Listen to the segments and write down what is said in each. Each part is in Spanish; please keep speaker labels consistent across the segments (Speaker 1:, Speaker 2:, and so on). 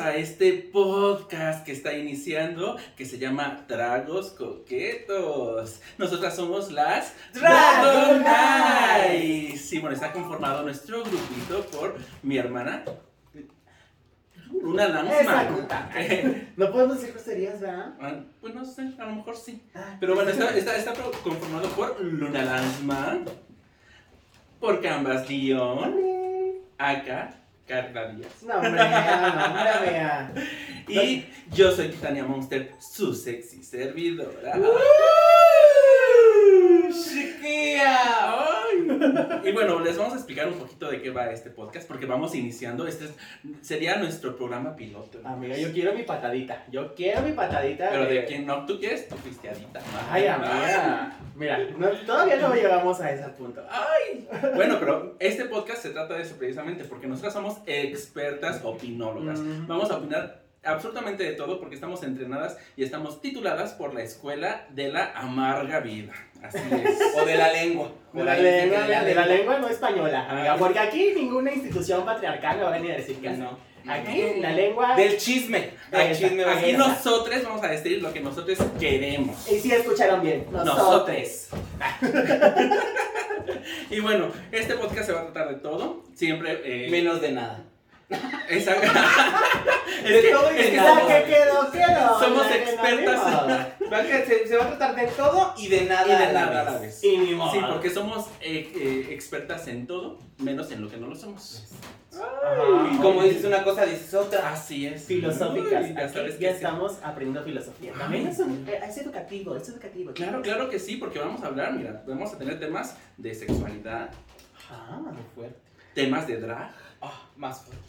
Speaker 1: a este podcast que está iniciando, que se llama Tragos Coquetos. Nosotras somos las Dragonite. Sí, bueno, está conformado nuestro grupito por mi hermana. Una
Speaker 2: Esa
Speaker 1: Lansman.
Speaker 2: puta. No podemos decir groserías, ¿verdad?
Speaker 1: Ah, Pues no sé, a lo mejor sí.
Speaker 2: Ah,
Speaker 1: Pero bueno, está, está, está pro- conformado por Luna Lansman, por Canvas Dion, Aka, Carla Díaz.
Speaker 2: No, hombre, no, hombre, vea.
Speaker 1: Y yo soy Titania Monster, su sexy servidora. ¡Chiquilla! ¡Ay! Y bueno, les vamos a explicar un poquito de qué va este podcast, porque vamos iniciando. Este es- sería nuestro programa piloto.
Speaker 2: Amiga, yo quiero mi patadita. Yo quiero mi patadita.
Speaker 1: Pero de Ah. quien no tú quieres, tu cristianita.
Speaker 2: Ay, amiga. Mira, no, todavía no llegamos a ese punto.
Speaker 1: ¡Ay! Bueno, pero este podcast se trata de eso precisamente, porque nosotras somos expertas opinólogas.
Speaker 2: Mm.
Speaker 1: Vamos a opinar absolutamente de todo porque estamos entrenadas y estamos tituladas por la Escuela de la Amarga Vida. Así es.
Speaker 3: O de la lengua.
Speaker 2: De la, lengua, de la- de la lengua no española,
Speaker 1: Ah.
Speaker 2: amiga, porque aquí ninguna institución patriarcal me va a venir a decir que no.
Speaker 3: No.
Speaker 2: Aquí la lengua...
Speaker 3: Del chisme.
Speaker 2: Ahí
Speaker 3: Del
Speaker 2: está.
Speaker 3: chisme.
Speaker 1: Aquí
Speaker 3: vaya.
Speaker 1: nosotros vamos a decir lo que nosotros queremos.
Speaker 2: Y sí escucharon bien. Nosotros.
Speaker 1: Nosotres. y bueno, este podcast se va a tratar de todo. Siempre. eh,
Speaker 3: Menos de nada.
Speaker 1: esa-
Speaker 3: De todo y
Speaker 1: es
Speaker 3: de
Speaker 1: que
Speaker 2: La
Speaker 3: nada.
Speaker 1: somos-
Speaker 2: que quedó, quedó.
Speaker 1: Somos
Speaker 2: la que no
Speaker 1: expertas.
Speaker 2: vimos.
Speaker 3: Va a que se, se va a tratar de todo y de nada,
Speaker 1: Y de
Speaker 3: a,
Speaker 1: nada
Speaker 3: la
Speaker 1: a la
Speaker 3: vez.
Speaker 2: Y ni modo.
Speaker 1: Sí, porque somos eh, eh, expertas en todo, menos en lo que no lo somos.
Speaker 2: Ajá.
Speaker 3: Y como dices una cosa, dices otra.
Speaker 1: Así es.
Speaker 2: filosóficas.
Speaker 1: Uy, ya
Speaker 2: Aquí
Speaker 1: sabes
Speaker 2: ya
Speaker 1: que sí.
Speaker 2: estamos aprendiendo filosofía. También es, un- eh, es educativo, es educativo.
Speaker 1: Claro, claro que sí, porque vamos a hablar, mira, vamos a tener temas de sexualidad,
Speaker 2: Ah,
Speaker 3: fuerte.
Speaker 1: temas de drag
Speaker 3: Ah, más fuerte.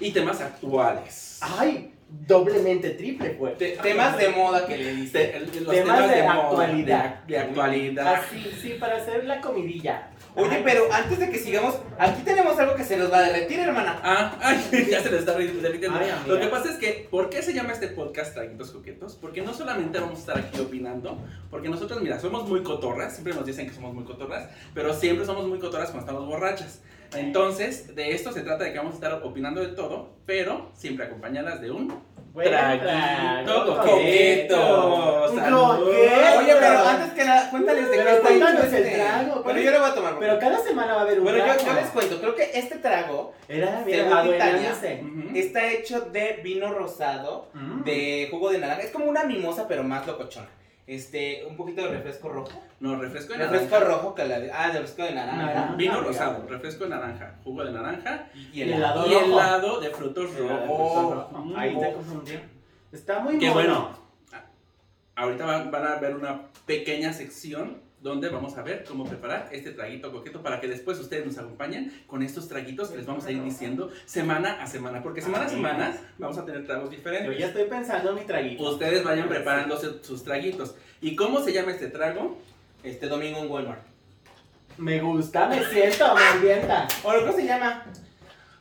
Speaker 1: y temas actuales.
Speaker 2: ay, doblemente, triple fuerte.
Speaker 3: Te- temas de moda que le diste.
Speaker 1: Te- Este, el- los
Speaker 2: Temas de
Speaker 1: moda,
Speaker 2: actualidad.
Speaker 1: De, de actualidad.
Speaker 2: Así, sí, para hacer la comidilla.
Speaker 3: Oye, pero ah, antes de que sigamos, aquí tenemos algo que se nos va a derretir, hermana.
Speaker 1: Ah, ay, ya se le está repitiendo.
Speaker 2: Ay, amiga.
Speaker 1: Lo que pasa es que, ¿por qué se llama este podcast Traguitos Coquetos? Porque no solamente vamos a estar aquí opinando, porque nosotros, mira, somos muy cotorras, siempre nos dicen que somos muy cotorras, pero siempre somos muy cotorras cuando estamos borrachas. Entonces, de esto se trata de que vamos a estar opinando de todo, pero siempre acompañadas de un
Speaker 2: Buen
Speaker 1: Traguito
Speaker 2: trago,
Speaker 1: coqueto. Salud.
Speaker 2: Coqueto.
Speaker 3: Oye, pero antes que nada, cuéntales de
Speaker 2: Pero
Speaker 3: qué está
Speaker 2: cuéntanos
Speaker 3: hecho
Speaker 2: el trago,
Speaker 3: Bueno, yo lo voy a tomar.
Speaker 2: Pero cada semana va a haber un
Speaker 3: bueno, yo,
Speaker 2: trago.
Speaker 3: yo les cuento. Creo que este trago
Speaker 2: Era bien
Speaker 3: Según
Speaker 2: adueñándose.
Speaker 1: Ujú.
Speaker 3: está hecho de vino rosado.
Speaker 2: Mm.
Speaker 3: de jugo de naranja. Es como una mimosa, pero más locochona. Este, un poquito de refresco rojo.
Speaker 1: No, refresco de naranja.
Speaker 3: Refresco rojo que la. Ah, de refresco de naranja.
Speaker 2: Naranja.
Speaker 1: Vino
Speaker 3: Ah,
Speaker 1: rosado,
Speaker 3: mira.
Speaker 1: refresco de naranja, jugo de naranja
Speaker 3: Y, y
Speaker 2: Y
Speaker 3: helado.
Speaker 2: helado
Speaker 1: y
Speaker 2: rojo.
Speaker 1: helado de frutos
Speaker 2: Era de
Speaker 1: rojos.
Speaker 2: frutos rojos.
Speaker 1: Mm.
Speaker 2: Ahí te confundí. Está muy
Speaker 1: Qué
Speaker 2: mono.
Speaker 1: bueno. Ahorita van, van a ver una pequeña sección donde vamos a ver cómo preparar este traguito coqueto para que después ustedes nos acompañen con estos traguitos que les vamos a ir diciendo semana a semana, porque semana a semana vamos a tener tragos
Speaker 2: Yo
Speaker 1: diferentes.
Speaker 2: ya estoy pensando en mi traguito.
Speaker 1: Ustedes vayan preparándose sus traguitos. ¿Y cómo se llama este trago?
Speaker 3: Este domingo en Walmart.
Speaker 2: Me gusta, me siento, me ambienta.
Speaker 3: ¿O lo que se llama?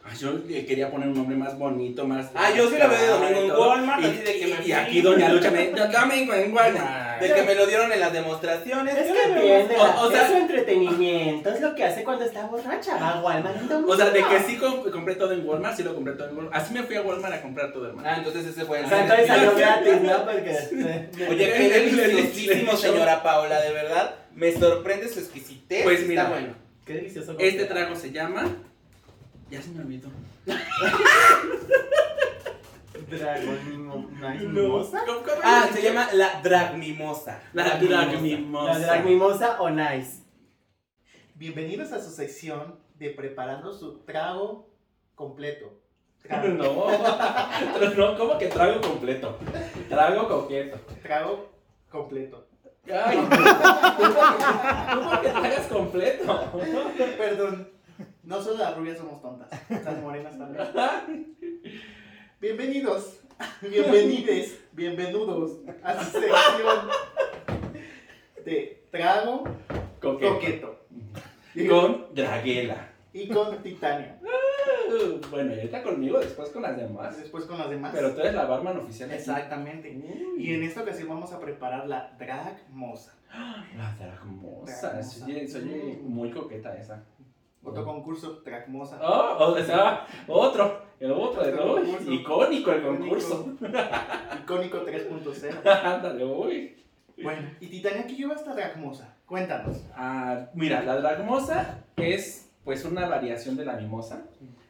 Speaker 1: Ay, yo eh, quería poner un nombre más bonito, más...
Speaker 3: Ah, yo sí lo veo de domingo en
Speaker 1: y todo.
Speaker 3: Walmart,
Speaker 1: Y,
Speaker 3: así de que me
Speaker 1: y
Speaker 3: fui.
Speaker 1: aquí Doña Lucha me... Domingo en Walmart.
Speaker 3: De que me lo dieron en las demostraciones.
Speaker 2: Es
Speaker 3: Yo
Speaker 2: que
Speaker 3: me-
Speaker 2: entiende,
Speaker 1: o- o
Speaker 2: o,
Speaker 1: sea-
Speaker 2: sea, su entretenimiento es lo que hace cuando está borracha. Va a Walmart. entonces,
Speaker 1: O sea, de
Speaker 2: no.
Speaker 1: que sí comp- compré todo en Walmart, sí lo compré todo en Walmart. Así me fui a Walmart a comprar todo, hermano.
Speaker 3: Ah, entonces ese fue el.
Speaker 2: O sea, entonces salió gratis, ¿no? Porque. este,
Speaker 3: Oye, qué deliciosísimo, señora Paula, de verdad. Me sorprende su exquisitez.
Speaker 1: Pues
Speaker 3: Está
Speaker 1: mira.
Speaker 3: bueno.
Speaker 2: Qué delicioso.
Speaker 1: Este trago se llama. Ya se me olvidó.
Speaker 2: Dragón mimo- nice
Speaker 1: No.
Speaker 2: mimosa.
Speaker 1: ¿Cómo- cómo
Speaker 3: Ah,
Speaker 1: era?
Speaker 3: se llama la dragmimosa.
Speaker 1: La drag mimosa.
Speaker 2: La drag mimosa o nice.
Speaker 4: Bienvenidos a su sección de preparando su trago completo. Trago,
Speaker 1: No, Pero no, ¿cómo que trago completo? Trago coqueto.
Speaker 4: trago completo.
Speaker 1: Ay, ¿cómo que tragas completo?
Speaker 4: Perdón, no solo las rubias somos tontas, las morenas también. Bienvenidos, bienvenides, bienvenidos a su sección de trago coqueto. Y
Speaker 1: Con Draguela.
Speaker 4: y con Titania.
Speaker 1: Bueno, y ahorita conmigo, después con las demás.
Speaker 4: Después con las demás.
Speaker 1: Pero tú eres la barman oficial. aquí.
Speaker 4: Exactamente. Y en esta ocasión vamos a preparar la drag moza.
Speaker 1: La dragomosa.
Speaker 4: Dragomosa.
Speaker 1: Soy, soy muy coqueta esa.
Speaker 4: Otro concurso, Dragmosa.
Speaker 1: Oh, o sea, otro. El otro, de
Speaker 4: El
Speaker 1: nuevo.
Speaker 4: concurso.
Speaker 1: Icónico el concurso.
Speaker 4: Icónico 3.0.
Speaker 1: Ándale, uy.
Speaker 4: Bueno, y Titania que lleva hasta Dracmosa. Cuéntanos.
Speaker 1: Ah, mira, la dragmosa es pues una variación de la mimosa.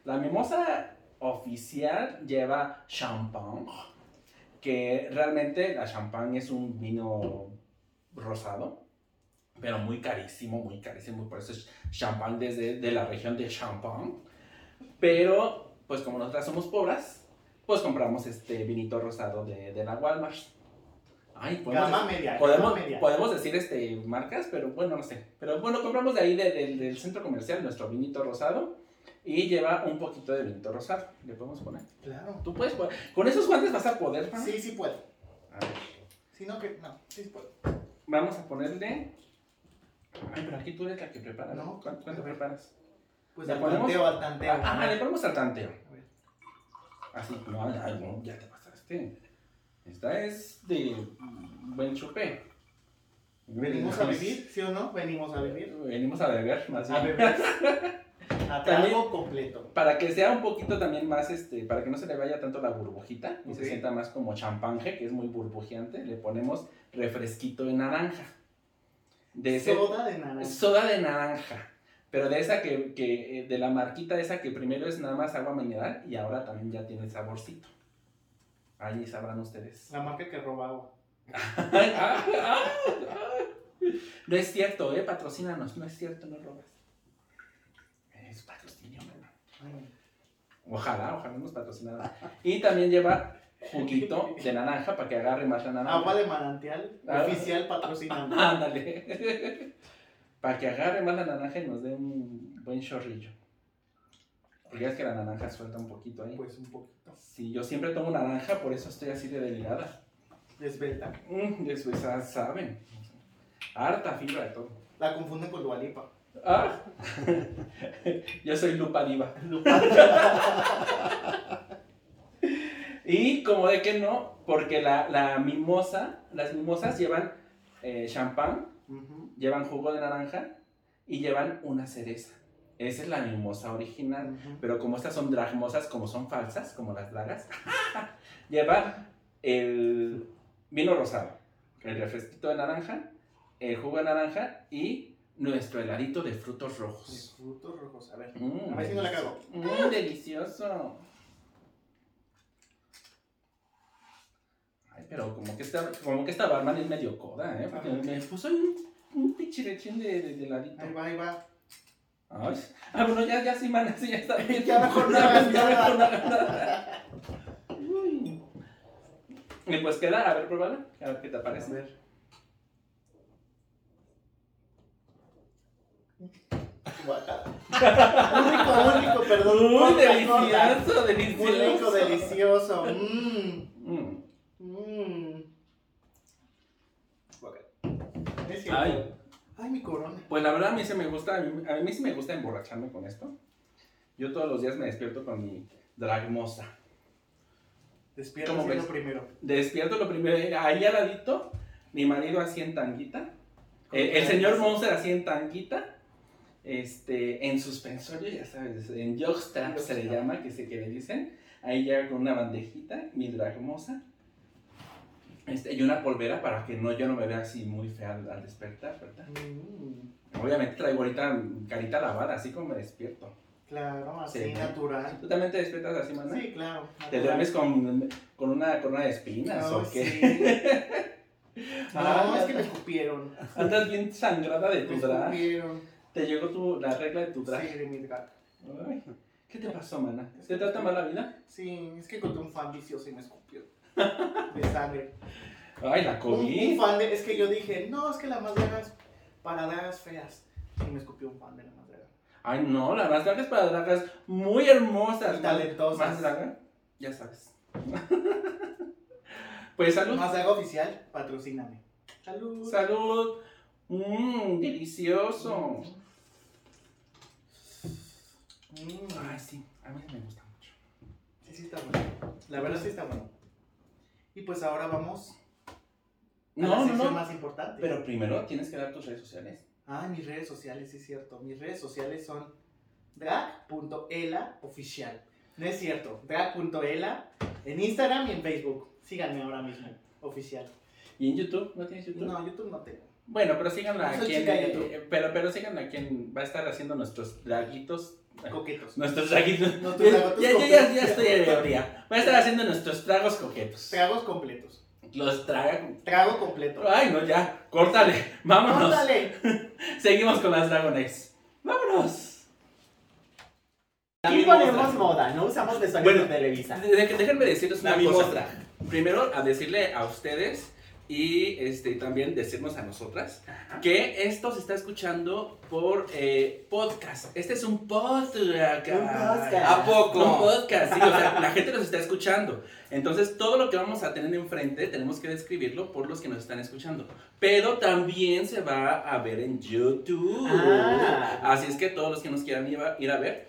Speaker 1: La mimosa oficial lleva champán, que realmente la champán es un vino rosado, pero muy carísimo, muy carísimo, por eso es champán desde de la región de champán. Pero pues como nosotras somos pobres, pues compramos este vinito rosado de, de la Walmart. Ay, podemos-
Speaker 4: Gama media.
Speaker 1: Podemos,
Speaker 4: gama media.
Speaker 1: podemos decir este, marcas, pero bueno, no sé. Pero bueno, compramos de ahí de- del- del centro comercial nuestro vinito rosado y lleva un poquito de vinito rosado. Le podemos poner.
Speaker 4: Claro.
Speaker 1: Tú puedes poner. Con esos guantes vas a poder, Fran?
Speaker 4: Sí, sí puedo.
Speaker 1: A ver,
Speaker 4: Si no, que no. Sí puedo.
Speaker 1: vamos a ponerle. Ay, pero aquí tú eres la que prepara. ¿no?
Speaker 4: No.
Speaker 1: ¿Cuánto, cuánto
Speaker 4: A ver.
Speaker 1: preparas?
Speaker 4: Pues
Speaker 1: ¿Le
Speaker 4: al
Speaker 1: ponemos?
Speaker 4: tanteo, al tanteo.
Speaker 1: Ah, ah, le ponemos al tanteo.
Speaker 4: A ver.
Speaker 1: Así, no, ay, no, ya te pasaste. Esta es de buen chupé.
Speaker 4: ¿Venimos a vivir? ¿Sí o no? Venimos a vivir.
Speaker 1: Venimos a beber, más
Speaker 4: A
Speaker 1: bien.
Speaker 4: beber. A
Speaker 1: También-
Speaker 4: trago completo.
Speaker 1: Para que sea un poquito también más, este, para que no se le vaya tanto la burbujita y se
Speaker 4: Ok.
Speaker 1: sienta más como champanje, que es muy burbujeante, le ponemos refresquito de naranja. De ese,
Speaker 4: Soda de naranja.
Speaker 1: soda de naranja. Pero de esa que, que, eh, de la marquita esa que primero es nada más agua mineral y ahora también ya tiene saborcito. Ahí sabrán ustedes.
Speaker 4: La marca que roba agua.
Speaker 1: Ay, ah, ah, ah. No es cierto, eh, patrocínanos, no es cierto, no robas. Es patrocinio, hermano.
Speaker 4: Ay,
Speaker 1: Ah. Ojalá, ojalá nos patrocinaran. Y también lleva juguito de naranja para que agarre más la naranja.
Speaker 4: Agua de manantial.
Speaker 1: Ah.
Speaker 4: Oficial patrocinante.
Speaker 1: Ándale. para que agarre más la naranja y nos dé un buen chorrillo. Porque es que la naranja suelta un poquito ahí.
Speaker 4: Pues un poquito.
Speaker 1: Sí, yo siempre tomo naranja, por eso estoy así de delgada.
Speaker 4: Desvelta.
Speaker 1: Mm, eso ya saben. Harta fibra de todo.
Speaker 4: La confunden con Dualipa.
Speaker 1: Ah. yo soy lupa diva. Y como de que no, porque la, la mimosa, las mimosas llevan eh, champán,
Speaker 4: Ujú.
Speaker 1: llevan jugo de naranja y llevan una cereza. Esa es la mimosa original.
Speaker 4: Ujú.
Speaker 1: Pero como estas son dragmosas, como son falsas, como las dragas, lleva el vino rosado, el refresquito de naranja, el jugo de naranja y nuestro heladito de frutos
Speaker 4: Mis
Speaker 1: rojos.
Speaker 4: frutos rojos. A ver.
Speaker 1: Mm,
Speaker 4: A ver si no la cago.
Speaker 1: Mm, delicioso. Ay, pero como que esta, como que esta barman es medio coda, ¿eh? Porque me puso ahí un, un pinche lechín de, de, de ladito.
Speaker 4: Ahí va, ahí va.
Speaker 1: Ay, ah, bueno, ya, ya sí, man, así ya está bien.
Speaker 4: Ya mejor no hagas nada.
Speaker 1: mejor no hagas nada. Uy. Y pues queda, a ver, pruébala, a ver qué te
Speaker 4: A
Speaker 1: parece.
Speaker 4: ver. Guacala. Muy rico, muy rico, perdón.
Speaker 1: Uy,
Speaker 4: Corta,
Speaker 1: delicioso,
Speaker 4: corta. Muy
Speaker 1: delicioso.
Speaker 4: rico, delicioso. Mmm.
Speaker 1: Mm.
Speaker 4: Mmm. Guacala. Es cierto.
Speaker 1: Ay.
Speaker 4: Ay, mi corona.
Speaker 1: Pues la verdad a mí se me gusta, a mí, a mí sí me gusta emborracharme con esto. Yo todos los días me despierto con mi dragmosa.
Speaker 4: Despierta
Speaker 1: ¿Cómo
Speaker 4: siendo
Speaker 1: ves?
Speaker 4: primero.
Speaker 1: Despierto lo primero, eh, ahí al ladito, mi marido así en tanguita, eh, el,
Speaker 4: Con-
Speaker 1: señor Monster así en tanguita, este, en suspensorio, ya sabes, en jockstrap se le
Speaker 4: Jockstrap.
Speaker 1: llama, que se que le dicen. Ahí llega con una bandejita, mi dragmosa, este, y una polvera para que no, yo no me vea así muy fea al, al despertar, ¿verdad?
Speaker 4: Mm,
Speaker 1: Obviamente traigo ahorita mm, carita lavada, así como me despierto.
Speaker 4: claro, así
Speaker 1: Sí.
Speaker 4: natural.
Speaker 1: ¿Tú también te despiertas así, Manuel?
Speaker 4: Sí, claro.
Speaker 1: ¿Te
Speaker 4: natural.
Speaker 1: duermes con, con una corona de espinas
Speaker 4: No,
Speaker 1: o qué?
Speaker 4: sí. No,
Speaker 1: Ah,
Speaker 4: es que me escupieron.
Speaker 1: Andas bien sangrada de
Speaker 4: Me
Speaker 1: tu drag.
Speaker 4: escupieron.
Speaker 1: Te llegó tu, la regla de tu drag.
Speaker 4: Sí, de mi drag.
Speaker 1: Ay, ¿Qué te pasó, mana? ¿Te trata mal la vida?
Speaker 4: Sí, es que encontré un fan vicioso y me escupió. De sangre.
Speaker 1: Ay, la
Speaker 4: Un, un
Speaker 1: COVID.
Speaker 4: fan de. Es que yo dije, no, es que la más draga es para dragas feas. Y me escupió un fan de la más draga.
Speaker 1: Ay, no, la más draga es para dragas muy hermosas. más-
Speaker 4: Y talentosas.
Speaker 1: Más draga, ya sabes. pues salud.
Speaker 4: Más draga oficial, patrocíname. Salud.
Speaker 1: Salud. Mmm, delicioso.
Speaker 4: Mm,
Speaker 1: Ay, sí, a mí me gusta mucho.
Speaker 4: sí, sí está bueno. La verdad sí está bueno. Y pues ahora vamos a la
Speaker 1: No, no,
Speaker 4: sección
Speaker 1: no.
Speaker 4: más importante.
Speaker 1: Pero primero tienes que dar tus redes sociales.
Speaker 4: Ah, mis redes sociales, sí es cierto. Mis redes sociales son drag.ela oficial. No es cierto. Drag.ela en Instagram y en Facebook. Síganme ahora mismo. Oficial.
Speaker 1: ¿Y en YouTube? ¿No tienes YouTube?
Speaker 4: No, YouTube no tengo.
Speaker 1: Bueno, pero síganla
Speaker 4: No Pues
Speaker 1: aquí
Speaker 4: soy
Speaker 1: en
Speaker 4: chica de
Speaker 1: eh,
Speaker 4: YouTube.
Speaker 1: Pero, pero síganla quien va a estar haciendo nuestros draguitos.
Speaker 4: Coquetos.
Speaker 1: Nuestros draguitos.
Speaker 4: No, tus
Speaker 1: ya,
Speaker 4: dragotes
Speaker 1: ya, ya, ya
Speaker 4: coquetos.
Speaker 1: estoy ebria. Va a estar haciendo nuestros tragos coquetos.
Speaker 4: Tragos completos.
Speaker 1: Los traga.
Speaker 4: Trago completo.
Speaker 1: Ay, no, ya. Córtale. Vámonos.
Speaker 4: ¡Córtale!
Speaker 1: Seguimos con las dragones. Vámonos.
Speaker 2: Aquí ponemos moda, no usamos de sonido
Speaker 1: Bueno,
Speaker 2: de Televisa.
Speaker 1: De- de- Déjenme decirles
Speaker 3: La
Speaker 1: una
Speaker 3: mimosa.
Speaker 1: cosa. Primero, a decirle a ustedes y este, también decirnos a nosotras que esto se está escuchando por eh, podcast. Este es un podcast.
Speaker 2: Un podcast.
Speaker 3: ¿A
Speaker 1: Un
Speaker 3: poco?
Speaker 1: podcast, sí, o sea, la gente nos está escuchando. Entonces, todo lo que vamos a tener enfrente tenemos que describirlo por los que nos están escuchando. Pero también se va a ver en YouTube.
Speaker 2: Ah.
Speaker 1: Así es que todos los que nos quieran ir a, ir a ver,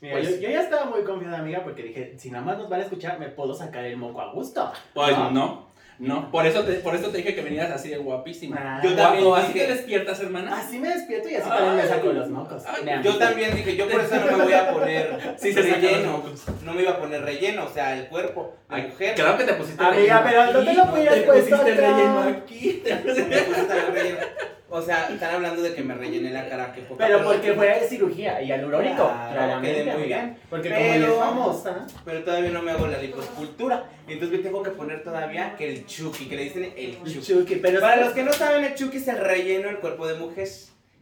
Speaker 2: Mira,
Speaker 1: Pues.
Speaker 2: yo, yo ya estaba muy confiada, amiga, porque dije, si nada más nos van a escuchar, me puedo sacar el moco a gusto.
Speaker 1: pues
Speaker 2: Ah.
Speaker 1: no. No, por eso, te, por eso te dije que venías así de guapísima.
Speaker 2: Ah.
Speaker 3: Yo también
Speaker 1: Guapo, así
Speaker 3: dije-
Speaker 1: te despiertas, hermana.
Speaker 2: Así me despierto y así también me saco los mocos.
Speaker 1: Ay,
Speaker 2: Vean.
Speaker 3: Yo también dije, yo por eso no me voy a poner
Speaker 1: Sí, se sacan
Speaker 3: relleno.
Speaker 1: los
Speaker 3: No me iba a poner relleno, o sea, el cuerpo, la
Speaker 1: Ay,
Speaker 3: mujer.
Speaker 1: Claro que te pusiste
Speaker 2: Amiga,
Speaker 1: relleno.
Speaker 2: Ah, pero no te
Speaker 3: no
Speaker 2: lo hubieras
Speaker 1: te
Speaker 2: puesto
Speaker 1: pusiste
Speaker 2: acá.
Speaker 1: relleno aquí.
Speaker 3: Me puse también relleno. O sea, están hablando de que me rellené la cara, que poca
Speaker 2: Pero
Speaker 3: broma.
Speaker 2: porque fue cirugía y alurónico,
Speaker 3: Claro,
Speaker 2: claramente,
Speaker 3: quedé muy
Speaker 2: amiga.
Speaker 3: bien.
Speaker 2: Porque
Speaker 3: Pero-
Speaker 2: como eres famosa,
Speaker 3: Pero todavía no me hago la liposcultura. Entonces me tengo que poner todavía que el chuki, que le dicen el chuki.
Speaker 2: Chucky, pero
Speaker 3: Para los que no saben, el chuki es el relleno del cuerpo de mujer.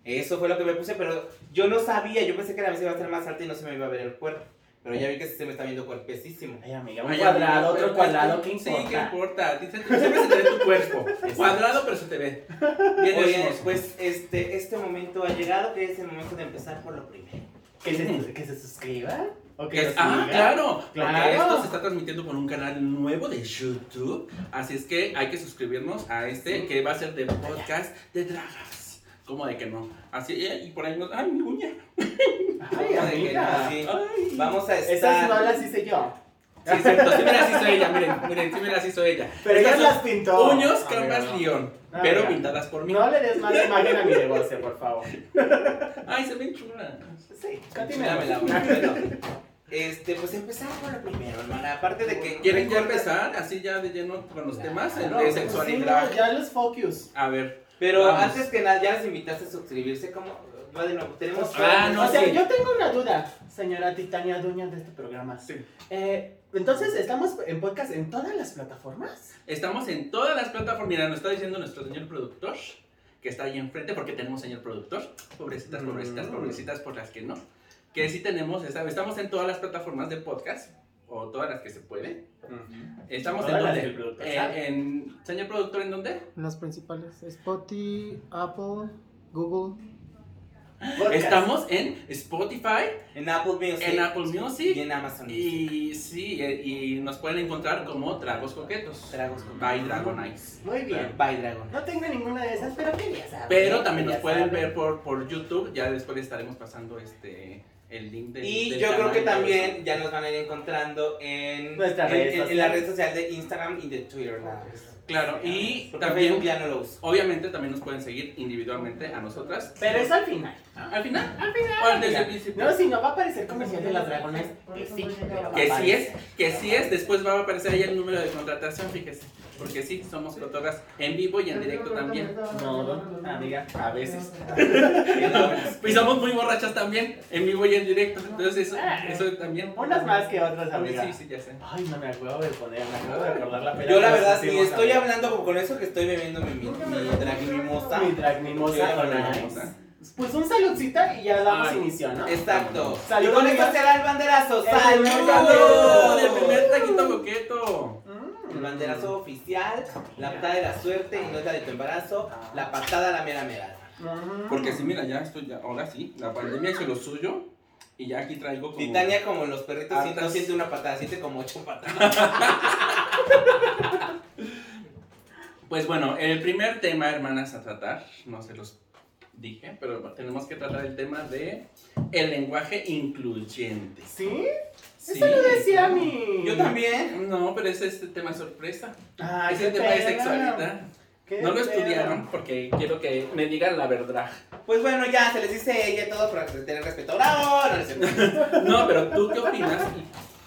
Speaker 3: Eso fue lo que me puse, pero yo no sabía. Yo pensé que la mesa iba a ser más alta y no se me iba a ver el cuerpo. Pero ya vi que se me está viendo cuerpecísimo.
Speaker 2: Ay, amiga, un
Speaker 1: Ay,
Speaker 2: cuadrado,
Speaker 1: amigo,
Speaker 2: otro
Speaker 1: pero
Speaker 2: cuadrado,
Speaker 1: pues,
Speaker 2: ¿qué
Speaker 1: sí,
Speaker 2: importa?
Speaker 1: ¿qué importa? Dice, siempre se te ve tu cuerpo. Cuadrado, pero se te ve. Bien
Speaker 3: Oye,
Speaker 1: hermoso.
Speaker 3: pues este, este momento ha llegado, que es el momento de empezar por lo primero.
Speaker 2: ¿Que, se, que se suscriba. ¿O que
Speaker 1: Que es-
Speaker 2: nos
Speaker 1: ah,
Speaker 2: siga.
Speaker 1: claro,
Speaker 2: Claro.
Speaker 1: Porque esto se está transmitiendo por un canal nuevo de YouTube. Así es que hay que suscribirnos a este que va a ser de podcast de dragas. ¿Cómo de que no? Así, eh, y por ahí nos. ¡Ay, mi uña!
Speaker 2: Ay,
Speaker 3: Como de que
Speaker 2: amiga.
Speaker 3: no, sí.
Speaker 1: ¡Ay!
Speaker 3: Vamos a estar.
Speaker 2: Esas no las hice yo.
Speaker 1: Sí, es cierto, sí, mira, así soy ella. Miren, miren, sí, mira, así soy ella.
Speaker 2: Pero
Speaker 1: Estas
Speaker 2: ellas
Speaker 1: son
Speaker 2: las pintó.
Speaker 1: Uñas
Speaker 2: Amiga,
Speaker 1: capas
Speaker 2: no.
Speaker 1: guión,
Speaker 2: Ah,
Speaker 1: pero
Speaker 2: mira.
Speaker 1: pintadas por mí.
Speaker 2: No le des más imagen a mi negocio, por favor.
Speaker 1: ¡Ay, se ven chulas!
Speaker 2: Sí,
Speaker 3: Dame la
Speaker 2: continuemos.
Speaker 3: mano, bueno. Este, pues empezar por lo primero, hermana. Aparte de que
Speaker 1: ¿Quieren ya empezar? Así ya de lleno con los temas el
Speaker 2: Claro,
Speaker 1: de
Speaker 2: pues
Speaker 1: sexualidad.
Speaker 2: sí, ya los focus.
Speaker 1: A ver.
Speaker 3: Pero
Speaker 1: Vamos.
Speaker 3: antes que nada, ya les invitaste a suscribirse. ¿Cómo? Va de nuevo. Tenemos.
Speaker 1: Ah, no,
Speaker 2: o sea,
Speaker 1: sí.
Speaker 2: yo tengo una duda, señora Titania, dueña de este programa.
Speaker 1: Sí.
Speaker 2: Eh, entonces, ¿estamos en podcast en todas las plataformas?
Speaker 1: Estamos en todas las plataformas. Mira, nos está diciendo nuestro señor productor, que está ahí enfrente, porque tenemos señor productor. Pobrecitas, pobrecitas,
Speaker 2: Mm.
Speaker 1: pobrecitas por las que no. Que sí tenemos, esta- estamos en todas las plataformas de podcast, o todas las que se puede. Estamos en
Speaker 2: Todas las
Speaker 1: donde. eh,
Speaker 2: que el productor sabe.
Speaker 1: en, señor productor, ¿en dónde?
Speaker 5: Las principales. Spotify, Apple, Google.
Speaker 2: Podcast.
Speaker 1: Estamos en Spotify,
Speaker 3: En Apple Music.
Speaker 1: en Apple Music.
Speaker 3: Y en Amazon.
Speaker 1: Y sí, eh, y nos pueden encontrar como Dragos Coquetos.
Speaker 3: Dragos con
Speaker 1: By Dragon Eyes.
Speaker 2: Muy bien.
Speaker 3: By Dragon.
Speaker 2: No tengo ninguna de esas, pero quería saber.
Speaker 1: Pero también nos
Speaker 2: quería
Speaker 1: pueden
Speaker 2: saber.
Speaker 1: ver por, por YouTube. Ya después les estaremos pasando este el link del-
Speaker 3: Y
Speaker 1: del
Speaker 3: yo creo
Speaker 1: canal
Speaker 3: que
Speaker 1: y todo
Speaker 3: también
Speaker 1: eso.
Speaker 3: ya nos van a ir encontrando en,
Speaker 2: Nuestras
Speaker 3: en,
Speaker 2: redes
Speaker 3: en- en la
Speaker 2: sociales.
Speaker 3: red social de Instagram y de Twitter. nada más.
Speaker 1: Claro, y
Speaker 3: Porque Facebook
Speaker 1: también,
Speaker 3: ya no lo uso.
Speaker 1: obviamente, también nos pueden seguir individualmente a nosotras.
Speaker 2: Pero es al final.
Speaker 1: Al final, al final. O desde el principio.
Speaker 2: No, si no va a aparecer comercial de las dragones. Que sí, pero va
Speaker 1: Que
Speaker 2: a
Speaker 1: sí es,
Speaker 2: aparecer.
Speaker 1: que sí es, después va a aparecer ahí el número de contratación, fíjese. Porque sí, somos cotorras en vivo y en directo también.
Speaker 2: No, amiga, a veces.
Speaker 1: Y somos muy borrachas también, en vivo y en directo. Entonces, eso,
Speaker 2: Ah.
Speaker 1: eso también.
Speaker 2: Unas más que otras, amiga.
Speaker 1: Sí, sí, ya sé.
Speaker 2: Ay, no me acuerdo de poner, me acuerdo de recordar la pena
Speaker 3: Yo la
Speaker 2: que nos
Speaker 3: verdad, si
Speaker 2: pusimos,
Speaker 3: estoy
Speaker 2: amiga.
Speaker 3: hablando como con eso que estoy bebiendo mi, mi, mi drag mimosa.
Speaker 2: Mi drag mimosa con
Speaker 1: Mimosa.
Speaker 2: ice. Pues un saludcita y ya damos
Speaker 1: Ay.
Speaker 2: inicio, ¿no?
Speaker 3: Exacto.
Speaker 2: Salud,
Speaker 3: y con esto
Speaker 2: amigos.
Speaker 3: será el banderazo.
Speaker 2: El primer
Speaker 1: ¡Bravo!
Speaker 2: ¡Bravo!
Speaker 1: ¡Oh, ¡Del primer
Speaker 3: ¡Salud!
Speaker 1: taquito coqueto!
Speaker 2: Mm.
Speaker 3: El banderazo oficial, la patada de la suerte y no es la de tu embarazo, la patada a la mera mera.
Speaker 2: Mm.
Speaker 1: Porque sí, mira, ya estoy, ya, ahora sí, la pandemia hizo lo suyo y ya aquí traigo
Speaker 3: Uh.
Speaker 1: como...
Speaker 3: Titania como los perritos
Speaker 1: Ah,
Speaker 3: siente- no
Speaker 1: pues.
Speaker 3: siente una patada, siente como ocho patadas.
Speaker 1: Pues bueno, el primer tema, hermanas, a tratar, no se los dije, pero tenemos que tratar el tema de el lenguaje incluyente.
Speaker 2: ¿Sí?
Speaker 1: Sí.
Speaker 2: Eso lo decía mi.
Speaker 3: Yo también.
Speaker 1: No, pero ese es el tema sorpresa.
Speaker 2: Ay,
Speaker 1: Es el
Speaker 2: qué
Speaker 1: tema de
Speaker 2: pena.
Speaker 1: sexualidad.
Speaker 2: Qué
Speaker 1: No lo
Speaker 2: pena.
Speaker 1: estudiaron porque quiero que me digan la verdad.
Speaker 3: Pues bueno, ya se les dice ella y todo para tener respeto. ¡Bravo! No, no es cierto.
Speaker 1: No, pero tú qué opinas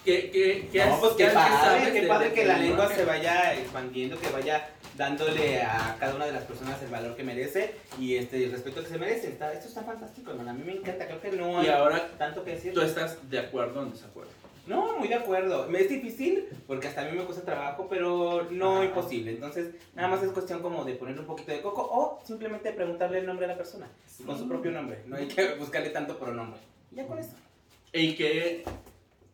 Speaker 1: ¿Qué, qué, qué,
Speaker 3: No,
Speaker 1: has-
Speaker 3: pues qué
Speaker 1: has-
Speaker 3: padre,
Speaker 1: sabes
Speaker 3: qué
Speaker 1: de-
Speaker 3: padre
Speaker 1: de
Speaker 3: que la
Speaker 1: tu
Speaker 3: lengua
Speaker 1: lenguaje?
Speaker 3: se vaya expandiendo, que vaya dándole a cada una de las personas el valor que merece y este el respeto que se merece. Está- esto está fantástico, hermano. A mí me encanta, creo que no hay
Speaker 1: Y ahora
Speaker 3: tanto que decir.
Speaker 1: tú estás de acuerdo o en desacuerdo.
Speaker 3: No, muy de acuerdo. Me es difícil porque hasta a mí me cuesta trabajo, pero no
Speaker 1: Ajá.
Speaker 3: imposible. Entonces, nada más es cuestión como de ponerle un poquito de coco o simplemente preguntarle el nombre a la persona con su propio nombre. No hay que buscarle tanto pronombre. Y ya con eso.
Speaker 1: ¿Y qué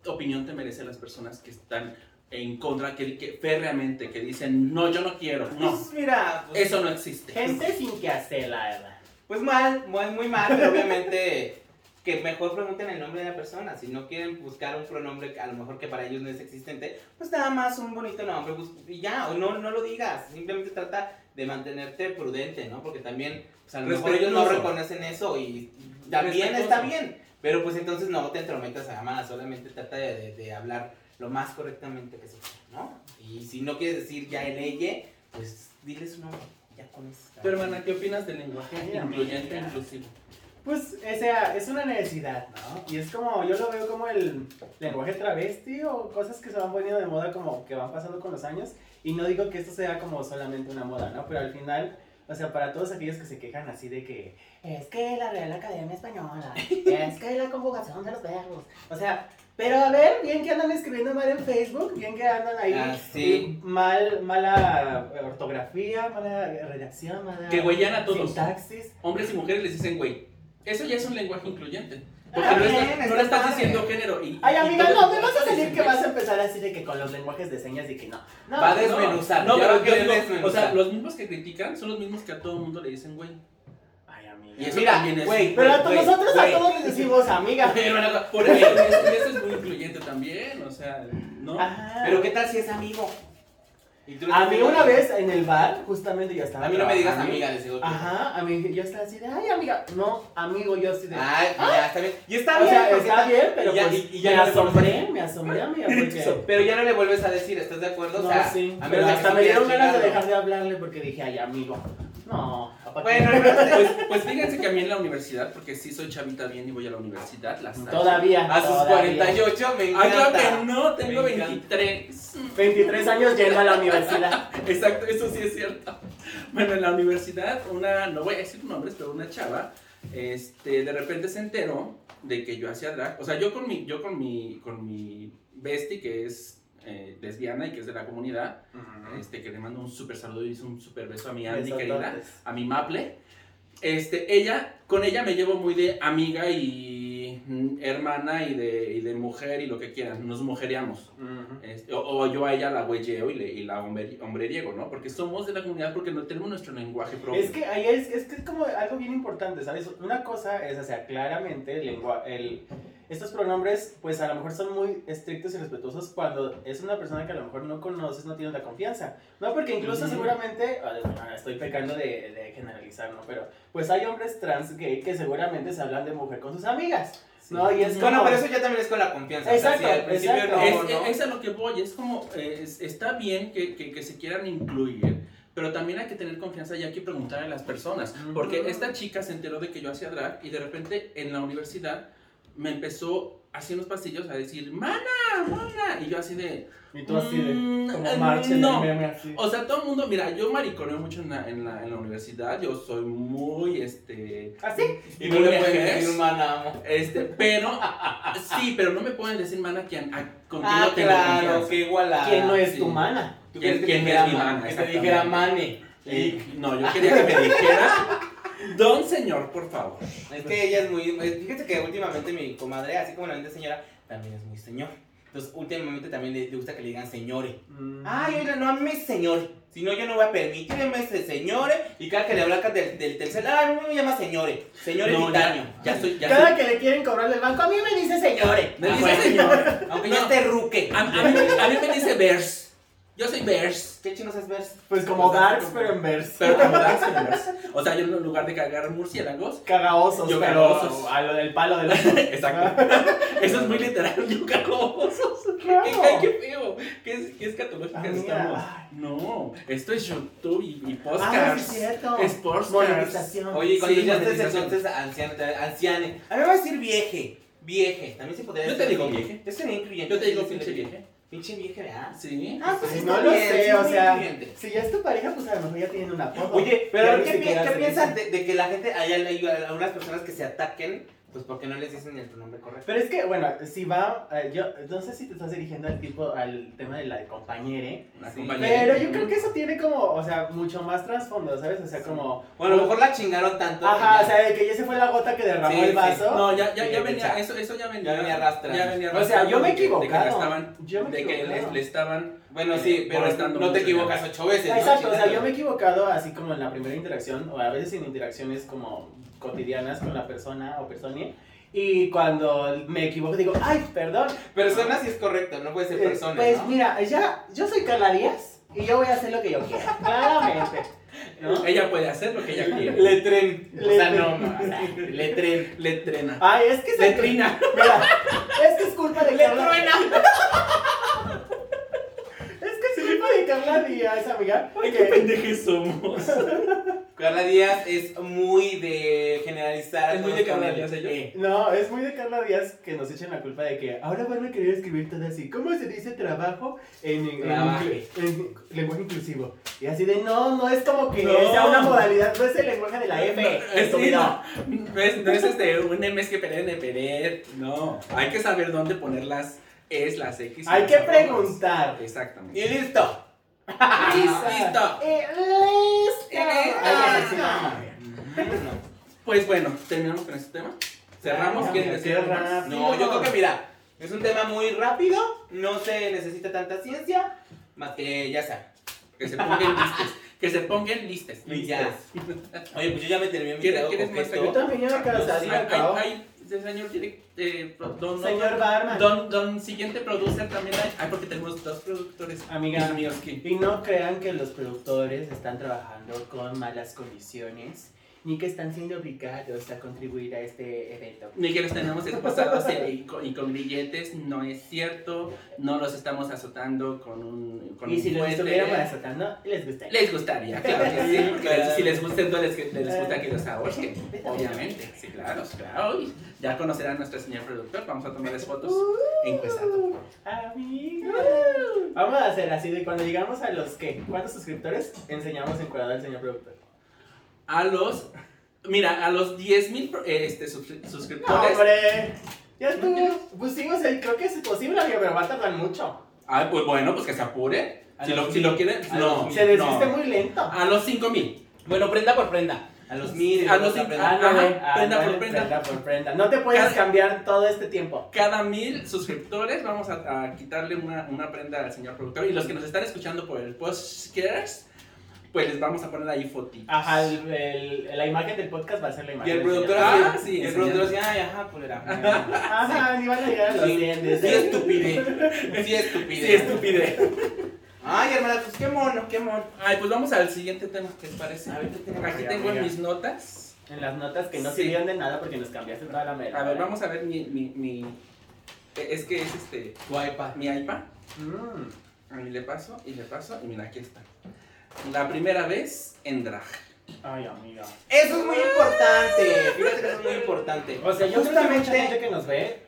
Speaker 1: opinión te merecen las personas que están en contra, que, que férreamente, que dicen, no, yo no quiero, no,
Speaker 3: Pues mira, pues,
Speaker 1: eso no existe?
Speaker 2: Gente sin que hacer, la verdad.
Speaker 3: Pues mal, muy, muy mal, pero obviamente que mejor pregunten el nombre de la persona. Si no quieren buscar un pronombre que a lo mejor que para ellos no es existente, pues nada más un bonito nombre bus- y ya, o no, no lo digas. Simplemente trata de mantenerte prudente, ¿no? Porque también, pues a lo mejor ellos no
Speaker 1: Respetuoso.
Speaker 3: reconocen eso y también
Speaker 1: Respetuoso.
Speaker 3: está bien. Pero pues entonces no te entrometas a nada, solamente trata de, de- de hablar lo más correctamente que se pueda, ¿no? Y si no quieres decir ya el ella, pues dile su nombre, ya con eso. está
Speaker 1: Pero
Speaker 3: bien.
Speaker 1: hermana, ¿qué opinas del lenguaje
Speaker 2: Mira,
Speaker 1: incluyente e
Speaker 2: mira.
Speaker 1: inclusivo?
Speaker 2: Pues, o sea, es una necesidad, ¿no? Y es como, yo lo veo como el lenguaje travesti o cosas que se van poniendo de moda como que van pasando con los años. Y no digo que esto sea como solamente una moda, ¿no? Pero al final, o sea, para todos aquellos que se quejan así de que es que la Real Academia Española, es que la conjugación de los verbos. O sea, pero a ver, bien que andan escribiendo mal en Facebook, bien que andan ahí.
Speaker 3: Ah, sí.
Speaker 2: y Mal, mala ortografía, mala redacción, mala.
Speaker 1: Que huellan a todos.
Speaker 2: Sintaxis.
Speaker 1: Hombres y mujeres les dicen, güey, eso ya es un lenguaje incluyente. Porque
Speaker 2: Ah,
Speaker 1: no,
Speaker 2: bien,
Speaker 1: estás, no
Speaker 3: está
Speaker 1: le estás
Speaker 3: padre.
Speaker 1: diciendo género. Y,
Speaker 2: Ay,
Speaker 1: y
Speaker 2: amiga,
Speaker 1: todo-
Speaker 2: no, me vas a
Speaker 1: todo es
Speaker 2: decir que
Speaker 1: inglés.
Speaker 2: vas a empezar así de que con los lenguajes de señas y que no. No,
Speaker 3: Va a
Speaker 2: no.
Speaker 3: desmenuzar.
Speaker 1: No,
Speaker 3: yo
Speaker 1: pero
Speaker 3: creo que
Speaker 1: yo digo,
Speaker 3: desmenuzar.
Speaker 1: o sea, los mismos que critican son los mismos que a todo mundo le dicen, güey.
Speaker 2: Ay, amiga.
Speaker 1: Y eso
Speaker 3: Mira,
Speaker 1: también es-
Speaker 3: güey,
Speaker 2: Pero a to-
Speaker 3: güey,
Speaker 2: nosotros
Speaker 3: güey.
Speaker 2: a todos les decimos amiga.
Speaker 1: Pero hermana, por eso, eso es muy incluyente también, o sea, ¿no?
Speaker 3: Ah.
Speaker 2: Ajá.
Speaker 3: Pero qué tal si es amigo? ¿Y tú le
Speaker 2: a
Speaker 3: dices,
Speaker 2: mí
Speaker 3: "No,
Speaker 2: una vez en el bar, justamente yo estaba.
Speaker 3: A mí no me digas
Speaker 2: trabajando.
Speaker 3: amiga, de seguro.
Speaker 2: Ajá, a mí yo estaba así de, ay, amiga. No, amigo, yo así de.
Speaker 3: Ay, ya está bien. Y está
Speaker 2: Ah. o
Speaker 3: bien.
Speaker 2: sea,
Speaker 3: Ah. porque
Speaker 2: está bien, pero
Speaker 3: y ya-
Speaker 2: pues,
Speaker 3: y- y ya
Speaker 2: me
Speaker 3: no le
Speaker 2: asombré, me asombré, amiga, porque.
Speaker 3: bien. Pero ya no le vuelves a decir, ¿estás de acuerdo?
Speaker 2: No,
Speaker 3: o sea,
Speaker 2: sí.
Speaker 3: a menos
Speaker 2: Pero
Speaker 3: de que
Speaker 2: hasta
Speaker 3: sí
Speaker 2: me dieron
Speaker 3: quieras
Speaker 2: ganas de
Speaker 3: llegarlo.
Speaker 2: dejar de hablarle porque dije, ay, amigo. No. aparte-
Speaker 3: Bueno, pero-
Speaker 1: Pues, pues fíjense que a mí en la universidad, porque sí soy chavita bien y voy a la universidad, las tallas.
Speaker 2: Todavía.
Speaker 3: a sus
Speaker 2: todavía.
Speaker 3: 48 me
Speaker 1: Ay,
Speaker 3: encanta.
Speaker 1: claro que no, tengo
Speaker 3: Me encanta.
Speaker 1: 23.
Speaker 2: 23 años yendo a la universidad.
Speaker 1: Exacto, eso sí es cierto. Bueno, en la universidad, una, no voy a decir nombres, pero una chava, este, de repente se enteró de que yo hacía drag. O sea, yo con mi, yo con mi, con mi bestie, que es eh, lesbiana y que es de la comunidad, este, que le mando un súper saludo y un súper beso a mi Andy, querida,
Speaker 2: Besototes.
Speaker 1: a mi Maple. Este, ella, con ella me llevo muy de amiga y mm, hermana y de, y de mujer y lo que quieran, nos mujereamos. Este, o, o yo a ella la güeyeo y, le- y la hombre, hombreriego, ¿no? Porque somos de la comunidad porque no tenemos nuestro lenguaje propio.
Speaker 2: Es que ahí es, es que es como algo bien importante, ¿sabes? Una cosa es, o sea, claramente el lengua, el, estos pronombres, pues a lo mejor son muy estrictos y respetuosos cuando es una persona que a lo mejor no conoces, no tienes la confianza. No, porque incluso
Speaker 1: Ujú.
Speaker 2: seguramente, ah, bueno, estoy pecando de, de generalizar, ¿no? Pero pues hay hombres trans gay que seguramente se hablan de mujer con sus amigas, ¿no? Y es
Speaker 3: Bueno,
Speaker 2: como-
Speaker 3: pero eso ya también es con la confianza. o sea, si
Speaker 2: Exacto,
Speaker 3: al principio
Speaker 2: exacto.
Speaker 3: no,
Speaker 1: es,
Speaker 3: ¿no?
Speaker 1: es a lo que voy, es como, eh, es- está bien que, que- que se quieran incluir, pero también hay que tener confianza y hay que preguntar a las personas, porque
Speaker 2: Ujú.
Speaker 1: esta chica se enteró de que yo hacía drag y de repente en la universidad me empezó así en los pasillos a decir, mana, mana, y yo así de,
Speaker 2: Y tú así de,
Speaker 1: Mm,
Speaker 2: como marcha en el
Speaker 1: no.
Speaker 2: meme así.
Speaker 1: o sea, todo el mundo, mira, yo mariconeo mucho en la, en la- en la universidad, yo soy muy, este,
Speaker 2: ¿Así?
Speaker 3: Y no le puedes
Speaker 1: mujeres.
Speaker 3: decir humana, amo.
Speaker 1: Este, pero sí, pero no me pueden decir mana que a, a- con quien
Speaker 3: Ah,
Speaker 1: no tengo
Speaker 3: claro,
Speaker 1: confianza.
Speaker 3: qué igualada.
Speaker 2: ¿Quién no es
Speaker 1: Ah, sí.
Speaker 2: tu mana?
Speaker 3: ¿Tú
Speaker 1: ¿Quién-
Speaker 3: quieres que te
Speaker 1: quién
Speaker 3: dijera
Speaker 1: es mi
Speaker 3: ma-
Speaker 1: mana?
Speaker 3: Que te dijera mane.
Speaker 1: Y- no, yo quería que me dijera Don señor, por favor.
Speaker 3: Es que ella es muy. es- Fíjate que últimamente mi comadre, así como la mente señora, también es muy señor. Entonces, últimamente también le, le gusta que le digan señores.
Speaker 1: Mm.
Speaker 2: Ah,
Speaker 3: Ay, oiga, no a mí señor. Si no, yo no voy a permitirme ese señores. Y cada que le hablan del, del tercer, ay, no me llama señores. Señores
Speaker 1: No,
Speaker 3: ermitaño.
Speaker 1: ya, ya soy, ya
Speaker 2: Cada
Speaker 1: soy-
Speaker 2: que le quieren cobrar del banco, a mí me dice señores.
Speaker 1: Me
Speaker 3: Ah,
Speaker 1: dice
Speaker 3: bueno.
Speaker 1: señor.
Speaker 3: Aunque
Speaker 1: No. Ah,
Speaker 3: ya esté ruque.
Speaker 1: A, a mí, a mí me dice vers. Yo soy vers.
Speaker 3: ¿Qué chinos es ver?
Speaker 2: Pues como
Speaker 1: O sea,
Speaker 2: Darks,
Speaker 1: como-
Speaker 2: pero en verso.
Speaker 1: Pero como Dark soy vers. O sea, yo en lugar de cagar murciélagos.
Speaker 2: Cagaosos,
Speaker 1: Yo
Speaker 2: pero
Speaker 1: cagaosos.
Speaker 2: a lo del palo del oso. pues
Speaker 1: Exacto. Eso es muy literal. Yo cago osos.
Speaker 2: Claro.
Speaker 1: Qué- ay, qué feo. Qué, es- qué escatológicas
Speaker 2: Amiga,
Speaker 1: estamos.
Speaker 2: ay.
Speaker 1: No, esto es YouTube y, y podcast.
Speaker 2: Ah, sí es cierto.
Speaker 1: Es podcast.
Speaker 2: Monetización.
Speaker 3: Oye, cuando
Speaker 1: Sí,
Speaker 3: ya estés
Speaker 1: monetización.
Speaker 3: entonces anciano, te- anciane. A mí me va a decir vieje. Vieje, también se podría
Speaker 1: Yo te
Speaker 3: decir
Speaker 1: digo
Speaker 3: vieje.
Speaker 1: vieje.
Speaker 3: Es que bien incluyente.
Speaker 1: Yo te digo
Speaker 3: sí, sí,
Speaker 1: pinche
Speaker 3: sí.
Speaker 1: vieje.
Speaker 3: Pinche vieje, ¿verdad?
Speaker 1: Sí.
Speaker 3: Ah, pues
Speaker 2: Ay,
Speaker 3: está
Speaker 2: no lo
Speaker 3: bien, sí
Speaker 2: sé,
Speaker 3: es
Speaker 2: o
Speaker 3: muy
Speaker 2: sea,
Speaker 3: incluyente.
Speaker 2: si ya es tu pareja, pues a lo mejor ya tienen una foto.
Speaker 3: Oye,
Speaker 2: Ya
Speaker 3: pero
Speaker 2: ni
Speaker 3: ¿qué, pi-
Speaker 2: siquiera
Speaker 3: qué
Speaker 2: se
Speaker 3: piensas
Speaker 2: dicen.
Speaker 3: de, de que la gente, hay, hay algunas personas que se ataquen, pues porque no les dicen el pronombre correcto?
Speaker 2: Pero es que, bueno, si va, eh, yo no sé si te estás dirigiendo al tipo, al tema de la de compañere,
Speaker 1: La
Speaker 3: Sí.
Speaker 1: compañera.
Speaker 2: pero yo creo que eso tiene como, o sea, mucho más trasfondo, ¿sabes? O sea, como,
Speaker 3: O a lo mejor la chingaron tanto.
Speaker 2: ajá,
Speaker 3: que
Speaker 2: o
Speaker 3: ya-
Speaker 2: sea, de que ya se fue la gota que derramó
Speaker 3: Sí, sí.
Speaker 2: el vaso.
Speaker 1: No, ya, ya,
Speaker 3: Sí,
Speaker 1: ya
Speaker 3: ya
Speaker 1: venía,
Speaker 3: pensaba.
Speaker 1: eso, eso ya venía.
Speaker 3: Ya venía arrastrando.
Speaker 1: Ya venía
Speaker 2: o sea,
Speaker 1: arrastrando
Speaker 2: yo me he
Speaker 1: de que- de que la
Speaker 2: equivocado.
Speaker 1: estaban-
Speaker 2: yo me he
Speaker 1: De que
Speaker 2: equivocado.
Speaker 1: le, le estaban.
Speaker 3: Bueno, sí, pero
Speaker 1: Molestando
Speaker 3: no
Speaker 1: mucho,
Speaker 3: te equivocas ocho veces. ¿no?
Speaker 2: Exacto, o sea,
Speaker 3: Chingada.
Speaker 2: yo me he equivocado así como en la primera interacción, o a veces en interacciones como cotidianas con la persona o persona, y cuando me equivoco digo, ay, perdón,
Speaker 3: Persona sí es correcto, no puede ser
Speaker 2: Eh,
Speaker 3: persona.
Speaker 2: Pues
Speaker 3: ¿no?
Speaker 2: mira, ya, yo soy Carla Díaz y yo voy a hacer lo que yo quiera, claramente. ¿no?
Speaker 1: Ella puede hacer lo que ella quiere.
Speaker 3: Le tren. O
Speaker 2: Le
Speaker 3: sea,
Speaker 2: tren.
Speaker 3: no, no, o sea, le tren.
Speaker 1: Le trena.
Speaker 2: Ay, es que
Speaker 1: Le
Speaker 2: es,
Speaker 1: trina.
Speaker 2: mira, es que es culpa de
Speaker 3: Le
Speaker 2: Carla.
Speaker 3: truena.
Speaker 2: Es que es culpa de Carla Díaz, amiga.
Speaker 1: Ay, qué
Speaker 2: que-
Speaker 1: pendejes somos.
Speaker 3: Carla Díaz es muy de generalizar. a
Speaker 1: Es muy
Speaker 3: todos
Speaker 1: de Carla
Speaker 3: con el
Speaker 1: Díaz, ella.
Speaker 3: eh.
Speaker 2: No, es muy de Carla Díaz que nos echen la culpa de que ahora van a querer escribir todo así. ¿Cómo se dice trabajo en, en- en-
Speaker 3: Trabaje.
Speaker 2: en lenguaje inclusivo? Y así de, no, no es como que
Speaker 1: No.
Speaker 2: sea una modalidad, no es el lenguaje de la F.
Speaker 1: Es, sí, no, no es, no es este, un M es que perene, perere. No. Hay que saber dónde poner las es, las X. y
Speaker 2: Hay
Speaker 1: las
Speaker 2: que
Speaker 1: arrobas.
Speaker 2: preguntar. Ah,
Speaker 1: Exactamente.
Speaker 3: Y listo.
Speaker 1: Ah, Listo.
Speaker 2: Eh, listo. Ay, sí, sí, sí.
Speaker 1: Pues bueno, terminamos con este tema. Cerramos.
Speaker 2: Ya,
Speaker 1: ¿Quieren
Speaker 2: ya,
Speaker 1: decir
Speaker 2: qué
Speaker 1: algo más?
Speaker 2: rápido.
Speaker 3: No, yo creo que mira, es un tema muy rápido, no se necesita tanta ciencia, más que ya sea.
Speaker 1: Que se pongan listes. Que se pongan listes.
Speaker 3: Y ya. Oye, pues yo ya me terminé mi
Speaker 1: ¿Quieres-
Speaker 3: trago
Speaker 1: quieres más
Speaker 2: Yo
Speaker 3: coqueto.
Speaker 2: también ya me quiero
Speaker 3: No,
Speaker 1: Sí,
Speaker 2: salir
Speaker 1: hay-
Speaker 2: al cabo.
Speaker 1: hay- el señor tiene, eh, pro- don,
Speaker 2: Señor Barman.
Speaker 1: don, don siguiente producer también hay. Ah, porque tenemos dos productores.
Speaker 2: Amiga.
Speaker 1: Mis amigos que.
Speaker 2: Y no crean que los productores están trabajando con malas condiciones ni que están siendo obligados a contribuir a este evento.
Speaker 1: Ni que los tenemos esposados y, y con, y con billetes, no es cierto. No los estamos azotando con un. Con
Speaker 2: Y
Speaker 1: un
Speaker 2: si los
Speaker 1: puente.
Speaker 2: estuviéramos azotando, les gustaría.
Speaker 1: Les gustaría, claro que sí. porque si les gusta, entonces les, les gusta que los ahorquen. Obviamente, sí, claro, claro. Y Ya conocerán a nuestro señor productor. Vamos a tomarles fotos e encuestando.
Speaker 2: Amiga. Vamos a hacer así de cuando llegamos a los que, ¿cuántos suscriptores? Enseñamos en cuadrado al señor productor.
Speaker 1: A los. Mira, a los 10.000 pro- eh, este, suscri-
Speaker 2: ¡No,
Speaker 1: suscriptores.
Speaker 2: hombre! Ya estuvo. Pusimos el, creo que es posible, amigo, pero va a tardar mucho.
Speaker 1: Ah, pues bueno, pues que se apure.
Speaker 3: A
Speaker 1: Si
Speaker 3: los
Speaker 1: lo, si
Speaker 3: mil.
Speaker 1: lo quieren,
Speaker 3: A
Speaker 1: no.
Speaker 3: los
Speaker 2: Se desviste
Speaker 1: no. Ah,
Speaker 2: muy lento.
Speaker 1: A los 5.000.
Speaker 3: Bueno, prenda por prenda. A los mil.
Speaker 1: A los cinco-
Speaker 3: prenda.
Speaker 1: Ajá,
Speaker 2: Ándale,
Speaker 1: prenda por
Speaker 2: ándale,
Speaker 1: prenda.
Speaker 2: por Ah, eh, prenda. No te puedes
Speaker 1: Cada-
Speaker 2: cambiar todo este tiempo.
Speaker 1: Cada mil suscriptores vamos a, a quitarle una, una prenda al señor productor. Y los que nos están escuchando por el podcast, pues les vamos a poner ahí fotitos.
Speaker 2: Ajá, el, el- la imagen del podcast va a ser la
Speaker 3: Y
Speaker 2: imagen.
Speaker 3: el
Speaker 2: del
Speaker 3: productor
Speaker 2: señor.
Speaker 1: Ah,
Speaker 3: así,
Speaker 1: sí,
Speaker 3: el
Speaker 1: enseñando.
Speaker 3: productor así, ay, ajá, culera.
Speaker 1: Ah,
Speaker 2: Ajá, ni van a llegar a los
Speaker 3: Sí.
Speaker 2: 100.
Speaker 3: Sí, estupidez. Sí, estupidez.
Speaker 1: Sí, estupidez.
Speaker 3: Ay, hermana, pues qué mono, qué mono.
Speaker 1: Ay, pues vamos al siguiente tema, ¿qué te parece?
Speaker 3: A ver, ¿qué tenemos
Speaker 1: Aquí
Speaker 3: allá,
Speaker 1: tengo
Speaker 3: amiga?
Speaker 1: mis notas.
Speaker 2: En las notas que no
Speaker 1: Sí.
Speaker 2: sirvieron de nada porque nos cambiaste toda la mera.
Speaker 1: A ver, vamos a ver mi, mi, mi... eh, Es que es este,
Speaker 3: Tu iPad.
Speaker 1: mi iPad.
Speaker 2: Mm.
Speaker 1: Y le paso, y le paso, y mira, aquí está. La primera vez en drag.
Speaker 2: Ay, amiga.
Speaker 3: Eso es muy importante. Fíjate que eso es muy importante.
Speaker 2: O sea, yo justamente creo
Speaker 3: justamente.
Speaker 2: que mucha gente que nos ve,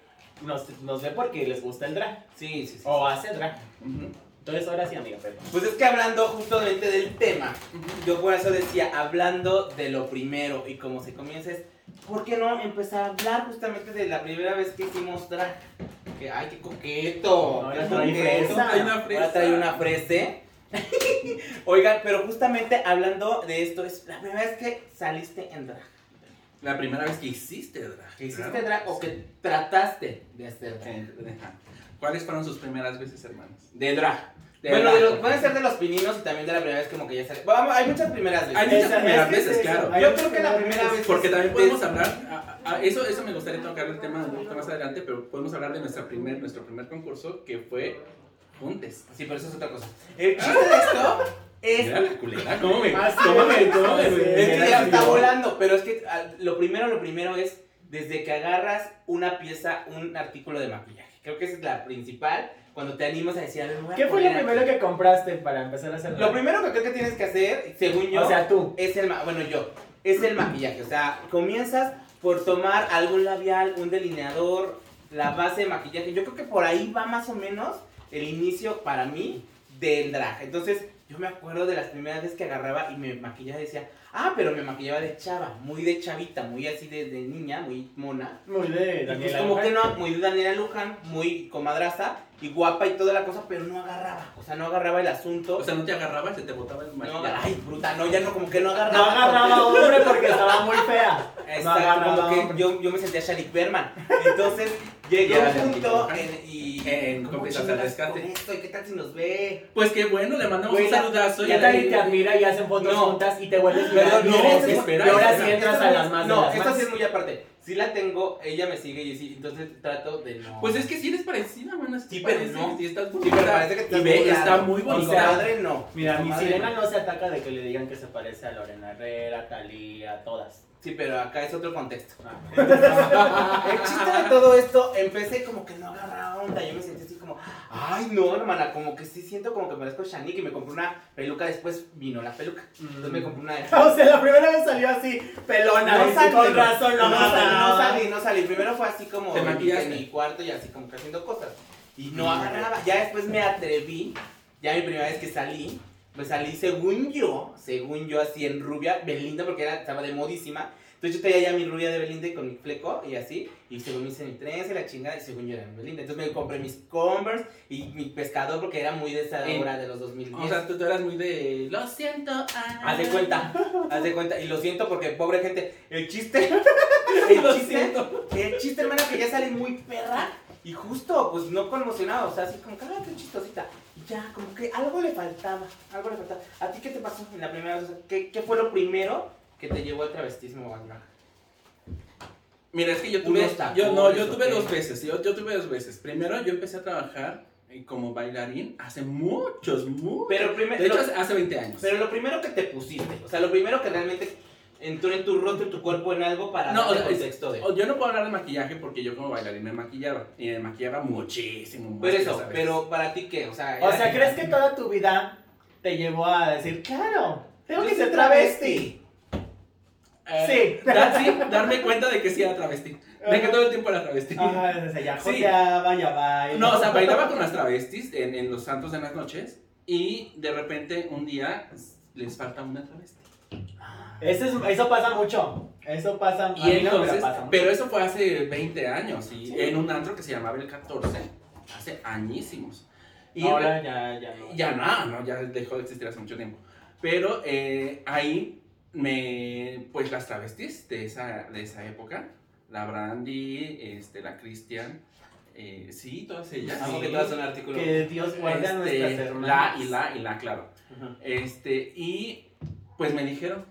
Speaker 2: nos, nos ve porque les gusta el drag.
Speaker 3: Sí, sí, sí.
Speaker 2: O hace drag.
Speaker 1: Ujú,
Speaker 2: Entonces, ahora sí, amiga, perdón.
Speaker 3: Pues es que hablando justamente del tema,
Speaker 1: ujú.
Speaker 3: yo por eso decía, hablando de lo primero y cómo se comienza es, ¿por qué no empezar a hablar justamente de la primera vez que hicimos drag? Que, ay, qué coqueto.
Speaker 2: Ahora
Speaker 3: qué
Speaker 2: trae
Speaker 3: coqueto.
Speaker 2: fresa.
Speaker 1: Trae una fresa.
Speaker 3: Ahora trae una frese. Oigan, pero justamente hablando de esto, es la primera vez que saliste en drag.
Speaker 1: La primera vez que hiciste drag.
Speaker 3: Que hiciste
Speaker 1: claro.
Speaker 3: drag o que trataste de hacer drag.
Speaker 1: Eh, ajá. ¿Cuáles fueron sus primeras veces, hermanos?
Speaker 3: De drag.
Speaker 1: De
Speaker 3: bueno,
Speaker 1: drag,
Speaker 3: de los-
Speaker 1: por
Speaker 3: pueden
Speaker 1: favor.
Speaker 3: ser de los pininos y también de la primera vez como que ya sale. Vamos, hay muchas primeras veces.
Speaker 1: Hay muchas
Speaker 2: Esa-
Speaker 1: primeras
Speaker 2: es que
Speaker 1: veces,
Speaker 2: es eso.
Speaker 1: claro.
Speaker 2: Hay
Speaker 3: Yo
Speaker 2: muchas
Speaker 3: creo que la
Speaker 2: primeras
Speaker 3: primera
Speaker 2: veces.
Speaker 3: vez-
Speaker 1: Porque también podemos hablar, a- a- a- eso, eso me gustaría tocar el tema un poquito más adelante, pero podemos hablar de nuestra primer, nuestro primer concurso que fue Juntes.
Speaker 3: Sí, pero eso es otra cosa. El chiste de esto es
Speaker 1: Mira la culera, ¿cómo me
Speaker 2: Así
Speaker 1: ¿Cómo me,
Speaker 2: es,
Speaker 1: cómo me-
Speaker 2: así
Speaker 3: Es
Speaker 1: es
Speaker 3: que
Speaker 1: que
Speaker 3: ya
Speaker 1: ya
Speaker 3: se está
Speaker 1: vio.
Speaker 3: volando, pero es que al- lo primero, lo primero es desde que agarras una pieza, un artículo de maquillaje. Creo que esa es la principal, cuando te animas a decir, a ver, me voy a
Speaker 2: ¿Qué fue
Speaker 3: poner
Speaker 2: lo primero
Speaker 3: aquí.
Speaker 2: que compraste para empezar a hacer
Speaker 3: Lo
Speaker 2: drag?
Speaker 3: primero que creo que tienes que hacer, según yo,
Speaker 2: O sea, tú.
Speaker 3: es el, ma- bueno, yo, es el maquillaje. O sea, comienzas por tomar algún labial, un delineador, la base de maquillaje. Yo creo que por ahí va más o menos el inicio para mí del drag. Entonces, yo me acuerdo de las primeras veces que agarraba y me maquillaba y decía, ah, pero me maquillaba de chava, muy de chavita, muy así de, de niña, muy mona.
Speaker 2: Muy de
Speaker 3: Y pues
Speaker 2: Daniela.
Speaker 3: como que
Speaker 2: Luján.
Speaker 3: no, muy Daniela Luján, muy comadraza y guapa y toda la cosa, pero no agarraba, o sea, no agarraba el asunto.
Speaker 1: O sea, no te agarraba, se te botaba el
Speaker 3: no,
Speaker 1: maquillaje.
Speaker 3: ay, bruta, no, ya no, como que no agarraba.
Speaker 2: No agarraba hombre porque estaba muy fea. No
Speaker 3: Exacto,
Speaker 2: agarraba
Speaker 3: como que
Speaker 2: hombre.
Speaker 3: yo, yo me sentía Shalik Berman. Entonces, llegué
Speaker 1: Ya,
Speaker 3: a
Speaker 1: ya,
Speaker 3: un punto
Speaker 1: ya.
Speaker 3: en, y.
Speaker 1: En
Speaker 3: ¿cómo
Speaker 1: Compensas al
Speaker 3: chingas
Speaker 1: Rescate.
Speaker 3: con esto? ¿Y qué tal si nos ve?
Speaker 1: Pues qué bueno, le mandamos
Speaker 3: Güey,
Speaker 1: un
Speaker 3: la-
Speaker 1: saludazo. y
Speaker 2: Ya
Speaker 1: a la-
Speaker 2: nadie te admira y hacen fotos
Speaker 3: No.
Speaker 2: juntas y te vuelves
Speaker 3: Pero
Speaker 2: viral.
Speaker 1: no,
Speaker 2: Y eres-
Speaker 1: espera,
Speaker 2: Y ahora
Speaker 1: espera.
Speaker 2: sí entras a las más de
Speaker 3: No,
Speaker 2: las
Speaker 3: esta
Speaker 2: más.
Speaker 3: sí es muy aparte. Si la tengo, ella me sigue y sí, entonces trato de no.
Speaker 1: Pues es que sí eres parecida, bueno, sí,
Speaker 3: Sí,
Speaker 1: te
Speaker 3: pero
Speaker 1: parece,
Speaker 3: no.
Speaker 1: sí estás
Speaker 3: Sí, pero
Speaker 1: bonita.
Speaker 3: parece que
Speaker 1: y ve,
Speaker 3: burlando.
Speaker 1: está muy
Speaker 3: Mi
Speaker 1: bonita.
Speaker 3: comadre no.
Speaker 2: Mira, mi
Speaker 3: comadre
Speaker 2: sirena
Speaker 3: no.
Speaker 2: no se ataca de que le digan que se parece a Lorena Herrera, Talía, todas.
Speaker 3: Sí, pero acá es otro contexto.
Speaker 2: Ah.
Speaker 3: El chiste de todo esto, empecé como que no agarraba onda. Yo me sentí así como, ay, no, hermana, como que sí siento como que parezco Shanique. Y me compré una peluca, después vino la peluca. Entonces me compré una de
Speaker 2: O sea, la primera vez salió así, pelona,
Speaker 3: No
Speaker 2: y
Speaker 3: salí,
Speaker 2: con razón
Speaker 3: No,
Speaker 2: no,
Speaker 3: no, no
Speaker 2: agarraba.
Speaker 3: salí, no salí. Primero fue así como
Speaker 1: Te
Speaker 3: en,
Speaker 1: maquillaste. Mm.
Speaker 3: en mi cuarto y así como que haciendo cosas. Y no agarraba. Ya después me atreví, ya mi primera vez que salí, pues salí según yo, según yo así en rubia, Belinda, porque era, estaba de modísima. Entonces yo traía ya mi rubia de Belinda y con mi fleco y así, y según me hice mi trenza y la chingada, y según yo era Belinda. Entonces me compré mis Converse y mi pescador porque era muy de esa
Speaker 1: En-
Speaker 3: hora de los 2010.
Speaker 1: O sea, tú, tú eras muy de. Lo siento, ah".
Speaker 3: Haz de cuenta, haz de cuenta. Y lo siento porque, pobre gente, el chiste.
Speaker 1: Lo
Speaker 3: El chiste,
Speaker 1: siento.
Speaker 3: el chiste hermano, que ya sale muy perra. Y justo, pues no conmocionado. O sea, así como, cállate, chistosita. Y ya, como que algo le faltaba. Algo le faltaba. ¿A ti qué te pasó en la primera vez? O sea, ¿qué, qué fue lo primero que te llevó al travestismo, Batman?
Speaker 1: Mira, es que yo tuve.
Speaker 3: Unos tacones,
Speaker 1: Yo, no, yo
Speaker 3: ¿o
Speaker 1: tuve
Speaker 3: qué?
Speaker 1: dos veces. Yo, yo tuve dos veces. Primero, yo empecé a trabajar eh, como bailarín hace muchos, muchos.
Speaker 3: Pero, primero
Speaker 1: de hecho, hace- hace 20 años.
Speaker 3: pero lo primero que te pusiste. O sea, lo primero que realmente entró en tu rostro, en tu cuerpo, en algo para
Speaker 1: No,
Speaker 3: darle
Speaker 1: o sea, es-
Speaker 3: contexto de.
Speaker 1: O- Oh, Yo no puedo hablar de maquillaje porque yo como bailarín me maquillaba. Y me maquillaba muchísimo. más
Speaker 3: Pero
Speaker 1: que
Speaker 3: eso,
Speaker 1: esa vez.
Speaker 3: pero para ti qué? O sea,
Speaker 2: O
Speaker 3: era-
Speaker 2: sea, ¿crees que toda tu vida te llevó a decir, claro, tengo
Speaker 3: Yo
Speaker 2: que
Speaker 3: soy
Speaker 2: ser travesti?
Speaker 1: Eh,
Speaker 2: Sí.
Speaker 1: dar- sí, darme cuenta de que sí era travesti. De que todo el tiempo era travesti.
Speaker 2: Ajá, o sea, ya
Speaker 1: Sí.
Speaker 2: joteaba, ya baila.
Speaker 1: No, o sea, bailaba con las travestis en, en los santos de las noches y de repente un día les falta una travesti.
Speaker 2: Eso, es- eso pasa mucho. Eso pasa. a
Speaker 1: Y
Speaker 2: mí no,
Speaker 1: entonces,
Speaker 2: pasa mucho.
Speaker 1: pero eso fue hace 20 años y
Speaker 2: Sí.
Speaker 1: en un antro que se llamaba El 14, hace añísimos. Y
Speaker 2: Ahora ya, ya no.
Speaker 1: ya nada, no, ya dejó de existir hace mucho tiempo. Pero eh, ahí me, pues las travestis de esa, de esa época, la Brandy, este, la Christian, eh, sí, todas ellas.
Speaker 3: Amo que
Speaker 1: Sí.
Speaker 3: todas son artículos.
Speaker 2: Que Dios guarde a
Speaker 1: Este,
Speaker 2: nuestras hermanas.
Speaker 1: la y la y la, claro.
Speaker 3: Ajá.
Speaker 1: Este, y pues me dijeron,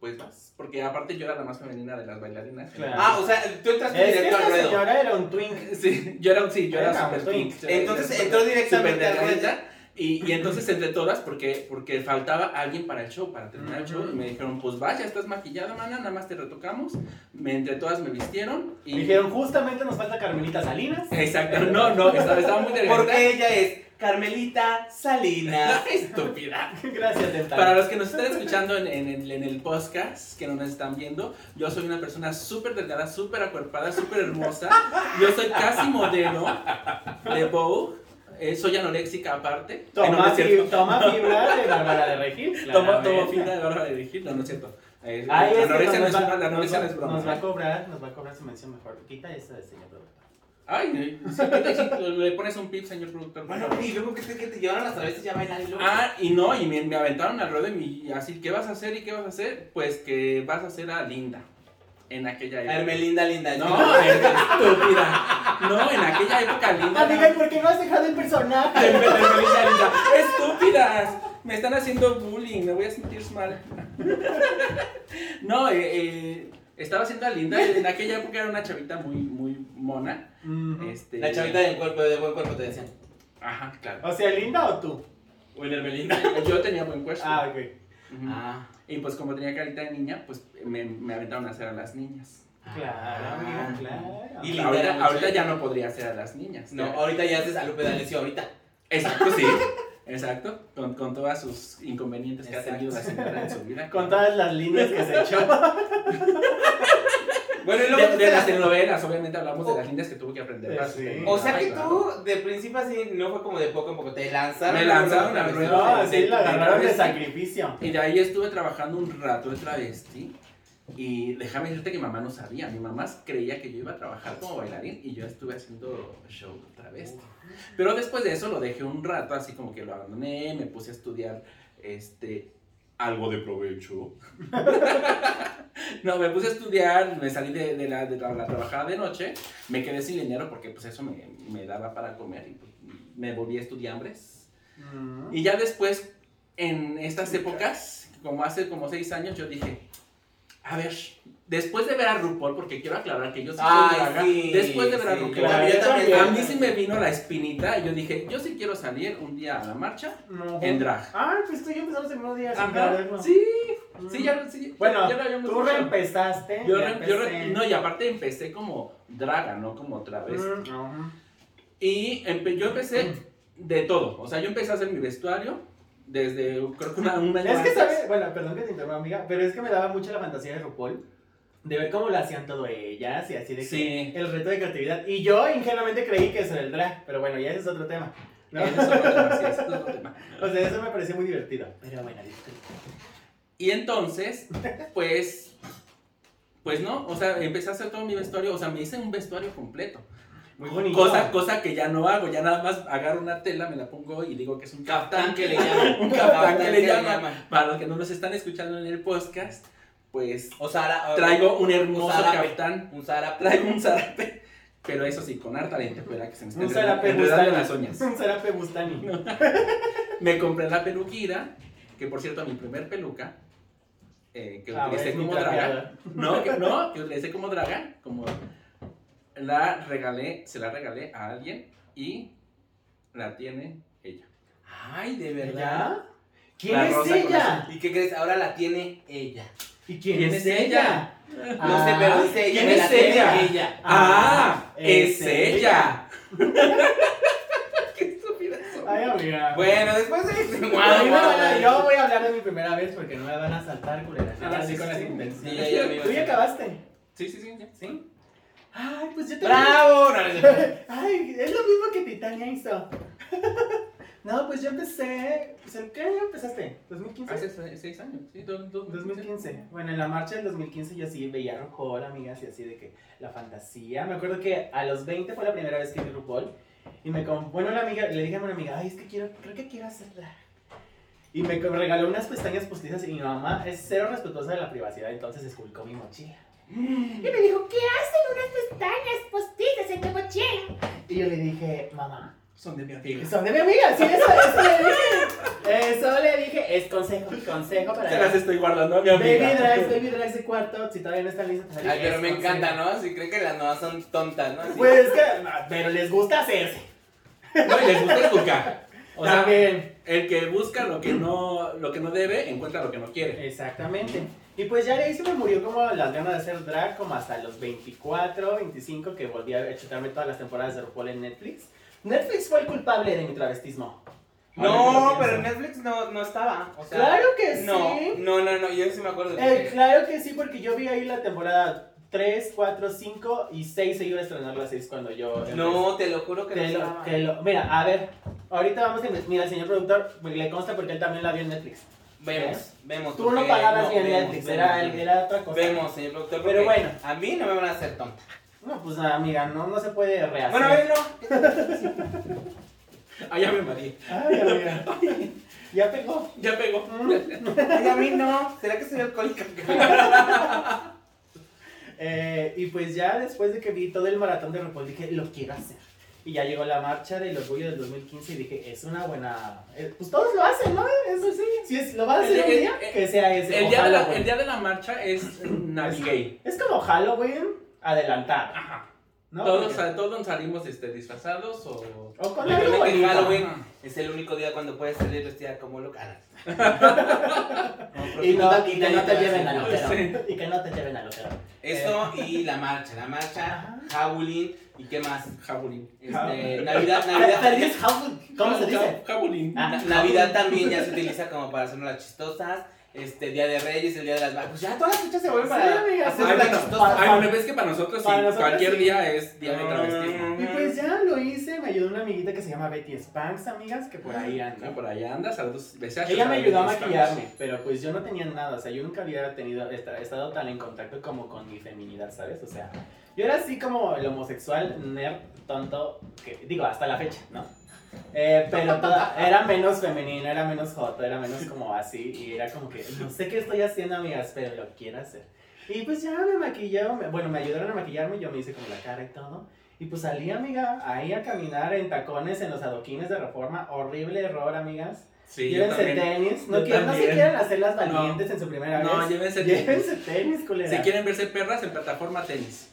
Speaker 1: pues vas, porque aparte yo era la más femenina de las bailarinas.
Speaker 2: Claro.
Speaker 3: Ah, o sea, tú entraste
Speaker 2: Es que
Speaker 3: directo al
Speaker 2: esta
Speaker 3: ruedo.
Speaker 2: señora era un twink.
Speaker 1: Sí, yo era, sí, yo era,
Speaker 2: Era
Speaker 1: super
Speaker 2: twink.
Speaker 1: twink, yo era
Speaker 3: Entonces
Speaker 1: super-
Speaker 3: entró directamente
Speaker 1: super
Speaker 3: al ruedo.
Speaker 1: delgadita, Y, y entonces entre todas, porque, porque faltaba alguien para el show, para terminar el show, y me dijeron, pues vaya, estás maquillada, mana, nada más te retocamos. Me, entre todas me vistieron y... Eh.
Speaker 2: Me Dijeron, justamente nos falta Carmelita Salinas.
Speaker 1: Exacto, no, no, estaba, estaba muy delgadita.
Speaker 3: Porque ella es Carmelita Salinas.
Speaker 1: Estúpida.
Speaker 2: Gracias, Dental.
Speaker 1: Para los que nos están escuchando en, en- en- en el podcast, que no nos están viendo, yo soy una persona súper delgada, súper acuerpada, súper hermosa. Yo soy casi modelo de Vogue. Eh, soy anoréxica aparte. Ay, Eh, no, no
Speaker 2: Toma,
Speaker 1: es cierto.
Speaker 2: fib- toma fibra de Bárbara de Regil.
Speaker 1: Toma,
Speaker 2: claramente.
Speaker 1: toma fibra de hora de dirigir. No, no es cierto. Eh, la
Speaker 2: Ay, es que
Speaker 1: anorexia no
Speaker 2: nos
Speaker 1: es
Speaker 2: va-
Speaker 1: broma, la anorexia no
Speaker 2: nos
Speaker 1: es
Speaker 2: va-
Speaker 1: broma. ¿eh?
Speaker 2: Nos va a cobrar, nos va a cobrar su mención mejor. Quita eso de señor productor.
Speaker 1: Ay, eh, sí, quita, sí, le pones un pip, señor productor.
Speaker 3: Bueno, y luego que te, que te llevaron las travestis ya bailar y luego.
Speaker 1: Ah, y no, y me, me aventaron al ruedo y me- así, ¿qué vas a hacer y qué vas a hacer? Pues que vas a hacer a Linda en aquella época.
Speaker 3: Hermelinda linda.
Speaker 1: No, estúpida. No, en aquella época linda.
Speaker 2: Amiga, Ah, ¿y por qué no has dejado el personaje?
Speaker 1: Linda, linda, linda. Estúpidas. Me están haciendo bullying. Me voy a sentir mal. No, eh, eh, estaba haciendo a linda. En aquella época era una chavita muy, muy mona.
Speaker 2: Ujú.
Speaker 1: Este,
Speaker 3: La chavita del cuerpo, de buen cuerpo te decían.
Speaker 1: Ajá, claro.
Speaker 2: O sea, ¿linda o tú?
Speaker 3: O el Hermelinda.
Speaker 1: Yo tenía buen cuerpo.
Speaker 2: Ah, ok.
Speaker 1: Ujú.
Speaker 3: Ah,
Speaker 1: Y pues como tenía carita de niña, pues me, me aventaron a hacer a las niñas.
Speaker 3: ah,
Speaker 2: Claro,
Speaker 1: ah,
Speaker 2: amiga, claro.
Speaker 3: Y linda era
Speaker 1: Ahorita,
Speaker 3: mucho.
Speaker 1: ahorita ya no podría hacer a las niñas.
Speaker 3: No,
Speaker 1: Ya-
Speaker 3: ahorita ya haces a Lupe D'Alessio ahorita.
Speaker 1: Exacto, sí. Exacto. Con, con todas sus inconvenientes que ha tenido la señora en su vida.
Speaker 2: Con todas las líneas que se echó.
Speaker 3: Bueno, y luego
Speaker 1: De, de
Speaker 3: tú te
Speaker 1: las
Speaker 3: las-
Speaker 1: telenovelas, obviamente hablamos de
Speaker 3: Oh.
Speaker 1: las líneas que tuve que aprender.
Speaker 4: Sí.
Speaker 1: para hacer-
Speaker 3: O sea que
Speaker 1: Claro.
Speaker 3: tú, de principio así, no fue como de poco en poco, te lanzaron.
Speaker 1: Me
Speaker 3: a la
Speaker 1: lanzaron
Speaker 3: rueda
Speaker 1: a la
Speaker 3: otra vez.
Speaker 1: rueda.
Speaker 2: No,
Speaker 1: de-
Speaker 2: así
Speaker 1: de-
Speaker 2: la
Speaker 1: de
Speaker 2: agarraron de
Speaker 1: travesti.
Speaker 2: sacrificio.
Speaker 1: Y de ahí estuve trabajando un rato de travesti. Y déjame decirte que mi mamá no sabía. Mi mamá creía que yo iba a trabajar como bailarín y yo estuve haciendo show travesti. Pero después de eso lo dejé un rato, así como que lo abandoné, me puse a estudiar este algo de provecho. no, me puse a estudiar, me salí de, de la, de la- la trabajada de noche, me quedé sin dinero porque pues eso me, me daba para comer y pues, me volví a estudiambres.
Speaker 2: Mm.
Speaker 1: Y ya después, en estas épocas, como hace como seis años, yo dije, a ver, después de ver a RuPaul, porque quiero aclarar que yo sí soy
Speaker 3: Ay,
Speaker 1: draga,
Speaker 3: sí,
Speaker 1: después de ver a
Speaker 3: sí,
Speaker 1: RuPaul,
Speaker 2: claro, yo
Speaker 3: también.
Speaker 1: a mí sí me vino la espinita y yo dije, yo sí quiero salir un día a la marcha
Speaker 2: No.
Speaker 1: en drag.
Speaker 2: Ah, pues tú y yo empezamos el mismo día sin
Speaker 1: Ajá,
Speaker 2: saberlo.
Speaker 1: sí,
Speaker 2: Mm.
Speaker 1: sí, ya, sí,
Speaker 2: Bueno,
Speaker 1: ya lo habíamos
Speaker 2: Tú
Speaker 1: dicho.
Speaker 2: reempezaste.
Speaker 1: Yo,
Speaker 2: ya
Speaker 1: re- yo re-
Speaker 2: empecé.
Speaker 1: no, y aparte empecé como draga, no como otra vez.
Speaker 2: Mm, ajá.
Speaker 1: Y empe- yo empecé de todo, o sea, yo empecé a hacer mi vestuario desde, creo que una, un año
Speaker 2: Es que
Speaker 1: antes.
Speaker 2: sabes, bueno, perdón que te interrumpa, amiga, pero es que me daba mucho la fantasía de RuPaul. De ver cómo lo hacían todo ellas y así de que
Speaker 1: Sí.
Speaker 2: el reto de creatividad. Y yo ingenuamente creí que eso era el drag, pero bueno, ya ese es otro tema. ¿no?
Speaker 1: Ese es otro tema, sí, ese es otro tema.
Speaker 2: O sea, eso me pareció muy divertido. Pero bueno, disculpa.
Speaker 1: Y entonces, pues, pues no, o sea, empecé a hacer todo mi vestuario, o sea, me hice un vestuario completo.
Speaker 2: muy bonito.
Speaker 1: Cosa, cosa que ya no hago, ya nada más agarro una tela, me la pongo y digo que es un
Speaker 3: Capitán
Speaker 1: caftán.
Speaker 3: que le llaman.
Speaker 1: Un capitán que
Speaker 3: Capitán
Speaker 1: le llaman. Para los que no nos están escuchando en el podcast, pues
Speaker 3: O Sara.
Speaker 1: traigo un hermoso
Speaker 3: zarape.
Speaker 1: caftán,
Speaker 3: Un Sara.
Speaker 1: traigo un zarape, pero eso sí, con harta lentejuela que se me está
Speaker 2: Un
Speaker 1: enredando-
Speaker 2: zarape
Speaker 1: enredando
Speaker 2: bustani.
Speaker 1: las uñas.
Speaker 2: Un zarape bustani.
Speaker 1: Me compré la peluquira, que por cierto, mi primer peluca, eh, que
Speaker 2: Ah,
Speaker 1: utilicé
Speaker 2: es mi
Speaker 1: como draga,
Speaker 2: trapeada.
Speaker 1: no, que, no, que utilicé como draga, como la regalé, se la regalé a alguien y la tiene ella.
Speaker 3: Ay, de verdad.
Speaker 2: ¿Ya? ¿Quién
Speaker 1: La
Speaker 2: es
Speaker 1: rosa con
Speaker 2: ella?
Speaker 3: ¿Y qué crees? Ahora la tiene ella.
Speaker 2: ¿Y quién,
Speaker 1: ¿Quién es
Speaker 2: es ella?
Speaker 3: No sé, pero dice ella.
Speaker 2: Ah, ¿Quién
Speaker 3: me la
Speaker 2: es
Speaker 3: tiene
Speaker 2: ella?
Speaker 3: ella.
Speaker 1: ¡Ah!
Speaker 2: es
Speaker 1: ¡Es ella! ¡Qué estúpida soy!
Speaker 2: Ay, amiga.
Speaker 3: Bueno, después de.
Speaker 2: A mí
Speaker 3: Guau,
Speaker 2: me
Speaker 3: guau,
Speaker 2: van a-
Speaker 3: guau.
Speaker 2: yo voy a hablar de mi primera vez porque no me van a saltar, culera.
Speaker 1: Ah,
Speaker 2: así
Speaker 1: sí,
Speaker 2: con las
Speaker 1: sí.
Speaker 2: intenciones.
Speaker 3: Sí, ya, ya, amigo.
Speaker 2: ¿Tú ya acabaste?
Speaker 1: Sí, sí, sí, sí.
Speaker 2: ¿Sí? Ay, pues yo también.
Speaker 3: ¡Bravo! No, no, no.
Speaker 2: Ay, es lo mismo que Titania hizo. no, pues yo empecé. Pues, ¿En qué año empezaste? ¿2015?
Speaker 1: Hace se- seis años, sí, dos, dos-
Speaker 2: 2015. Bueno, en la marcha del 2015 yo sí veía a RuPaul, amigas, y así de que la fantasía. Me acuerdo que a los 20 fue la primera vez que vi RuPaul. Y me com- bueno, una amiga, le dije a una amiga, ay, es que quiero, creo que quiero hacerla. Y me co- regaló unas pestañas postizas y mi mamá es cero respetuosa de la privacidad, entonces esculcó mi mochila.
Speaker 1: Mm.
Speaker 6: Y me dijo, ¿qué hacen unas pestañas postizas en tu mochila?
Speaker 2: Y yo le dije, mamá,
Speaker 1: Son de mi amiga.
Speaker 2: son de mi amiga, sí, eso, eso le dije. Eso le dije, es consejo, consejo para
Speaker 1: Se las estoy guardando a mi
Speaker 2: Baby
Speaker 1: amiga.
Speaker 2: drags, baby drags de cuarto, si todavía no están listos.
Speaker 3: Ay, pero me encanta, ¿no? Si creen que las nuevas son tontas, ¿no? Así.
Speaker 2: Pues es que, no, pero les gusta hacerse.
Speaker 1: No, y les gusta escuchar. O sea,
Speaker 2: También.
Speaker 1: El que busca lo que no, lo que no debe, encuentra lo que no quiere.
Speaker 2: Exactamente. Y pues ya de ahí se me murió como las ganas de hacer drag, como hasta los 24, 25, que volví a chutarme todas las temporadas de RuPaul en Netflix. Netflix fue el culpable de mi travestismo.
Speaker 3: No, pero Netflix no, no estaba. O sea,
Speaker 2: Claro que sí.
Speaker 3: no, no, no, no, yo sí me acuerdo.
Speaker 2: Eh, claro que sí, porque yo vi ahí la temporada 3, 4, 5 y 6 se iba a estrenar la 6 cuando yo... empecé.
Speaker 3: No, te lo juro que
Speaker 2: Te
Speaker 3: no
Speaker 2: lo,
Speaker 3: estaba.
Speaker 2: te lo- mira, a ver, ahorita vamos a... Mira, el señor productor, le consta porque él también la vio en Netflix.
Speaker 3: Vemos, vemos.
Speaker 2: Tú no
Speaker 3: porque-
Speaker 2: pagabas
Speaker 3: no,
Speaker 2: bien
Speaker 3: vemos,
Speaker 2: Netflix,
Speaker 3: vemos,
Speaker 2: era,
Speaker 3: vemos.
Speaker 2: era otra cosa.
Speaker 3: Vemos, señor productor.
Speaker 2: Pero
Speaker 3: porque
Speaker 2: bueno.
Speaker 3: A mí no me van a hacer tonta.
Speaker 2: No, pues amiga, no, no se puede rehacer.
Speaker 3: Bueno, a ver, no.
Speaker 1: Ah, ya me marí.
Speaker 2: Ay, amiga. ya pegó.
Speaker 1: Ya pegó.
Speaker 3: Ay, a mí no. ¿Será que soy alcohólica?
Speaker 2: Eh, y pues ya después de que vi todo el maratón de RuPaul, dije, lo quiero hacer. Y ya llegó la marcha del orgullo del 2015 y dije, es una buena... eh, pues todos lo hacen, ¿no? Eso sí. Si es, lo vas a
Speaker 1: El
Speaker 2: hacer un
Speaker 1: día-
Speaker 2: día,
Speaker 1: el-
Speaker 2: que sea ese.
Speaker 1: El día, de la,
Speaker 2: Ojalá,
Speaker 1: el día de la marcha es Navigate.
Speaker 2: güey. Es como Halloween adelantado,
Speaker 1: Ajá.
Speaker 2: ¿no?
Speaker 1: todos,
Speaker 2: Porque-
Speaker 1: sa- todos salimos este, disfrazados o.
Speaker 2: O con
Speaker 3: Yo
Speaker 2: algo
Speaker 3: creo que
Speaker 2: bonito.
Speaker 3: Halloween es el único día cuando puedes salir vestida como loca. Ah,
Speaker 2: Y, no, y que no te lleven al
Speaker 1: Sí.
Speaker 2: hotel. Y que no te lleven al hotel.
Speaker 3: Eso y la marcha, la marcha, Howling y qué más.
Speaker 1: Jabulín.
Speaker 3: Este, Navidad, Navidad.
Speaker 2: Feliz Halloween. ¿Cómo se dice?
Speaker 1: Jabulín.
Speaker 2: Ah,
Speaker 3: Na- Navidad también ya se utiliza como para hacer las chistosas. este, Día de Reyes, el Día de las Vacas. Pues ya todas las fechas se vuelven
Speaker 2: Sí,
Speaker 3: para
Speaker 2: amiga,
Speaker 3: hacer
Speaker 2: sí,
Speaker 1: Ay,
Speaker 3: una
Speaker 2: sí.
Speaker 1: bueno,
Speaker 3: chistosa.
Speaker 2: Pa-
Speaker 1: ay, bueno, ves que para nosotros sí,
Speaker 2: Para nosotros
Speaker 1: cualquier
Speaker 2: sí. Ah.
Speaker 1: día es día de travestismo.
Speaker 2: Y pues ya lo hice, me ayudó una amiguita que se llama Betty Spanks, amigas, que por ahí anda.
Speaker 1: Ah, Por allá andas, saludos. besos,
Speaker 2: Ella me
Speaker 1: saludos,
Speaker 2: ayudó a
Speaker 1: besos.
Speaker 2: maquillarme, pero pues yo no tenía nada, o sea, yo nunca había tenido, esta- estado tan en contacto como con mi feminidad, ¿sabes? O sea, yo era así como el homosexual nerd tonto, que, digo, hasta la fecha, ¿no? Eh, pero toda- era menos femenino, era menos joto, era menos como así, y era como que, no sé qué estoy haciendo, amigas, pero lo quiero hacer. Y pues ya me maquillaron, me- bueno, me ayudaron a maquillarme, yo me hice como la cara y todo. Y pues salí, amiga, ahí a caminar en tacones en los adoquines de reforma. Horrible error, amigas.
Speaker 1: Sí, yo
Speaker 2: Llévense
Speaker 1: también.
Speaker 2: tenis. No,
Speaker 1: Yo
Speaker 2: quieran, no se
Speaker 1: también.
Speaker 2: quieran hacer las valientes en su primera
Speaker 1: No,
Speaker 2: vez.
Speaker 1: llévense tenis.
Speaker 2: Llévense tenis, culera.
Speaker 1: Si quieren verse perras en plataforma tenis.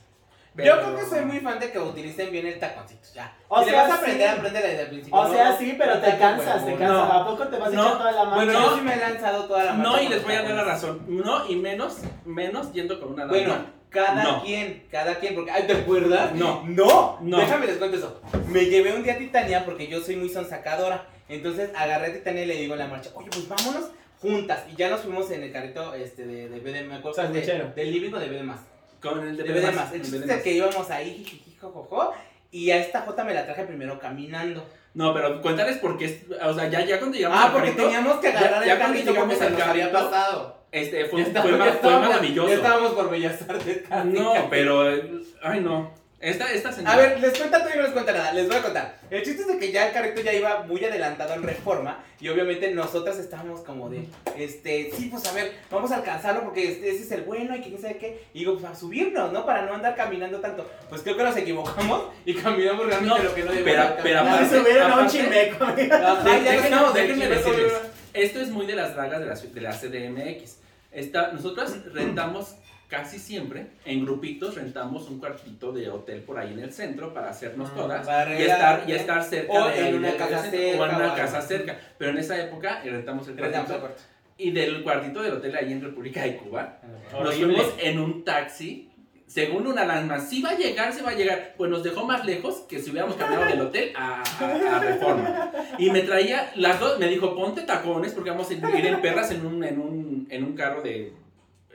Speaker 3: Yo creo que soy muy fan de que utilicen bien el taconcito, ya.
Speaker 2: O
Speaker 3: si le
Speaker 2: sea,
Speaker 3: vas a aprender,
Speaker 2: sí.
Speaker 3: aprende desde el principio.
Speaker 2: O
Speaker 3: No,
Speaker 2: sea,
Speaker 3: no,
Speaker 2: sí, pero
Speaker 3: no
Speaker 2: te
Speaker 3: tan
Speaker 2: cansas,
Speaker 3: huevón.
Speaker 2: te cansas.
Speaker 1: No.
Speaker 2: ¿A poco te vas a
Speaker 1: No.
Speaker 2: echar toda la mano?
Speaker 1: Bueno,
Speaker 3: Yo sí me he lanzado toda la
Speaker 1: No,
Speaker 3: marcha
Speaker 1: y
Speaker 3: con
Speaker 1: les
Speaker 3: los
Speaker 1: voy a dar la
Speaker 3: tacones.
Speaker 1: razón. No, y menos, menos yendo con una dama.
Speaker 3: Bueno, cada
Speaker 1: No.
Speaker 3: quien, cada quien, porque, ay, ¿te acuerdas?
Speaker 1: No.
Speaker 3: No,
Speaker 1: No.
Speaker 3: Déjame les cuento eso. Me llevé un día a Titania porque yo soy muy sonsacadora. Entonces agarré a Titania y le digo en la marcha, oye, pues vámonos juntas. Y ya nos fuimos en el carrito este, de, de BD, me acuerdo. de-
Speaker 2: Sandwichero.
Speaker 3: del living o de BD más.
Speaker 1: con el
Speaker 3: De
Speaker 1: de
Speaker 3: BD
Speaker 1: BD+,
Speaker 3: más. El
Speaker 1: el
Speaker 3: chiste
Speaker 1: BD+.
Speaker 3: es que íbamos ahí, jijiji, jojojo, Y a esta Jota me la traje primero caminando.
Speaker 1: No, pero cuéntales por qué. O sea, ya, ya cuando llegamos
Speaker 3: Ah,
Speaker 1: al
Speaker 3: porque
Speaker 1: carrito,
Speaker 3: teníamos que
Speaker 1: ya-
Speaker 3: agarrar
Speaker 1: ya
Speaker 3: el
Speaker 1: cuando
Speaker 3: carrito porque
Speaker 1: llegamos
Speaker 3: se
Speaker 1: al
Speaker 3: nos había
Speaker 1: carrito,
Speaker 3: pasado.
Speaker 1: este, fue,
Speaker 3: Ya está-
Speaker 1: fue, ma-
Speaker 3: ya
Speaker 1: fue
Speaker 3: estábamos-
Speaker 1: maravilloso.
Speaker 3: Ya estábamos por Bellas Artes. casi, casi.
Speaker 1: No, pero. eh, Ay, no. Esta, esta señora.
Speaker 3: A ver, les cuenta todo y no les cuenta nada, les voy a contar. El chiste es de que ya el carrito ya iba muy adelantado en reforma y obviamente nosotras estábamos como de, este, sí, pues a ver, vamos a alcanzarlo porque este- ese es el bueno y que quién sabe qué. Y digo, pues a subirnos, ¿no? Para no andar caminando tanto. Pues creo que nos equivocamos y caminamos realmente
Speaker 1: No,
Speaker 3: lo que no debíamos.
Speaker 1: pero-
Speaker 3: de
Speaker 1: pero
Speaker 2: No,
Speaker 3: caminar.
Speaker 1: aparte-
Speaker 2: se subieron a un
Speaker 1: aparte-
Speaker 2: chimeco, amiga.
Speaker 3: Ajá,
Speaker 1: De-
Speaker 3: ya
Speaker 1: de-
Speaker 3: nos-
Speaker 1: no, déjenme
Speaker 3: nos-
Speaker 1: decirles. Esto es muy de las dragas de la, de la CDMX. Esta, nosotras rentamos casi siempre, en grupitos, rentamos un cuartito de hotel por ahí en el centro para hacernos
Speaker 2: Ah,
Speaker 1: todas
Speaker 3: para
Speaker 1: y estar, y
Speaker 3: arreglar,
Speaker 1: estar cerca
Speaker 3: o
Speaker 1: de
Speaker 3: en
Speaker 1: ahí
Speaker 3: una
Speaker 1: del
Speaker 3: casa
Speaker 1: centro,
Speaker 3: cerca,
Speaker 1: o en una
Speaker 3: o
Speaker 1: casa
Speaker 3: algo.
Speaker 1: cerca. Pero en esa época eh, rentamos el
Speaker 3: Pero
Speaker 1: cuartito.
Speaker 3: estamos de acuerdo.
Speaker 1: Y del cuartito del hotel ahí en República de Cuba, nos
Speaker 2: Horrible.
Speaker 1: fuimos en un taxi. Según una alarma, si va a llegar, se va a llegar. Pues nos dejó más lejos que si hubiéramos caminado del hotel a, a- a Reforma. Y me traía las dos, me dijo, ponte tacones porque vamos a ir en perras en un, en un, en un carro de,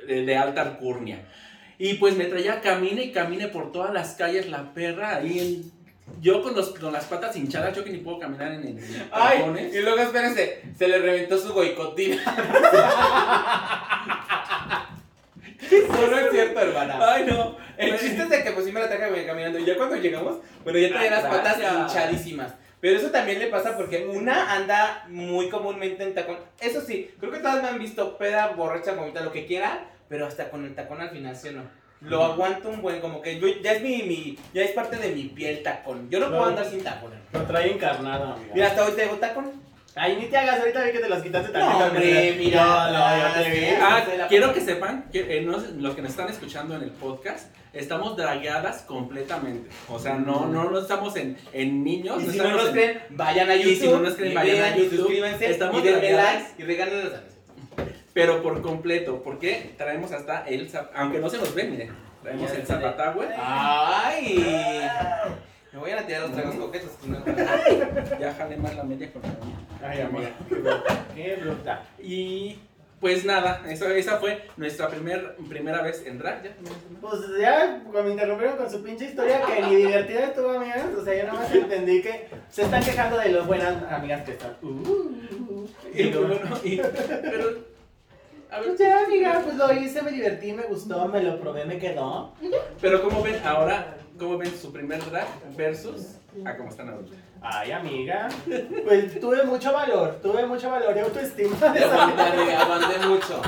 Speaker 1: de, de alta alcurnia. Y pues me traía camine y camine por todas las calles la perra ahí en- Yo con, los, con las patas hinchadas, yo que ni puedo caminar en, en
Speaker 3: Ay,
Speaker 1: tacones.
Speaker 3: y luego espérense, se le reventó su goicotina. Eso no es cierto, hermana.
Speaker 1: Ay, no.
Speaker 3: El chiste es de que pues sí me la traje caminando. Y ya cuando llegamos, bueno, ya traía
Speaker 1: Ah,
Speaker 3: las patas
Speaker 1: gracias.
Speaker 3: hinchadísimas. Pero eso también le pasa porque una anda muy comúnmente en tacón. Eso sí, creo que todas me han visto peda, borracha, vomita, lo que quiera, pero hasta con el tacón al final, ¿sí o no? Lo aguanto un buen, como que yo, ya es mi, mi, ya es parte de mi piel tacón. Yo no puedo
Speaker 2: No.
Speaker 3: andar sin tacón. hermano.
Speaker 2: Lo trae encarnado, amiga.
Speaker 3: Mira, hasta hoy tengo tacón.
Speaker 2: Ay, ni te hagas, ahorita vi que te los quitaste
Speaker 3: No,
Speaker 2: tantito.
Speaker 3: hombre,
Speaker 2: amiga.
Speaker 3: mira.
Speaker 2: No, no, yo te vi.
Speaker 3: Ah,
Speaker 1: Ah,
Speaker 3: Hacer la
Speaker 1: quiero
Speaker 3: prueba.
Speaker 1: que sepan que eh, no sé, los que nos están escuchando en el podcast estamos dragueadas completamente. O sea, no, no, no estamos en, en niños.
Speaker 3: Y si no
Speaker 1: estamos
Speaker 3: nos
Speaker 1: en-
Speaker 3: creen, vayan a
Speaker 1: Y si
Speaker 3: YouTube.
Speaker 1: no nos creen,
Speaker 3: y
Speaker 1: vayan
Speaker 3: vean
Speaker 1: a
Speaker 3: y
Speaker 1: YouTube.
Speaker 3: Suscríbanse
Speaker 1: Estamos
Speaker 3: y denle
Speaker 1: dragueadas.
Speaker 3: likes y regálenos a
Speaker 1: Pero por completo, porque traemos hasta el zap- aunque no se nos ve, miren, traemos
Speaker 3: Ya
Speaker 1: el
Speaker 3: se ve.
Speaker 1: zapatagüe.
Speaker 3: ¡Ay! Me voy a ir a tirar los tragos coquetos.
Speaker 1: pues,
Speaker 3: que no-
Speaker 1: Ya jalé más la media con la mía.
Speaker 2: Ay, amiga, qué bruta. Qué bruta.
Speaker 1: Y pues nada, esa, esa fue nuestra primer, primera vez en drag. ya.
Speaker 2: Pues ya me interrumpieron con su pinche historia que ni divertida estuvo, amigas. O sea, yo nada más entendí que se están quejando de los buenas amigas que están. Uh, uh, uh.
Speaker 1: Y bueno, y- pero, a ver,
Speaker 2: Pues ya, amiga, pues lo hice, me divertí, me gustó, me lo probé, me quedó.
Speaker 1: Pero como ven ahora, cómo ven su primer drag versus a cómo están ahorita.
Speaker 2: Ay, amiga. Pues tuve mucho valor, tuve mucho valor y autoestima.
Speaker 3: Te aguanté, amiga, aguanté mucho.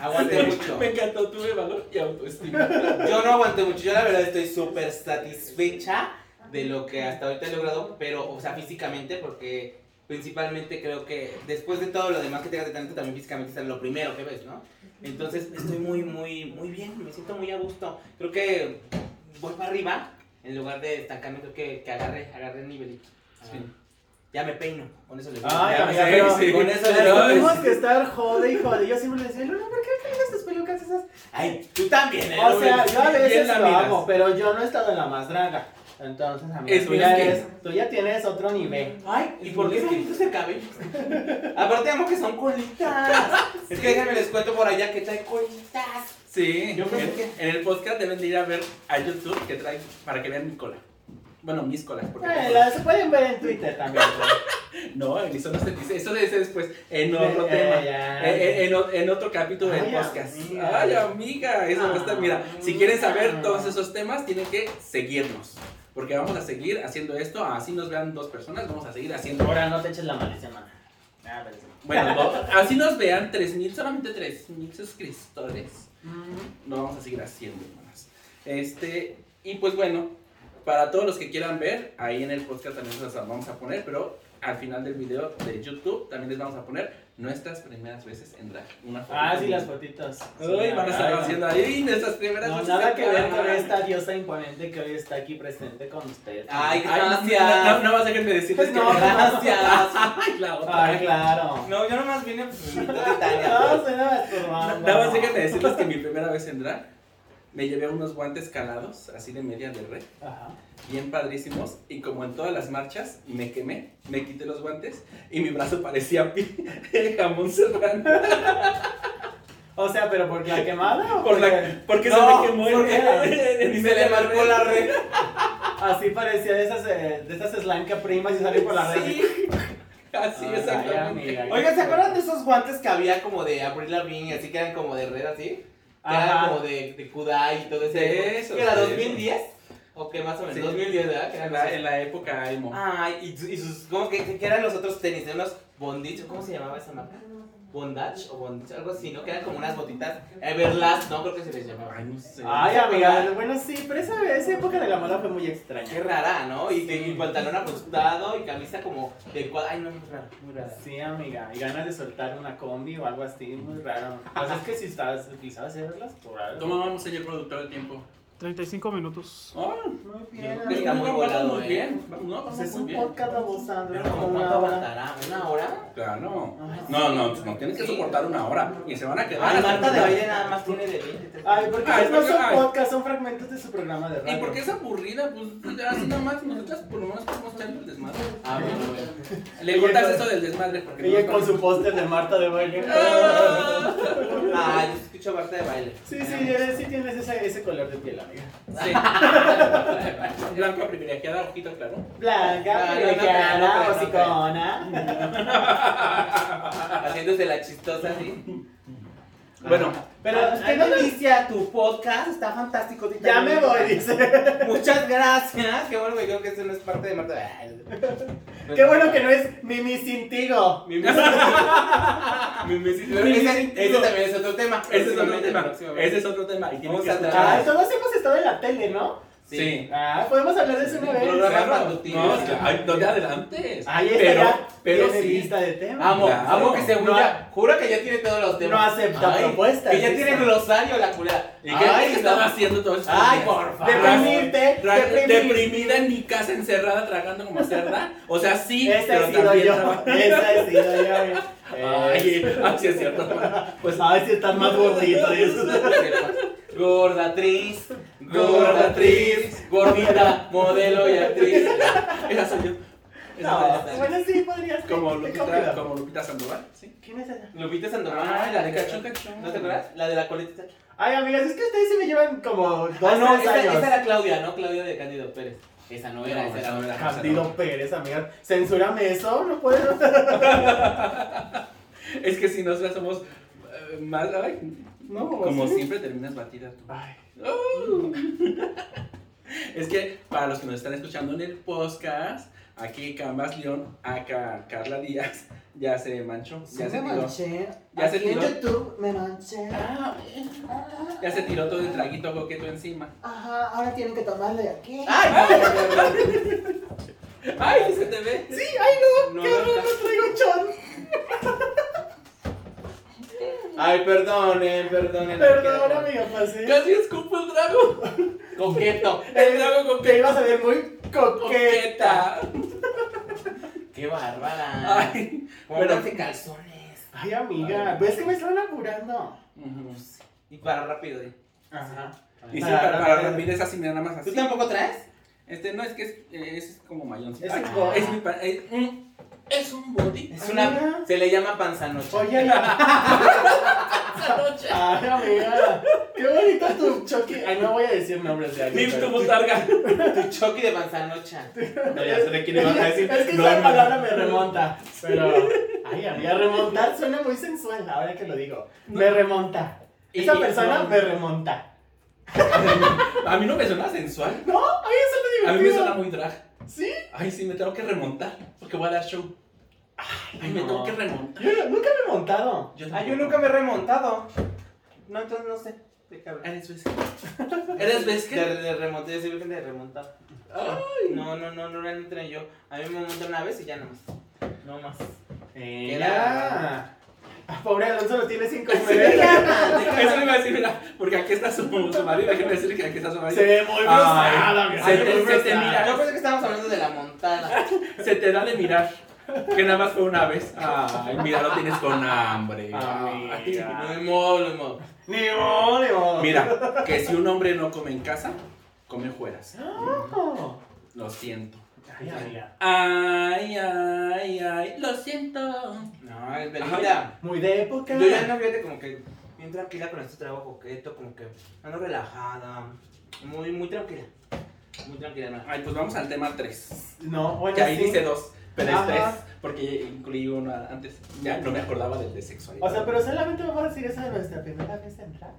Speaker 3: Aguanté mucho.
Speaker 1: Me encantó, tuve valor y autoestima.
Speaker 3: Yo no aguanté mucho. Yo la verdad estoy súper satisfecha de lo que hasta ahorita he logrado, pero, o sea, físicamente, porque principalmente creo que después de todo lo demás que tengas de talento, también físicamente es lo primero que ves, ¿no? Entonces estoy muy, muy, muy bien. Me siento muy a gusto. Creo que voy para arriba en lugar de estancarme. Creo que, que agarré, agarré el nivelito. Ah,
Speaker 1: Sí.
Speaker 3: Ya me peino. Con eso les digo.
Speaker 2: Ay,
Speaker 1: Ya,
Speaker 2: amiga,
Speaker 1: sí,
Speaker 2: pero
Speaker 1: sí.
Speaker 2: con eso
Speaker 1: Pero
Speaker 2: pero
Speaker 1: es-
Speaker 2: tenemos que estar jode y jode. Yo siempre le decía, Luna, ¿por qué tienes tus pelucas esas?
Speaker 3: Ay, tú también, ¿eh?
Speaker 2: O sea, yo a
Speaker 1: bien
Speaker 2: veces lo
Speaker 1: lamidas.
Speaker 2: hago, pero yo no he estado en la más draga. Entonces, amigo,
Speaker 1: Es
Speaker 2: tú, ya
Speaker 1: que-
Speaker 2: eres- tú ya tienes otro nivel.
Speaker 3: Ay, ¿y por qué es que se cabello? Aparte, amo que son colitas. Es que déjenme les cuento por allá que trae colitas.
Speaker 1: Sí,
Speaker 3: Yo creo
Speaker 1: en,
Speaker 3: que-
Speaker 1: en el podcast deben de ir a ver a YouTube que trae para que vean mi cola. Bueno, mis colas. Porque
Speaker 2: Eh, la- se pueden ver en Twitter también.
Speaker 1: No, eso no se dice. Eso se dice después en
Speaker 2: güey.
Speaker 1: otro
Speaker 2: Eh,
Speaker 1: tema.
Speaker 2: ya.
Speaker 1: Eh, eh, en, o- en otro capítulo del
Speaker 2: Ay,
Speaker 1: podcast.
Speaker 2: amiga.
Speaker 1: Ay, amiga, eso va a estar. Mira, si quieren saber todos esos temas, tienen que seguirnos. Porque vamos a seguir haciendo esto. Así nos vean dos personas, vamos a seguir haciendo.
Speaker 2: Ahora no te eches la malicia, man. Ah, pero sí.
Speaker 1: Bueno, no, así nos vean 3.000, solamente 3.000 suscriptores. Lo vamos a seguir haciendo, hermanas. Este, y pues bueno, para todos los que quieran ver, ahí en el podcast también se las vamos a poner, pero al final del video de YouTube también les vamos a poner nuestras primeras veces en drag. Una
Speaker 2: Ah,
Speaker 1: fotito.
Speaker 2: sí, las fotitos.
Speaker 1: Uy, van a estar
Speaker 2: Ay,
Speaker 1: haciendo ahí nuestras primeras
Speaker 2: No,
Speaker 1: veces
Speaker 2: nada
Speaker 1: en
Speaker 2: que ver con
Speaker 1: drag.
Speaker 2: esta diosa imponente que hoy está aquí presente con ustedes.
Speaker 3: Ay,
Speaker 1: Ay,
Speaker 3: gracias.
Speaker 1: No, no, no, déjenme decirles que
Speaker 2: No.
Speaker 3: Gracias.
Speaker 1: Ay, la otra.
Speaker 2: Ay, Ah, claro.
Speaker 3: No, yo nomás vine pues, mi
Speaker 2: No,
Speaker 3: Titania.
Speaker 2: se la masturbando.
Speaker 1: Nada más déjenme decirles que mi primera vez en drag me llevé unos guantes calados, así de media de red.
Speaker 2: Ajá.
Speaker 1: bien padrísimos y como en todas las marchas me quemé, me quité los guantes y mi brazo parecía pi- jamón serrano
Speaker 2: O sea, pero por la quemada o
Speaker 1: por
Speaker 2: porque
Speaker 1: la- porque
Speaker 3: No,
Speaker 1: se me quemó
Speaker 2: ¿por qué?
Speaker 1: el
Speaker 3: Y se le marcó la red.
Speaker 2: así parecía de esas, eh, de esas slanca primas y salió por la red.
Speaker 1: Sí, así
Speaker 2: Ay,
Speaker 1: exactamente.
Speaker 2: amiga.
Speaker 3: Oigan, ¿se acuerdan de esos guantes que había como de Abril Lavigne, así que eran como de red así? Que eran
Speaker 2: Ajá.
Speaker 3: como de, de Kudai y todo
Speaker 1: De
Speaker 3: ese.
Speaker 1: esos,
Speaker 3: ¿Que era
Speaker 1: de
Speaker 3: 2010? ¿O que más o menos?
Speaker 1: Sí.
Speaker 3: 2010, ¿verdad? Que eran
Speaker 1: En la,
Speaker 3: esos.
Speaker 1: en la época emo.
Speaker 3: Ay, y, su- y sus, ¿cómo que, que- que eran los otros tenis? De unos bondage, ¿cómo se llamaba esa marca? Bondage o bondage, algo así, ¿no? Que eran como unas botitas Everlast, ¿no? Creo que se les llamaba.
Speaker 1: Ay, no sé.
Speaker 2: Ay, amiga, bueno, sí, pero esa, esa época de la moda fue muy
Speaker 3: Qué
Speaker 2: extraña.
Speaker 3: rara, ¿no? Y, y pantalón ajustado y camisa como de cuadro. Ay, no, muy rara, muy rara.
Speaker 2: Sí, amiga, y ganas de soltar una combi o algo así, muy raro. Pues es que si estabas, quizás hacerlas por algo.
Speaker 1: ¿Cómo vamos, señor productor, el tiempo?
Speaker 5: 35 minutos.
Speaker 1: Oh,
Speaker 2: Muy
Speaker 3: Yo creo que
Speaker 2: amiga.
Speaker 3: Ah, está muy
Speaker 1: vamos
Speaker 3: volado,
Speaker 1: muy
Speaker 3: ¿eh?
Speaker 1: bien. Vamos, No,
Speaker 2: Pues
Speaker 1: vamos
Speaker 2: es
Speaker 1: muy
Speaker 2: un
Speaker 1: bien.
Speaker 2: podcast abusando,
Speaker 3: Pero
Speaker 2: era
Speaker 3: como
Speaker 2: como una
Speaker 3: cuánto
Speaker 2: hora.
Speaker 3: aguantará? ¿Una hora?
Speaker 1: Claro.
Speaker 2: Ajá.
Speaker 1: No, no, pues no tienen que soportar una hora y se van a quedar.
Speaker 3: Ay,
Speaker 1: hasta
Speaker 3: Marta
Speaker 1: el
Speaker 3: de
Speaker 1: final.
Speaker 3: Valle nada más tiene de 23.
Speaker 2: Ay, porque
Speaker 1: Ay,
Speaker 2: no
Speaker 1: porque-
Speaker 2: son
Speaker 1: ay.
Speaker 2: podcasts, son fragmentos de su programa de radio.
Speaker 1: ¿Y por qué es aburrida? Pues así nada más, nosotras por lo menos podemos echarle el desmadre.
Speaker 3: Ah, bueno, bueno.
Speaker 1: Le
Speaker 2: Oye,
Speaker 1: cortas
Speaker 2: con-
Speaker 1: eso del desmadre porque
Speaker 2: Ella
Speaker 1: no-
Speaker 2: con su póster de Marta de baile.
Speaker 1: Ah.
Speaker 3: Ah, yo escucho a Marta de Baile.
Speaker 2: Sí, sí, eres- sí tienes ese, ese color de piel, amiga.
Speaker 1: Ah. Sí. Blanca privilegiada, ojito claro.
Speaker 2: Blanca,
Speaker 3: No, no, no,
Speaker 2: privilegiada,
Speaker 3: no, no, no, no,
Speaker 2: hocicona.
Speaker 3: Haciéndose la chistosa, sí.
Speaker 1: Bueno,
Speaker 2: Pero,
Speaker 1: Ah,
Speaker 3: ¿qué
Speaker 2: ay, no me-
Speaker 3: delicia tu podcast? Está fantástico. Tita.
Speaker 2: Ya me voy, dice.
Speaker 3: Muchas gracias. Qué bueno que creo que eso no es parte de Marta de Baile.
Speaker 2: Qué bueno que no es Mimi Cintigo.
Speaker 3: Mi mes- Pero
Speaker 1: Mi
Speaker 3: ese,
Speaker 1: mes-
Speaker 3: ese también es otro tema.
Speaker 1: ese es otro
Speaker 3: Próximamente,
Speaker 1: tema.
Speaker 3: próximamente.
Speaker 1: Ese es otro tema. Y tienes
Speaker 3: Vamos
Speaker 1: que
Speaker 3: a
Speaker 1: escuchar.
Speaker 2: Ah, todos hemos estado en la tele, ¿no?
Speaker 1: Sí.
Speaker 2: Ah, podemos hablar de eso una vez.
Speaker 1: Claro,
Speaker 3: Programa matutino.
Speaker 1: no, es que- ay, no te adelantes.
Speaker 2: Ahí está
Speaker 1: pero,
Speaker 2: ya.
Speaker 1: pero
Speaker 2: tiene
Speaker 1: sí.
Speaker 2: lista de temas.
Speaker 3: Amo,
Speaker 1: Claro.
Speaker 3: amo que se
Speaker 2: No
Speaker 3: bulla. Jura que ya tiene todos los
Speaker 2: No
Speaker 3: temas.
Speaker 2: acepta
Speaker 3: Ay,
Speaker 2: propuestas.
Speaker 3: Que ya
Speaker 2: dice.
Speaker 3: tiene glosario la culera.
Speaker 1: ¿Y qué
Speaker 3: Ay,
Speaker 1: qué
Speaker 3: no.
Speaker 1: estaba haciendo todo esto?
Speaker 3: Ay, por favor.
Speaker 2: Deprimirte,
Speaker 1: Ra-
Speaker 2: deprimir.
Speaker 1: Deprimida en mi casa encerrada tragando como cerda. O sea, sí,
Speaker 2: Esa
Speaker 1: pero
Speaker 2: he sido
Speaker 1: también
Speaker 2: yo.
Speaker 1: traba-
Speaker 2: Esa he sido yo. eh. Eh,
Speaker 1: Ay, ay, sí es cierto.
Speaker 2: Pues a ver si estás más gordito. dice.
Speaker 3: Gorda actriz, gorda actriz, gordita, modelo y actriz.
Speaker 1: Esa soy yo. Esa
Speaker 2: No,
Speaker 1: soy yo.
Speaker 2: bueno, sí, podrías.
Speaker 1: Como
Speaker 2: te- te
Speaker 1: Lupita,
Speaker 2: convido.
Speaker 1: como Lupita Sandoval, sí.
Speaker 2: ¿Quién es esa?
Speaker 3: Lupita Sandoval,
Speaker 1: cachón.
Speaker 3: ¿No te acuerdas? La de la coletita.
Speaker 2: Ay, amigas, es que ustedes se me llevan como dos
Speaker 3: Ah, no,
Speaker 2: tres
Speaker 3: esa,
Speaker 2: años.
Speaker 3: esa era Claudia, ¿no? Claudia de Cándido Pérez. Esa no era,
Speaker 1: No,
Speaker 3: esa
Speaker 1: esa
Speaker 3: era
Speaker 1: no
Speaker 3: otra.
Speaker 1: era.
Speaker 2: Candido Pérez, amigas. Censúrame eso, no puedo.
Speaker 1: Es que si nos la somos eh, más. ay,
Speaker 2: No,
Speaker 1: como
Speaker 2: sí.
Speaker 1: siempre terminas batida tú.
Speaker 2: Ay,
Speaker 1: Oh. es que para los que nos están escuchando en el podcast, aquí Canvas León, acá Carla Díaz, ya se manchó, ya se tiró. Ya se tiró.
Speaker 5: YouTube me manché.
Speaker 1: Ah, ya se tiró todo el traguito coqueto encima.
Speaker 5: Ajá, ahora tienen que tomarle de aquí.
Speaker 3: ¡Ay, no, no, no, no!
Speaker 1: ¡Ay, sí se te ve! Sí,
Speaker 3: No,
Speaker 2: ¡Qué
Speaker 3: no,
Speaker 2: raro,
Speaker 3: no.
Speaker 2: traigo chon!
Speaker 3: Ay, perdonen, perdonen.
Speaker 2: Perdón, amiga, pues, pasé.
Speaker 1: casi escupo el drago.
Speaker 3: Coqueto.
Speaker 1: El drago
Speaker 2: Te
Speaker 1: coqueto.
Speaker 2: ibas a ver muy coqueta.
Speaker 1: Coqueta.
Speaker 3: ¡Qué bárbara!
Speaker 1: Ay.
Speaker 3: Pónganse
Speaker 1: bueno.
Speaker 3: calzones.
Speaker 2: Ay, amiga, ves que me estaban apurando.
Speaker 1: Ujú.
Speaker 3: Y para rápido, di.
Speaker 2: Ajá.
Speaker 1: Y sí,
Speaker 2: Para-
Speaker 1: para, para Ramírez así, mira, nada más
Speaker 3: ¿Tú
Speaker 1: así.
Speaker 3: tampoco traes?
Speaker 1: Este, no, es que es, eh, es como mayón.
Speaker 2: Es
Speaker 1: Ay,
Speaker 2: un body.
Speaker 1: es mi pa- es, mm, es un body.
Speaker 3: Es una.
Speaker 2: Amiga.
Speaker 3: Se le llama panzanocha.
Speaker 2: Oye, la-
Speaker 7: Esa noche.
Speaker 2: ay, amiga, qué bonito tu choque. Ay, no voy a decir nombres de
Speaker 1: Ni
Speaker 2: alguien.
Speaker 1: tu
Speaker 2: pero-
Speaker 1: botarga.
Speaker 3: Tu choque de panzanocha.
Speaker 4: No, ya sé de quién ibas a decir.
Speaker 2: Es que
Speaker 4: No,
Speaker 2: esa
Speaker 4: no.
Speaker 2: palabra me remonta, pero... Ay, amiga, remontar suena muy sensual, ahora que lo digo. Me remonta. Esa
Speaker 1: Y-
Speaker 2: persona
Speaker 1: no.
Speaker 2: me remonta.
Speaker 1: A mí no me suena sensual.
Speaker 2: No, ay, eso
Speaker 1: A
Speaker 2: lo
Speaker 1: mí me
Speaker 2: divertido.
Speaker 1: suena muy drag.
Speaker 2: ¿Sí?
Speaker 1: Ay, sí, me tengo que remontar. Porque voy a dar show. Ay, me
Speaker 2: no.
Speaker 1: tengo que remontar.
Speaker 2: Yo no- nunca me he montado.
Speaker 1: Yo
Speaker 3: Ah,
Speaker 1: tampoco.
Speaker 3: yo nunca me he remontado. No, entonces no sé. De qué hablas.
Speaker 1: Eres Wesker. Eres Wesker.
Speaker 3: De, de remonte, yo soy virgen de remontado. No, no, no, no, realmente no yo. A mí me monté una vez y ya no más. No más.
Speaker 2: Eh,
Speaker 3: Era-
Speaker 2: ya. Ah, Pobre Alonso lo tiene sin
Speaker 1: Eso
Speaker 2: comer.
Speaker 1: le iba a decir, mira, porque aquí está su, su marido, déjenme decir que aquí está su marido.
Speaker 2: Se volvió
Speaker 1: Ay,
Speaker 2: sada, mi
Speaker 1: se
Speaker 2: amor,
Speaker 1: te-
Speaker 2: volvió
Speaker 1: se te
Speaker 2: sada.
Speaker 1: mira.
Speaker 3: Este, Yo pensé que estábamos hablando de la montada.
Speaker 1: Se te da de mirar. Que nada más fue una vez. Ay, mira, lo tienes con hambre.
Speaker 2: Amiga.
Speaker 3: No hay modo, no hay modo.
Speaker 2: Ni modo, ni modo.
Speaker 1: Mira, que si un hombre no come en casa, come fueras.
Speaker 2: No.
Speaker 1: Lo siento.
Speaker 2: Ay, amiga.
Speaker 1: Ay, ay, ay. Lo siento.
Speaker 3: No, es Belinda.
Speaker 2: Muy de época.
Speaker 3: Yo ya no, fíjate, como que bien tranquila con este trabajo coqueto, como que ando relajada. Muy, muy tranquila. Muy tranquila, no.
Speaker 1: Ay, pues vamos al tema 3.
Speaker 2: No, bueno,
Speaker 1: Que ahí
Speaker 2: sí.
Speaker 1: dice 2, pero es
Speaker 2: Ajá.
Speaker 1: 3. Porque incluí uno antes. Ya no me acordaba del de sexualidad.
Speaker 2: O sea, pero solamente vamos a decir esa de nuestra primera vez de entrar.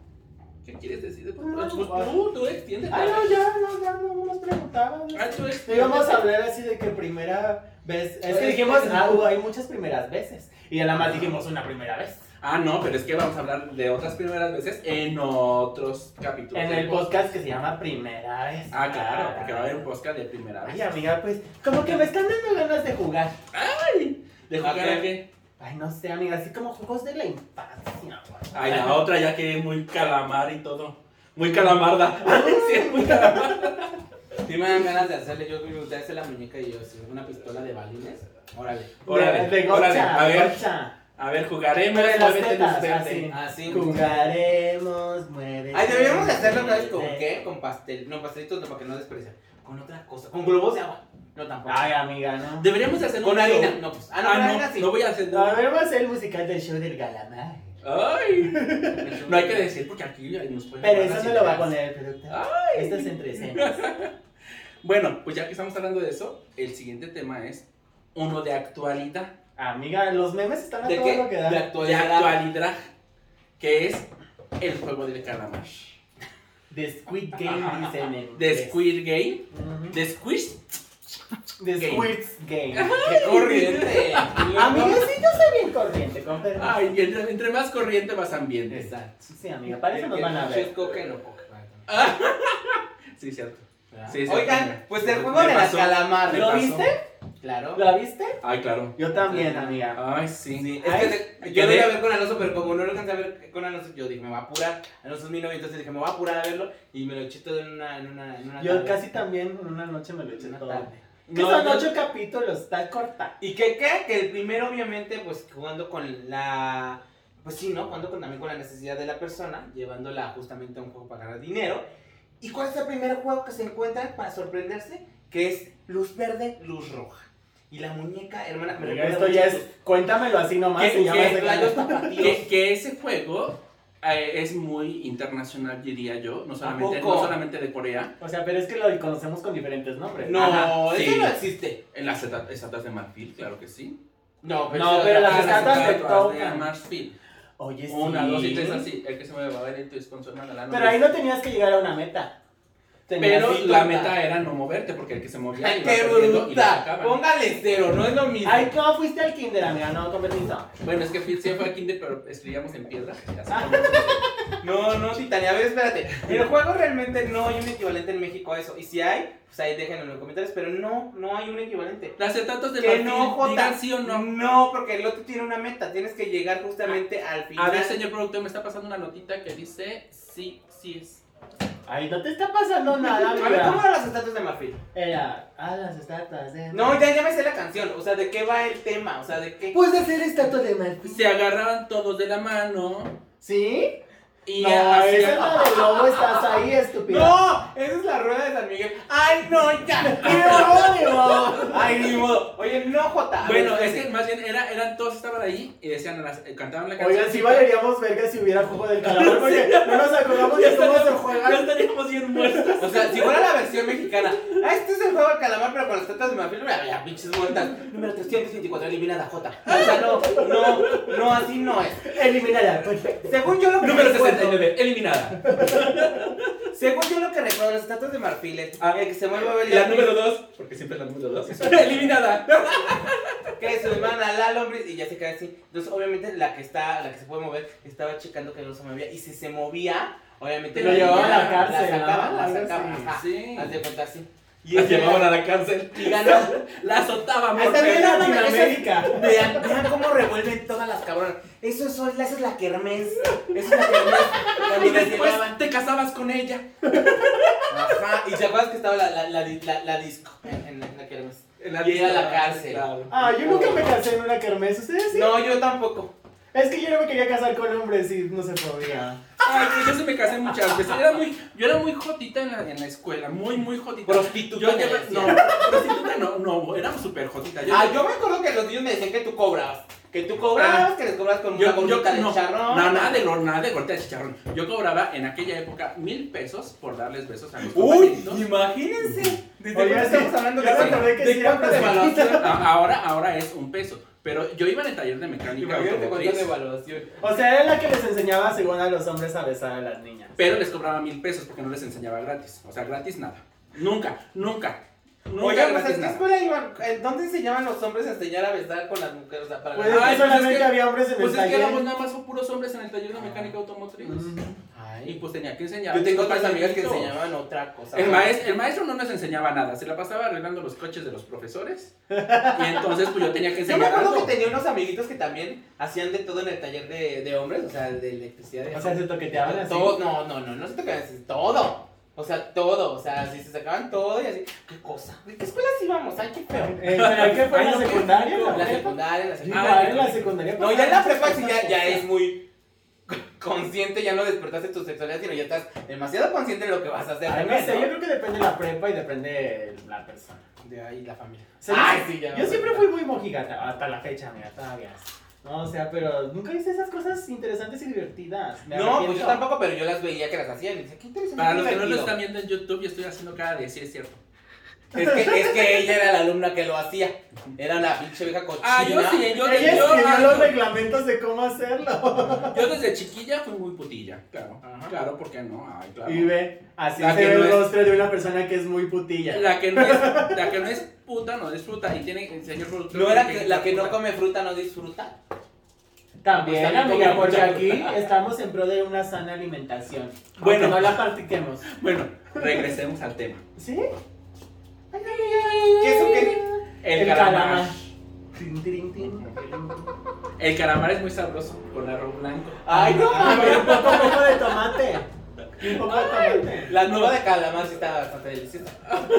Speaker 1: ¿Qué quieres decir? Pues
Speaker 2: No,
Speaker 1: tú,
Speaker 2: ay.
Speaker 1: tú, tú extiéndete.
Speaker 2: Ah, no, ya, no, ya, no nos preguntaban.
Speaker 1: Ah, tú
Speaker 2: No íbamos a
Speaker 1: extiéndete.
Speaker 2: hablar así de que primera vez. Es que
Speaker 1: Pues,
Speaker 2: dijimos,
Speaker 1: pues,
Speaker 2: ah, hubo- hay muchas primeras veces. Y ya nada más dijimos una primera vez.
Speaker 1: Ah, no, pero es que vamos a hablar de otras primeras veces en otros capítulos.
Speaker 2: En el podcast que se llama Primera vez.
Speaker 1: Ah, claro, porque va a haber un podcast de primera
Speaker 2: Ay,
Speaker 1: vez.
Speaker 2: amiga, pues, como que me están dando ganas de jugar.
Speaker 1: ¿De jugar
Speaker 3: Ok.
Speaker 1: a qué?
Speaker 2: Ay, no sé, amiga, así como juegos de la infancia. güey.
Speaker 1: Ay, la otra ya que muy calamar y todo. Muy calamarda.
Speaker 2: Uh.
Speaker 1: sí, es muy calamarda.
Speaker 3: Sí me dan ganas de hacerle, yo me gustaría hacer la muñeca y yo, así, una pistola de balines. Órale.
Speaker 1: Órale,
Speaker 2: de, de
Speaker 1: órale,
Speaker 2: gocha,
Speaker 1: a ver.
Speaker 2: gocha.
Speaker 1: A ver, jugaremos.
Speaker 2: Pero las
Speaker 1: muévete,
Speaker 2: tetas,
Speaker 1: lucerte.
Speaker 2: así.
Speaker 3: Así.
Speaker 2: Jugaremos, muere.
Speaker 3: Ay, deberíamos de hacerlo otra vez con qué? Con pastel. No, pastelitos no, para que no desperdiciar. Con otra cosa. Con globos de agua. No tampoco.
Speaker 2: Ay, amiga, no.
Speaker 1: Deberíamos de hacer un
Speaker 3: con
Speaker 1: show.
Speaker 3: harina. No, pues. Ah, no, con
Speaker 1: Ah,
Speaker 3: harina
Speaker 1: no,
Speaker 3: sí.
Speaker 1: no voy a hacer
Speaker 2: A
Speaker 1: nada.
Speaker 2: ver, vamos a hacer el musical del show del Galamar.
Speaker 1: Ay, no hay que decir porque aquí ay, nos pueden
Speaker 2: Pero
Speaker 1: dar
Speaker 2: eso
Speaker 1: las
Speaker 2: no lo va a
Speaker 1: ideas.
Speaker 2: poner el productor. Esto es entre escenas.
Speaker 1: Bueno, pues ya que estamos hablando de eso, el siguiente tema es uno de actualidad.
Speaker 2: Amiga, los memes están a
Speaker 3: ¿De
Speaker 2: todo
Speaker 3: qué?
Speaker 2: lo Ah, que da.
Speaker 3: De
Speaker 1: de
Speaker 3: actualidad.
Speaker 1: actualidad, que es el juego del calamar.
Speaker 2: The Squid Game dicen en
Speaker 1: De
Speaker 2: inglés.
Speaker 1: Squid Game,
Speaker 2: Ujú.
Speaker 1: de Squid,
Speaker 2: The
Speaker 1: Game.
Speaker 2: Squid Game.
Speaker 3: ¡Qué corriente!
Speaker 2: Amiga, sí, yo soy bien corriente, con permiso.
Speaker 1: Ay, y entre, entre más corriente, más ambiente.
Speaker 3: Exacto.
Speaker 2: Sí, amiga, para eso nos van a ver.
Speaker 3: Chesco que no coge.
Speaker 1: Sí, cierto. Sí,
Speaker 3: Sí,
Speaker 1: sí, sí.
Speaker 3: Oigan, pues el juego
Speaker 1: Me
Speaker 3: de las
Speaker 1: pasó.
Speaker 3: calamares.
Speaker 1: ¿Qué
Speaker 2: ¿Lo
Speaker 1: pasó?
Speaker 2: viste?
Speaker 3: Claro.
Speaker 2: ¿Lo viste?
Speaker 1: Ay, claro.
Speaker 2: Yo también, amiga.
Speaker 1: Ay, sí.
Speaker 3: Sí, es
Speaker 2: Ay,
Speaker 3: que te- yo lo iba a ver con Alonso, pero como no lo alcancé a ver con Alonso, yo dije, me va a apurar. Alonso es mi novio, entonces dije, me va a apurar a verlo. Y me lo eché todo en una. En una, en una
Speaker 2: Yo
Speaker 3: tarde.
Speaker 2: casi también en una noche me lo eché
Speaker 3: Una
Speaker 2: todo.
Speaker 3: tarde.
Speaker 2: Que
Speaker 1: No,
Speaker 2: son
Speaker 1: yo-
Speaker 2: ocho capítulos, está corta.
Speaker 3: ¿Y qué qué? Que el primero, obviamente, pues jugando con la. Pues sí, ¿no? Jugando con, también con la necesidad de la persona, llevándola justamente a un juego para ganar dinero. ¿Y cuál es el primer juego que se encuentran para sorprenderse? Que es luz verde, luz roja. Y la muñeca, hermana, me
Speaker 2: Oiga,
Speaker 3: recuerda
Speaker 2: esto
Speaker 3: mucho
Speaker 2: ya
Speaker 3: a
Speaker 2: es,
Speaker 3: tus-
Speaker 2: cuéntamelo así nomás.
Speaker 1: ¿Qué-
Speaker 2: se llama
Speaker 1: qué
Speaker 2: ese
Speaker 3: rayos
Speaker 2: canal.
Speaker 1: Que, que ese juego eh, es muy internacional, diría yo. No solamente,
Speaker 3: poco?
Speaker 1: no solamente de Corea.
Speaker 2: O sea, pero es que lo conocemos con diferentes nombres.
Speaker 3: No,
Speaker 1: Ajá,
Speaker 3: eso
Speaker 1: sí.
Speaker 3: no existe.
Speaker 1: En las estatuas estatuas de Marfil, claro que sí.
Speaker 3: No, pero,
Speaker 2: No,
Speaker 3: eso-
Speaker 2: pero las
Speaker 1: En
Speaker 3: esa-
Speaker 2: estatuas de
Speaker 1: de
Speaker 2: Toucan.
Speaker 1: Marfil.
Speaker 2: Oye, sí.
Speaker 1: Una, dos y tres, así. El que se me va a ver en tu desconsonante. la
Speaker 2: Pero ahí no tenías que llegar a una meta. Tenías
Speaker 1: Pero
Speaker 2: que
Speaker 1: la
Speaker 2: tocar.
Speaker 1: meta era no moverte, porque el que se movía
Speaker 3: Ay,
Speaker 1: iba
Speaker 3: ¡Qué
Speaker 1: perdiendo y lo
Speaker 3: bruta!
Speaker 1: sacaban.
Speaker 3: Póngale cero, no es lo mismo.
Speaker 2: Ay, ¿cómo fuiste al kinder, amiga? No, con permiso.
Speaker 1: Bueno, es que Phil sí fue a kinder, pero escribíamos en piedra. y así como-
Speaker 3: No, no, Titania, a ver, espérate. En el juego realmente no hay un equivalente en México a eso. Y si hay, pues ahí déjenlo en los comentarios. Pero no, no hay un equivalente.
Speaker 1: Las etatas de
Speaker 3: Que
Speaker 1: Marfil,
Speaker 3: no, Jota. Mm,
Speaker 1: digan sí o no.
Speaker 3: No, porque el otro tiene una meta. Tienes que llegar justamente al final.
Speaker 1: Ah, A ver, señor productor, me está pasando una notita que dice sí, sí es.
Speaker 2: Ay, no te está pasando nada,
Speaker 3: A ver, ¿cómo
Speaker 2: amiga.
Speaker 3: eran las estatuas de marfil?
Speaker 2: Era, ah, las estatuas de...
Speaker 3: No, ya, ya me sé la canción. O sea, ¿de qué va el tema? O sea, ¿de qué?
Speaker 5: Puedes hacer estatua de marfil.
Speaker 1: Se agarraban todos de la mano
Speaker 2: ¿Sí?
Speaker 1: y
Speaker 2: No,
Speaker 1: hacían-
Speaker 2: esa es la de lobo, estás ahí, estúpida.
Speaker 3: ¡No! Esa es la rueda de San San Miguel. ¡Ay, no, ya! ¡Qué odio! ¡Ay, ni modo! Oye, no, Jota.
Speaker 1: Bueno, es que más bien era, eran todos estaban ahí y decían, las- eh, cantaban la canción.
Speaker 2: Oigan, sí valeríamos verga si hubiera juego del calamar, porque no nos acordamos de cómo se
Speaker 1: Ya
Speaker 2: juega.
Speaker 1: estaríamos bien muertos.
Speaker 3: O sea, si fuera la versión mexicana, ah, este es el juego del calamar, pero con las tetas de marfil, ya, ya, pinches muertas. Número 324, eliminada, Jota. O sea, no, no, no, así no es.
Speaker 2: Eliminada, perfecto.
Speaker 3: Según yo lo que
Speaker 1: Número
Speaker 3: recuerdo-
Speaker 1: 69, eliminada.
Speaker 3: Según yo lo que recuerdo, las estatuas de marfil, eh, que se mueve Belinda,
Speaker 1: La número 2, porque siempre es la número 2, eliminada.
Speaker 3: que se muevan a la lombriz y ya se cae así. Entonces, obviamente, la que está, la que se puede mover, estaba checando que no se movía. Y si se movía, obviamente
Speaker 2: Lo llevaban a la cárcel,
Speaker 3: La sacaban,
Speaker 2: ¿no?
Speaker 3: la
Speaker 2: Algo
Speaker 3: sacaban.
Speaker 2: así.
Speaker 3: Ajá.
Speaker 1: Sí.
Speaker 3: Haz de cuenta así.
Speaker 1: Y la llevaban a la cárcel.
Speaker 3: Y ganó.
Speaker 1: La azotaban
Speaker 3: Ahí
Speaker 1: por
Speaker 3: está bien,
Speaker 1: pegar.
Speaker 3: no, no,
Speaker 2: Latinoamérica.
Speaker 3: Vean, vean cómo revuelven todas las cabronas. Eso es, esa es la kermés. Esa es la kermés. Cuando
Speaker 1: Y
Speaker 3: las
Speaker 1: después
Speaker 3: llevaban.
Speaker 1: te casabas con ella.
Speaker 3: Ajá. Y te acuerdas que estaba la, la, la, di- la- la disco en, en la, en la kermés.
Speaker 1: En
Speaker 3: Y era
Speaker 1: lista,
Speaker 3: la cárcel.
Speaker 1: claro.
Speaker 2: Ah, yo nunca me casé en una kermés, ¿ustedes sí?
Speaker 3: No, yo tampoco.
Speaker 2: Es que yo no me quería casar con hombres y no se podía.
Speaker 1: Ay, pues yo se me casé muchas veces. Era muy, yo era muy jotita en la, en la escuela, muy, muy jotita.
Speaker 3: Prostituta,
Speaker 1: Yo
Speaker 3: me
Speaker 1: lleva-
Speaker 3: decían.
Speaker 1: no, prostituta no, no, éramos súper jotita. Yo,
Speaker 3: Ah, yo me acuerdo que los niños me decían que tú cobras. Que tú cobrabas, que les cobras con
Speaker 1: Ah. yo-
Speaker 3: una gordita de
Speaker 1: no,
Speaker 3: charrón.
Speaker 1: no, nada de lo- nada de corte de chicharrón. Yo cobraba en aquella época mil pesos por darles besos a mis
Speaker 3: Uy,
Speaker 1: compañeritos.
Speaker 3: imagínense. ¿Desde
Speaker 2: Oye,
Speaker 3: cuándo
Speaker 2: sí,
Speaker 3: estamos hablando de
Speaker 2: ya me
Speaker 3: eso?
Speaker 2: acordé que
Speaker 3: ¿De
Speaker 2: sí era
Speaker 3: cuánto de evaluación?
Speaker 1: A- ahora, ahora es un peso. Pero yo iba en el taller de mecánica
Speaker 3: Imagínate cuánto de
Speaker 1: automotriz,
Speaker 3: evaluación.
Speaker 2: O sea, era la que les enseñaba según a los hombres a besar a las niñas.
Speaker 1: pero les cobraba mil pesos porque no les enseñaba gratis. O sea, gratis nada. Nunca, nunca. Nunca
Speaker 3: Oigan, pues,
Speaker 1: gratis
Speaker 3: ¿en qué
Speaker 1: nada.
Speaker 3: escuela iban? ¿En ¿Dónde enseñaban los hombres a enseñar a besar con las mujeres? O sea, para
Speaker 2: Pues es que
Speaker 1: Ay, pues
Speaker 2: solamente
Speaker 1: es que-
Speaker 2: había hombres en
Speaker 1: Pues
Speaker 2: el
Speaker 1: es que
Speaker 2: taller.
Speaker 1: éramos nada más puros hombres en el taller de mecánica automotriz. Y
Speaker 3: Ay,
Speaker 1: pues tenía que enseñar.
Speaker 3: Ah. Mm. yo tengo otras
Speaker 1: compañeritos.
Speaker 3: amigas que enseñaban otra cosa.
Speaker 1: El maestro, el maestro no nos enseñaba nada, se la pasaba arreglando los coches de los profesores. Y entonces pues yo tenía que
Speaker 3: Yo me
Speaker 1: enseñar
Speaker 3: acuerdo
Speaker 1: algo.
Speaker 3: que tenía unos amiguitos que también hacían de todo en el taller de, de hombres, o sea, de electricidad. y
Speaker 2: O sea,
Speaker 3: así.
Speaker 2: se toqueteaban así.
Speaker 3: todo, no, no, no, no se tocaban así, todo. O sea, todo, o sea, así se sacaban todo y así. ¿Qué cosa? ¿De qué escuelas íbamos? Ay, qué feo.
Speaker 2: Eh, ¿Pero qué fue?
Speaker 3: Ay,
Speaker 2: ¿En
Speaker 3: no,
Speaker 2: la secundaria?
Speaker 3: La,
Speaker 2: ¿La prepa?
Speaker 3: secundaria, la
Speaker 2: Yo
Speaker 3: secundaria.
Speaker 2: igual en la secundaria.
Speaker 3: No, ya en la
Speaker 2: pasaba
Speaker 3: prepa sí
Speaker 2: muchas
Speaker 3: ya, ya
Speaker 2: cosas.
Speaker 3: es muy consciente, ya no despertaste tu sexualidad, sino ya estás demasiado consciente de lo que vas a hacer.
Speaker 2: Ay, no
Speaker 3: también,
Speaker 2: sé,
Speaker 3: ¿no?
Speaker 2: yo creo que depende de la prepa y depende de la persona.
Speaker 3: De ahí la familia.
Speaker 2: O sea,
Speaker 3: Ay,
Speaker 2: yo-
Speaker 3: sí, ya me
Speaker 2: Yo
Speaker 3: acuerdo.
Speaker 2: siempre fui muy mojigata, hasta la fecha, mira, todavía. No, o sea, pero nunca hice esas cosas interesantes y divertidas. Me
Speaker 3: No, pues
Speaker 2: arrepiento.
Speaker 3: yo tampoco, pero yo las veía que las hacían. Y dice, qué interesante.
Speaker 1: Para
Speaker 3: qué
Speaker 1: los que no lo están
Speaker 3: divertido.
Speaker 1: viendo en YouTube, yo estoy haciendo cara de sí, es cierto.
Speaker 3: Es que, es que ella era la alumna que lo hacía. Era la pinche vieja cochina.
Speaker 1: Ah, yo sí, yo,
Speaker 2: Ella
Speaker 1: yo-
Speaker 2: escribió
Speaker 1: ah,
Speaker 2: los
Speaker 1: yo-
Speaker 2: reglamentos de cómo hacerlo.
Speaker 1: yo desde chiquilla fui muy putilla, claro.
Speaker 3: Ajá.
Speaker 1: Claro, ¿por qué no? Ay, claro.
Speaker 2: Y ve, así
Speaker 1: La
Speaker 2: se
Speaker 1: que
Speaker 2: ve
Speaker 1: no
Speaker 2: el
Speaker 1: es-
Speaker 2: rostro de una persona que es muy putilla.
Speaker 1: La que no es, la que no es puta no disfruta y tiene el señor productor.
Speaker 3: No era
Speaker 1: tiene
Speaker 3: que, la que no
Speaker 1: puta.
Speaker 3: come fruta no disfruta.
Speaker 2: También,
Speaker 3: Pues también
Speaker 2: amiga,
Speaker 3: como
Speaker 2: porque
Speaker 3: mucha-
Speaker 2: aquí estamos en pro de una sana alimentación.
Speaker 1: Bueno.
Speaker 2: Bueno, no la practiquemos.
Speaker 1: Bueno, regresemos al tema.
Speaker 2: ¿Sí?
Speaker 3: ¿Qué es un qué?
Speaker 1: El, calamar.
Speaker 2: Tin, tirin, tin, tirin.
Speaker 1: El calamar es muy sabroso con arroz blanco.
Speaker 3: Ay, no
Speaker 2: Ah, pero un
Speaker 3: mames.
Speaker 2: poco, poco de tomate. Y un poco de tomate.
Speaker 3: La nueva de calamar sí estaba bastante deliciosa.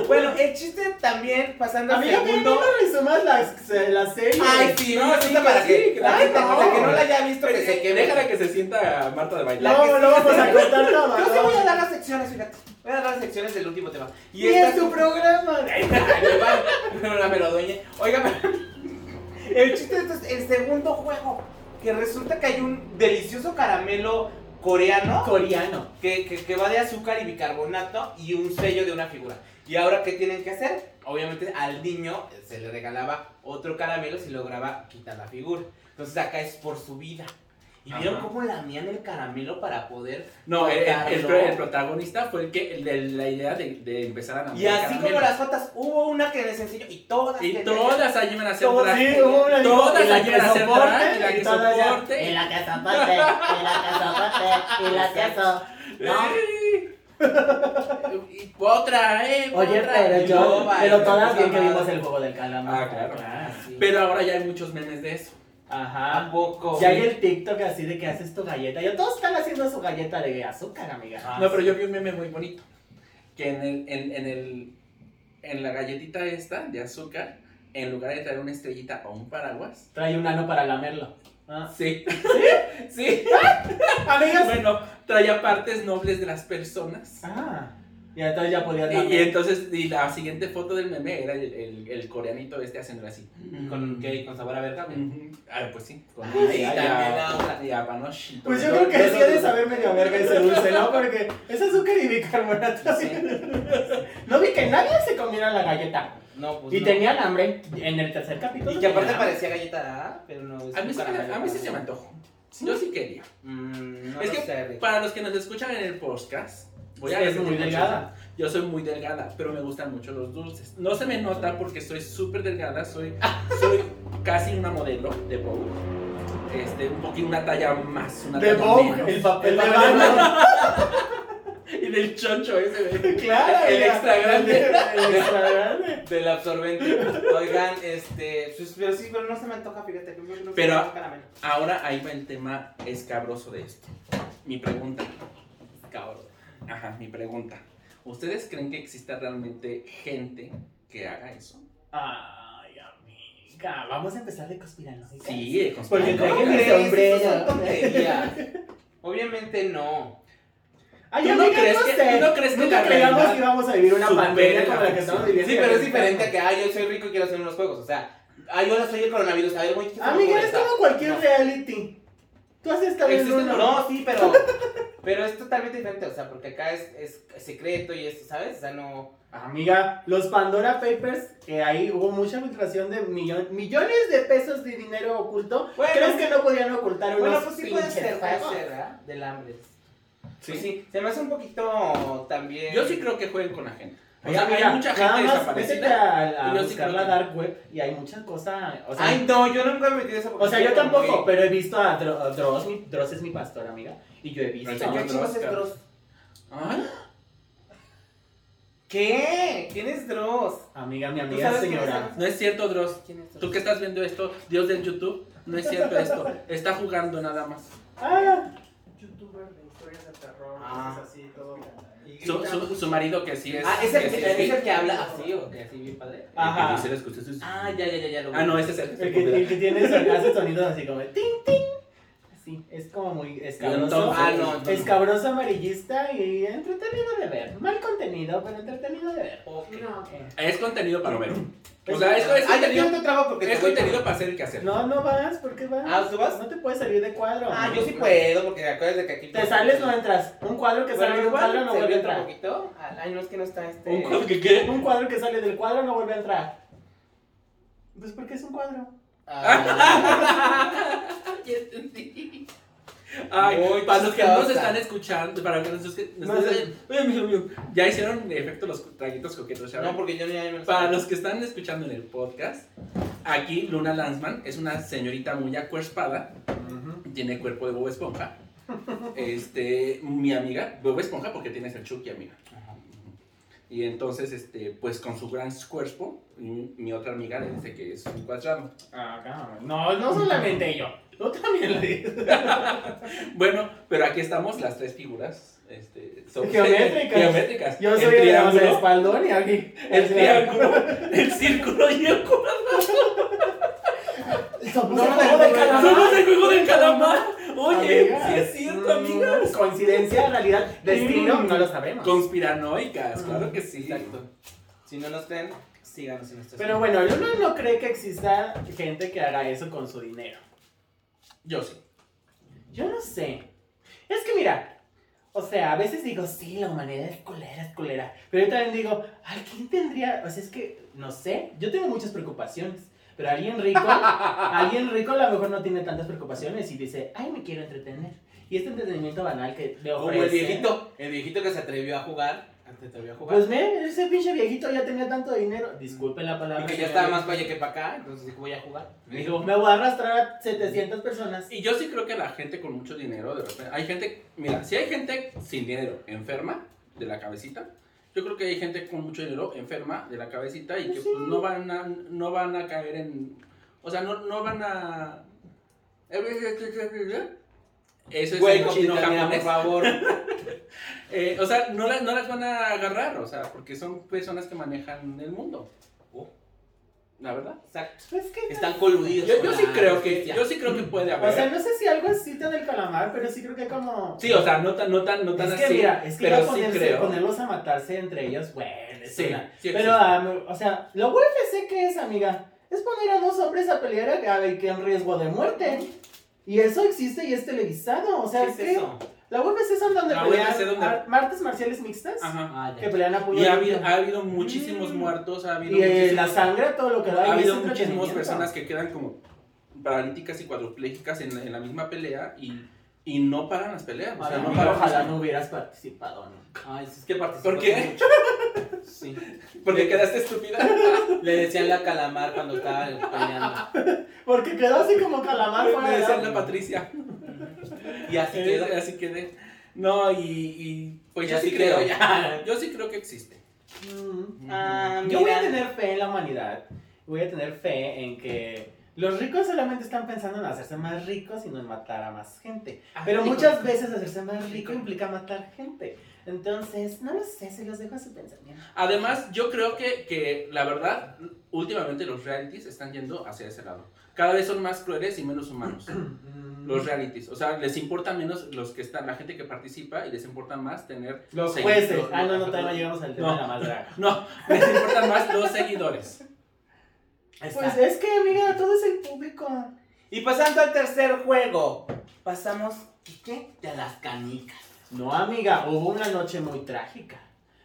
Speaker 3: Bueno, el chiste también, pasando al
Speaker 2: Amiga, pero no
Speaker 3: segundo.
Speaker 2: nos resumas las, la serie.
Speaker 3: Ay, sí, no,
Speaker 1: Sí,
Speaker 3: sí, para
Speaker 1: sí,
Speaker 3: que la
Speaker 1: claro.
Speaker 3: gente para que no la haya visto que se queme.
Speaker 1: Déjala que se sienta Marta de
Speaker 2: no,
Speaker 1: bailar.
Speaker 3: la que
Speaker 2: no
Speaker 3: sí.
Speaker 2: vamos a contar todo.
Speaker 3: Yo sí
Speaker 2: ¿no?
Speaker 3: voy a dar las secciones, fíjate. Voy a dar las secciones del último tema.
Speaker 2: Y es
Speaker 3: esta-
Speaker 2: tu programa.
Speaker 3: Ay, me va. Pero la me lo doñé. Óigame. El chiste de esto es el segundo juego. Que resulta que hay un delicioso caramelo coreano
Speaker 2: Coreano.
Speaker 3: que, que- que va de azúcar y bicarbonato y un sello de una figura. ¿Y ahora qué tienen que hacer? Obviamente al niño se le regalaba otro caramelo si lograba quitar la figura. Entonces acá es por su vida. ¿Y vieron
Speaker 1: Ajá.
Speaker 3: cómo lamían el caramelo para poder
Speaker 1: No, el, el- el-
Speaker 3: cortarlo?
Speaker 1: el protagonista fue el que el de la idea de, de empezar a enamorar
Speaker 3: Y así
Speaker 1: caramelo.
Speaker 3: como las fotos, hubo una que les enseñó y todas.
Speaker 1: Y
Speaker 3: querían-
Speaker 1: todas allí van a hacer
Speaker 3: Todas.
Speaker 1: drag.
Speaker 2: Sí, hubo una dijo,
Speaker 1: Todas
Speaker 2: y
Speaker 1: la quieren hacer drag, y la que
Speaker 2: todas ya,
Speaker 1: soporte.
Speaker 2: y la que
Speaker 4: Zapate, y la que zapate, y la que so-
Speaker 1: No. Y Otra, eh.
Speaker 2: Oye,
Speaker 1: otra.
Speaker 2: pero
Speaker 1: Y
Speaker 2: yo,
Speaker 1: no,
Speaker 2: pero
Speaker 1: vaya,
Speaker 2: todas bien que
Speaker 1: mamada.
Speaker 2: vimos el juego del calamar.
Speaker 1: Ah, claro.
Speaker 3: Sí.
Speaker 1: Pero ahora ya hay muchos memes de eso.
Speaker 2: Ajá.
Speaker 3: poco.
Speaker 2: Ya hay el TikTok así de que haces tu galleta. Yo todos están haciendo su galleta de azúcar, amiga.
Speaker 3: Ah,
Speaker 1: no, pero yo vi un meme muy bonito. Que en el, en, en el, en la galletita esta de azúcar, en lugar de traer una estrellita o un paraguas.
Speaker 2: Trae un ano para lamerlo. Ah.
Speaker 1: Sí. ¿Sí? Sí.
Speaker 2: Amigas.
Speaker 1: Bueno, traía partes nobles de las personas.
Speaker 2: Ah. Y entonces ya podías
Speaker 1: Y, y
Speaker 2: darle.
Speaker 1: entonces, y la siguiente foto del meme era el, el, el coreanito este haciendo así.
Speaker 3: ¿Con qué? ¿Con sabor a verga? güey?
Speaker 1: Ujú. Ah, pues sí. Con
Speaker 3: Ay,
Speaker 1: y
Speaker 3: también la
Speaker 1: a,
Speaker 3: otra.
Speaker 1: y a Panoshito.
Speaker 2: Pues yo creo que sí ha de saber medio verga ese dulce, ¿no? Porque es azúcar y bicarbonato.
Speaker 3: Sí.
Speaker 2: No vi que nadie se comiera la galleta.
Speaker 3: No, pues
Speaker 2: Y
Speaker 3: no.
Speaker 2: tenían hambre en el tercer capítulo. Ah.
Speaker 3: Y que aparte
Speaker 2: tenían hambre.
Speaker 3: parecía galleta dorada, pero no. es
Speaker 1: A mí,
Speaker 3: un
Speaker 1: sí me-
Speaker 3: caramelo.
Speaker 1: a mí sí se me antojó. Yo sí quería.
Speaker 3: Mm, no
Speaker 1: Es
Speaker 3: es
Speaker 1: que
Speaker 3: que sé, Rick.
Speaker 1: Para los que nos escuchan en el podcast, voy a
Speaker 2: Es
Speaker 1: decir
Speaker 2: muy
Speaker 1: mucho,
Speaker 2: delgada.
Speaker 1: Yo soy muy delgada, pero me gustan mucho los dulces. No se me nota porque soy súper delgada, soy, soy casi una modelo de Vogue. Este, un poquito una talla más, una
Speaker 2: De
Speaker 1: talla menos.
Speaker 2: Vogue, el papel de baño.
Speaker 1: Y del choncho ese, güey.
Speaker 2: Claro,
Speaker 1: El
Speaker 2: mira,
Speaker 1: extra grande.
Speaker 2: El extra grande.
Speaker 3: Del absorbente. Oigan, este. pues, pero sí, pero no se me antoja, fíjate. yo creo que no se
Speaker 1: Pero-
Speaker 3: me antoja caramelo.
Speaker 1: Ahora ahí va el tema escabroso de esto. Mi pregunta.
Speaker 3: Cabrón.
Speaker 1: Ajá, mi pregunta. ¿Ustedes creen que exista realmente gente que haga eso?
Speaker 2: Ay, amiga. Vamos a empezar de conspiranoica.
Speaker 1: Sí, de
Speaker 2: Porque
Speaker 1: conspiranoica.
Speaker 2: traigo
Speaker 3: ¿Cómo
Speaker 2: mi
Speaker 3: crees?
Speaker 2: sombrero.
Speaker 3: Esas son tonterías. Obviamente no.
Speaker 2: Ay,
Speaker 1: ¿Tú no
Speaker 2: amiga,
Speaker 1: crees
Speaker 2: no
Speaker 1: que-
Speaker 2: sé.
Speaker 1: tú no crees que
Speaker 2: Nunca
Speaker 1: la
Speaker 2: creíamos
Speaker 1: realidad
Speaker 2: que íbamos a vivir una
Speaker 1: supere
Speaker 2: pandemia
Speaker 1: la
Speaker 2: como la que
Speaker 1: ficción?
Speaker 2: estamos viviendo.
Speaker 3: Sí, pero es diferente a que, ay, yo soy rico y quiero hacer unos juegos. O sea, ay, yo no soy el coronavirus. A ver, voy a
Speaker 2: Amiga, es
Speaker 3: esto
Speaker 2: como cualquier reality. Tú has estado en
Speaker 3: Existen-
Speaker 2: uno.
Speaker 3: No, sí, pero. Pero es totalmente diferente, o sea, porque acá es, es secreto y esto, ¿sabes? O sea, no.
Speaker 2: Amiga, los Pandora Papers, que ahí hubo mucha filtración de millon- millones de pesos de dinero oculto.
Speaker 3: Bueno.
Speaker 2: ¿Crees que no podían ocultar unos
Speaker 3: Bueno, pues sí puede
Speaker 2: pinches
Speaker 3: ser, puede
Speaker 2: juegos?
Speaker 3: ser, ¿verdad? Del hambre.
Speaker 1: Sí.
Speaker 3: Sí. sí, se me hace un poquito también.
Speaker 1: Yo sí creo que jueguen con la gente. O
Speaker 2: Ay,
Speaker 1: sea,
Speaker 2: amiga,
Speaker 1: hay mucha
Speaker 2: nada
Speaker 1: gente
Speaker 2: más Métete
Speaker 1: desaparecida.
Speaker 2: a, a
Speaker 1: Y yo sí
Speaker 2: buscar
Speaker 1: creo
Speaker 2: la
Speaker 1: que-
Speaker 2: dark web y hay muchas cosas. O sea,
Speaker 3: Ay, no, yo nunca me metí en esa
Speaker 2: o sea yo
Speaker 3: porque-
Speaker 2: tampoco, pero he visto a Dro- a Dross, mi- Dross es mi pastor, amiga. Y yo he
Speaker 1: El
Speaker 2: visto.
Speaker 1: señor
Speaker 3: ¿Qué chicos es
Speaker 1: Dross,
Speaker 3: Dross?
Speaker 1: Ay,
Speaker 3: ¿Qué? ¿Quién es Dross?
Speaker 2: Amiga, mi
Speaker 3: ¿Tú
Speaker 2: amiga
Speaker 3: sabes quién es
Speaker 2: señora.
Speaker 3: Dross?
Speaker 1: no es cierto, Dross.
Speaker 3: ¿Quién es Dross?
Speaker 1: Tú que estás viendo esto, Dios del YouTube, no es cierto esto. Está jugando nada más.
Speaker 2: Ah,
Speaker 5: Youtuber de historias de terror,
Speaker 3: Ah.
Speaker 5: cosas así, todo. Y
Speaker 1: Su,
Speaker 5: grita,
Speaker 1: su- su marido que sí es.
Speaker 3: Ah, es el que,
Speaker 1: sí
Speaker 3: es el que
Speaker 1: gay.
Speaker 3: habla así, o que así bien padre.
Speaker 1: El que
Speaker 2: Ajá.
Speaker 1: dice, "Les gusta sus-".
Speaker 3: Ah, ya, ya, ya, ya lo vi.
Speaker 1: Ah, no, ese es el
Speaker 2: el
Speaker 1: que
Speaker 2: que, el que tiene son- hace sonidos así como de ting ting. Así, es como muy escabroso.
Speaker 3: Ah, no, entonces-
Speaker 2: Escabroso amarillista y entretenido de ver. Mal contenido, pero entretenido de ver.
Speaker 3: Ok.
Speaker 5: No.
Speaker 2: Eh,
Speaker 1: Es contenido palomero. O
Speaker 2: Es-
Speaker 1: sea, es, es
Speaker 3: Ah, ya
Speaker 1: contenido,
Speaker 3: tengo tu trabajo porque
Speaker 1: es
Speaker 3: te voy-
Speaker 1: contenido para hacer el que hacer.
Speaker 2: No, no vas, ¿por qué vas?
Speaker 3: Ah, ¿tú vas?
Speaker 2: No te puedes salir de cuadro.
Speaker 3: Ah, yo sí puedo, porque acuérdate que aquí.
Speaker 2: Te sales, no entras. Un cuadro que
Speaker 3: Bueno,
Speaker 2: sale del
Speaker 3: igual,
Speaker 2: cuadro no
Speaker 3: se
Speaker 2: vuelve a
Speaker 3: abre otro
Speaker 2: entrar.
Speaker 3: poquito. Ay, no es que no está este.
Speaker 1: ¿Un cuadro que qué?
Speaker 2: Un cuadro que sale del cuadro no vuelve a entrar. Pues porque es un cuadro.
Speaker 3: Ah,
Speaker 1: Ya entendí. Ay,
Speaker 3: Muy
Speaker 1: para los que no nos
Speaker 3: chistosa.
Speaker 1: están escuchando, para los que nos escu- nos
Speaker 2: No sé.
Speaker 1: están- Ay, mi amigo, ya hicieron de efecto los traguitos coquetos, ¿saben?
Speaker 3: no, porque yo ni nadie me lo
Speaker 1: Para
Speaker 3: sabe.
Speaker 1: los que están escuchando en el podcast, aquí Luna Lanzman es una señorita muy acuerspada, tiene cuerpo de Bob Esponja. Este, mi amiga, Bob Esponja, porque tiene el Chucky, amiga. Y entonces, este, pues con su gran cuerpo, mi, mi otra amiga le dice que es un cuadrado.
Speaker 2: Ah, cámara. No, no solamente yo. Tú también lo dices.
Speaker 1: Bueno, pero aquí estamos las tres figuras. Este, son-
Speaker 2: Geométricas.
Speaker 1: geométricas.
Speaker 2: Yo
Speaker 1: el
Speaker 2: soy el, o sea,
Speaker 1: triángulo,
Speaker 2: espaldón y aquí.
Speaker 1: el triángulo, el círculo y el cuadrado.
Speaker 5: Somos
Speaker 2: No,
Speaker 5: el juego
Speaker 2: no,
Speaker 5: del
Speaker 2: no,
Speaker 5: calamar.
Speaker 1: Somos el juego del calamar. Oye,
Speaker 2: Amigas.
Speaker 1: sí es cierto,
Speaker 2: Mm,
Speaker 1: amigas.
Speaker 2: Coincidencia, realidad, destino,
Speaker 1: Mm.
Speaker 2: no lo sabremos.
Speaker 1: Conspiranoicas, claro que sí.
Speaker 3: Exacto. Si no nos creen, síganos en nuestro
Speaker 2: Pero bueno, Luna no cree que exista gente que haga eso con su dinero.
Speaker 1: Yo sí.
Speaker 2: Yo no sé. Es que mira, o sea, a veces digo, sí, la humanidad es culera, es culera. Pero yo también digo, ¿al quién tendría? O sea, es que, no sé, yo tengo muchas preocupaciones. Pero alguien rico, alguien rico a lo mejor no tiene tantas preocupaciones y dice, ay, me quiero entretener. Y este entretenimiento banal que le
Speaker 3: Como
Speaker 2: ofrece.
Speaker 3: el viejito, el viejito que se atrevió a jugar, antes atrevió a jugar.
Speaker 2: Pues ve, ese pinche viejito ya tenía tanto dinero. Disculpe la palabra.
Speaker 3: y que ya
Speaker 2: señor.
Speaker 3: estaba más para allá que para acá, entonces dijo, voy a jugar.
Speaker 2: Me dijo, me voy a arrastrar a 700 personas.
Speaker 1: Y yo sí creo que la gente con mucho dinero, de repente, hay gente, mira, si hay gente sin dinero enferma de la cabecita, yo creo que hay gente con mucho dinero enferma de la cabecita y que pues, no van a, no van a caer en, o sea, no, no van a... Eso es
Speaker 3: Güey,
Speaker 1: en chino
Speaker 3: completamente,
Speaker 1: japonés.
Speaker 3: por favor.
Speaker 1: Eh, o sea, no las, no las van a agarrar, o sea, porque son personas que manejan el mundo. Oh, La verdad.
Speaker 3: Exacto.
Speaker 2: Pues, Es que
Speaker 3: Están coludidos.
Speaker 1: Yo,
Speaker 3: con
Speaker 1: yo sí
Speaker 3: la
Speaker 1: creo que,
Speaker 3: justicia.
Speaker 1: yo sí creo que puede
Speaker 2: O sea,
Speaker 1: haber.
Speaker 2: no sé si algo es cita del calamar, pero sí creo que como.
Speaker 1: Sí, o sea, no tan, no tan, no tan
Speaker 2: es que
Speaker 1: así.
Speaker 2: mira, es que
Speaker 1: pero
Speaker 2: ya
Speaker 1: sí
Speaker 2: ponerse-
Speaker 1: creo.
Speaker 2: ponerlos a matarse entre ellos, bueno, es
Speaker 1: Sí,
Speaker 2: una-
Speaker 1: sí
Speaker 2: pero,
Speaker 1: existe.
Speaker 2: am, o sea, lo UFC que es, amiga, es poner a dos hombres a pelear a, a ver, que en riesgo de muerte. Y eso existe y es televisado. O sea,
Speaker 3: ¿Qué
Speaker 2: es
Speaker 3: es
Speaker 2: que
Speaker 3: eso?
Speaker 2: la UFC es donde
Speaker 1: La
Speaker 2: pelean
Speaker 1: UFC donde-
Speaker 2: ar- martes marciales mixtas
Speaker 1: Ajá.
Speaker 3: Ah,
Speaker 2: que
Speaker 3: ya.
Speaker 2: pelean a puño
Speaker 1: Y ha
Speaker 2: limpio.
Speaker 1: habido, ha habido muchísimos muertos, ha habido
Speaker 2: Y eh, la
Speaker 1: muchísimos-
Speaker 2: sangre, todo lo que da. y
Speaker 1: ha habido
Speaker 2: es
Speaker 1: muchísimas
Speaker 2: entretenimiento.
Speaker 1: personas que quedan como paralíticas y cuadrupléjicas en, la- en la misma pelea y, y no paran las peleas. O sea,
Speaker 2: Ay,
Speaker 1: no
Speaker 2: amigo,
Speaker 1: paran
Speaker 2: ojalá
Speaker 1: las-
Speaker 2: no hubieras participado, ¿no?
Speaker 3: Ay, sí, es que participó.
Speaker 1: ¿Por qué?
Speaker 3: mucho. Sí.
Speaker 1: Porque quedaste estúpida.
Speaker 2: Ah,
Speaker 3: Le decían la calamar cuando estaba peleando.
Speaker 2: Porque quedó así como calamar fuera
Speaker 1: Me
Speaker 2: de
Speaker 1: decían
Speaker 2: agua.
Speaker 1: la Patricia.
Speaker 3: Y así
Speaker 1: Eh,
Speaker 3: quedó.
Speaker 1: así quedé. No, y, y pues
Speaker 3: Y
Speaker 1: yo sí
Speaker 3: así
Speaker 1: creo.
Speaker 3: quedó ya.
Speaker 1: Yo sí creo que existe.
Speaker 2: Mm.
Speaker 3: Ah,
Speaker 2: Yo voy a
Speaker 3: mira.
Speaker 2: tener fe en la humanidad. Voy a tener fe en que los ricos solamente están pensando en hacerse más ricos y no en matar a más gente.
Speaker 3: Ah,
Speaker 2: Pero muchas veces hacerse más rico implica matar gente. Entonces, no lo sé, se los dejo a su pensamiento.
Speaker 1: Además, yo creo que, que la verdad, últimamente los realities están yendo hacia ese lado. Cada vez son más crueles y menos humanos. Los realities, o sea, les importa menos los que están, la gente que participa y les importa más tener
Speaker 2: Los
Speaker 1: segui-
Speaker 2: jueces.
Speaker 1: los-
Speaker 2: Ah, no, no, todavía no llegamos al tema
Speaker 1: No.
Speaker 2: de la más draga.
Speaker 1: No, les importan más los seguidores.
Speaker 2: Pues es que, amiga, todo es el público.
Speaker 3: Y pasando al tercer juego, pasamos ¿qué? de las canicas.
Speaker 2: No, amiga, hubo una noche muy trágica.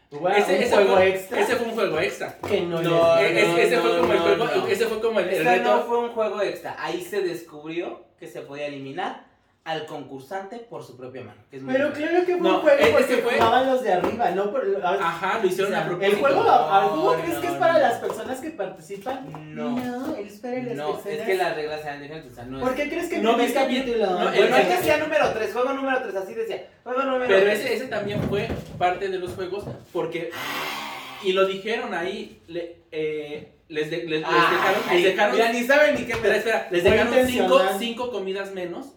Speaker 2: Hubo un
Speaker 1: ese
Speaker 2: juego
Speaker 1: fue,
Speaker 2: extra
Speaker 1: Ese fue un juego extra.
Speaker 2: que no,
Speaker 3: No,
Speaker 2: les-
Speaker 1: E- es- ese,
Speaker 3: no,
Speaker 1: fue como el
Speaker 3: no,
Speaker 1: juego,
Speaker 3: no.
Speaker 1: ese fue como el, el
Speaker 3: Esta no
Speaker 1: reto.
Speaker 3: fue un juego extra, ahí se descubrió que se podía eliminar al concursante por su propia mano. que es muy
Speaker 2: Pero
Speaker 3: difícil.
Speaker 2: claro que fue
Speaker 1: No,
Speaker 2: un juego
Speaker 1: es-
Speaker 2: porque
Speaker 1: es que fue-
Speaker 2: jugaban los de arriba, no por... ah, a-
Speaker 1: Ajá, lo hicieron a propósito.
Speaker 2: El juego,
Speaker 3: No,
Speaker 2: ¿al juego crees que es
Speaker 3: no,
Speaker 2: para
Speaker 3: no.
Speaker 2: las personas que participan?
Speaker 3: No.
Speaker 2: es para las
Speaker 3: No,
Speaker 2: personas.
Speaker 3: es que las reglas eran diferentes. o sea, no es-
Speaker 2: ¿Por qué crees que
Speaker 1: No,
Speaker 2: primer
Speaker 1: es que bien-
Speaker 2: capítulo?
Speaker 1: no,
Speaker 3: Bueno,
Speaker 1: el-
Speaker 3: ahí decía número 3, juego número 3, así decía. Juego número
Speaker 1: Pero
Speaker 3: tres.
Speaker 1: ese, ese también fue parte de los juegos porque... Y lo dijeron ahí, le- eh, les, de- les- les dejaron...
Speaker 3: Ah, Ay,
Speaker 1: Les dejaron
Speaker 3: mira, ni saben ni qué
Speaker 1: espera, espera, les
Speaker 2: Fue
Speaker 1: dejaron cinco,
Speaker 2: intencional.
Speaker 1: cinco comidas menos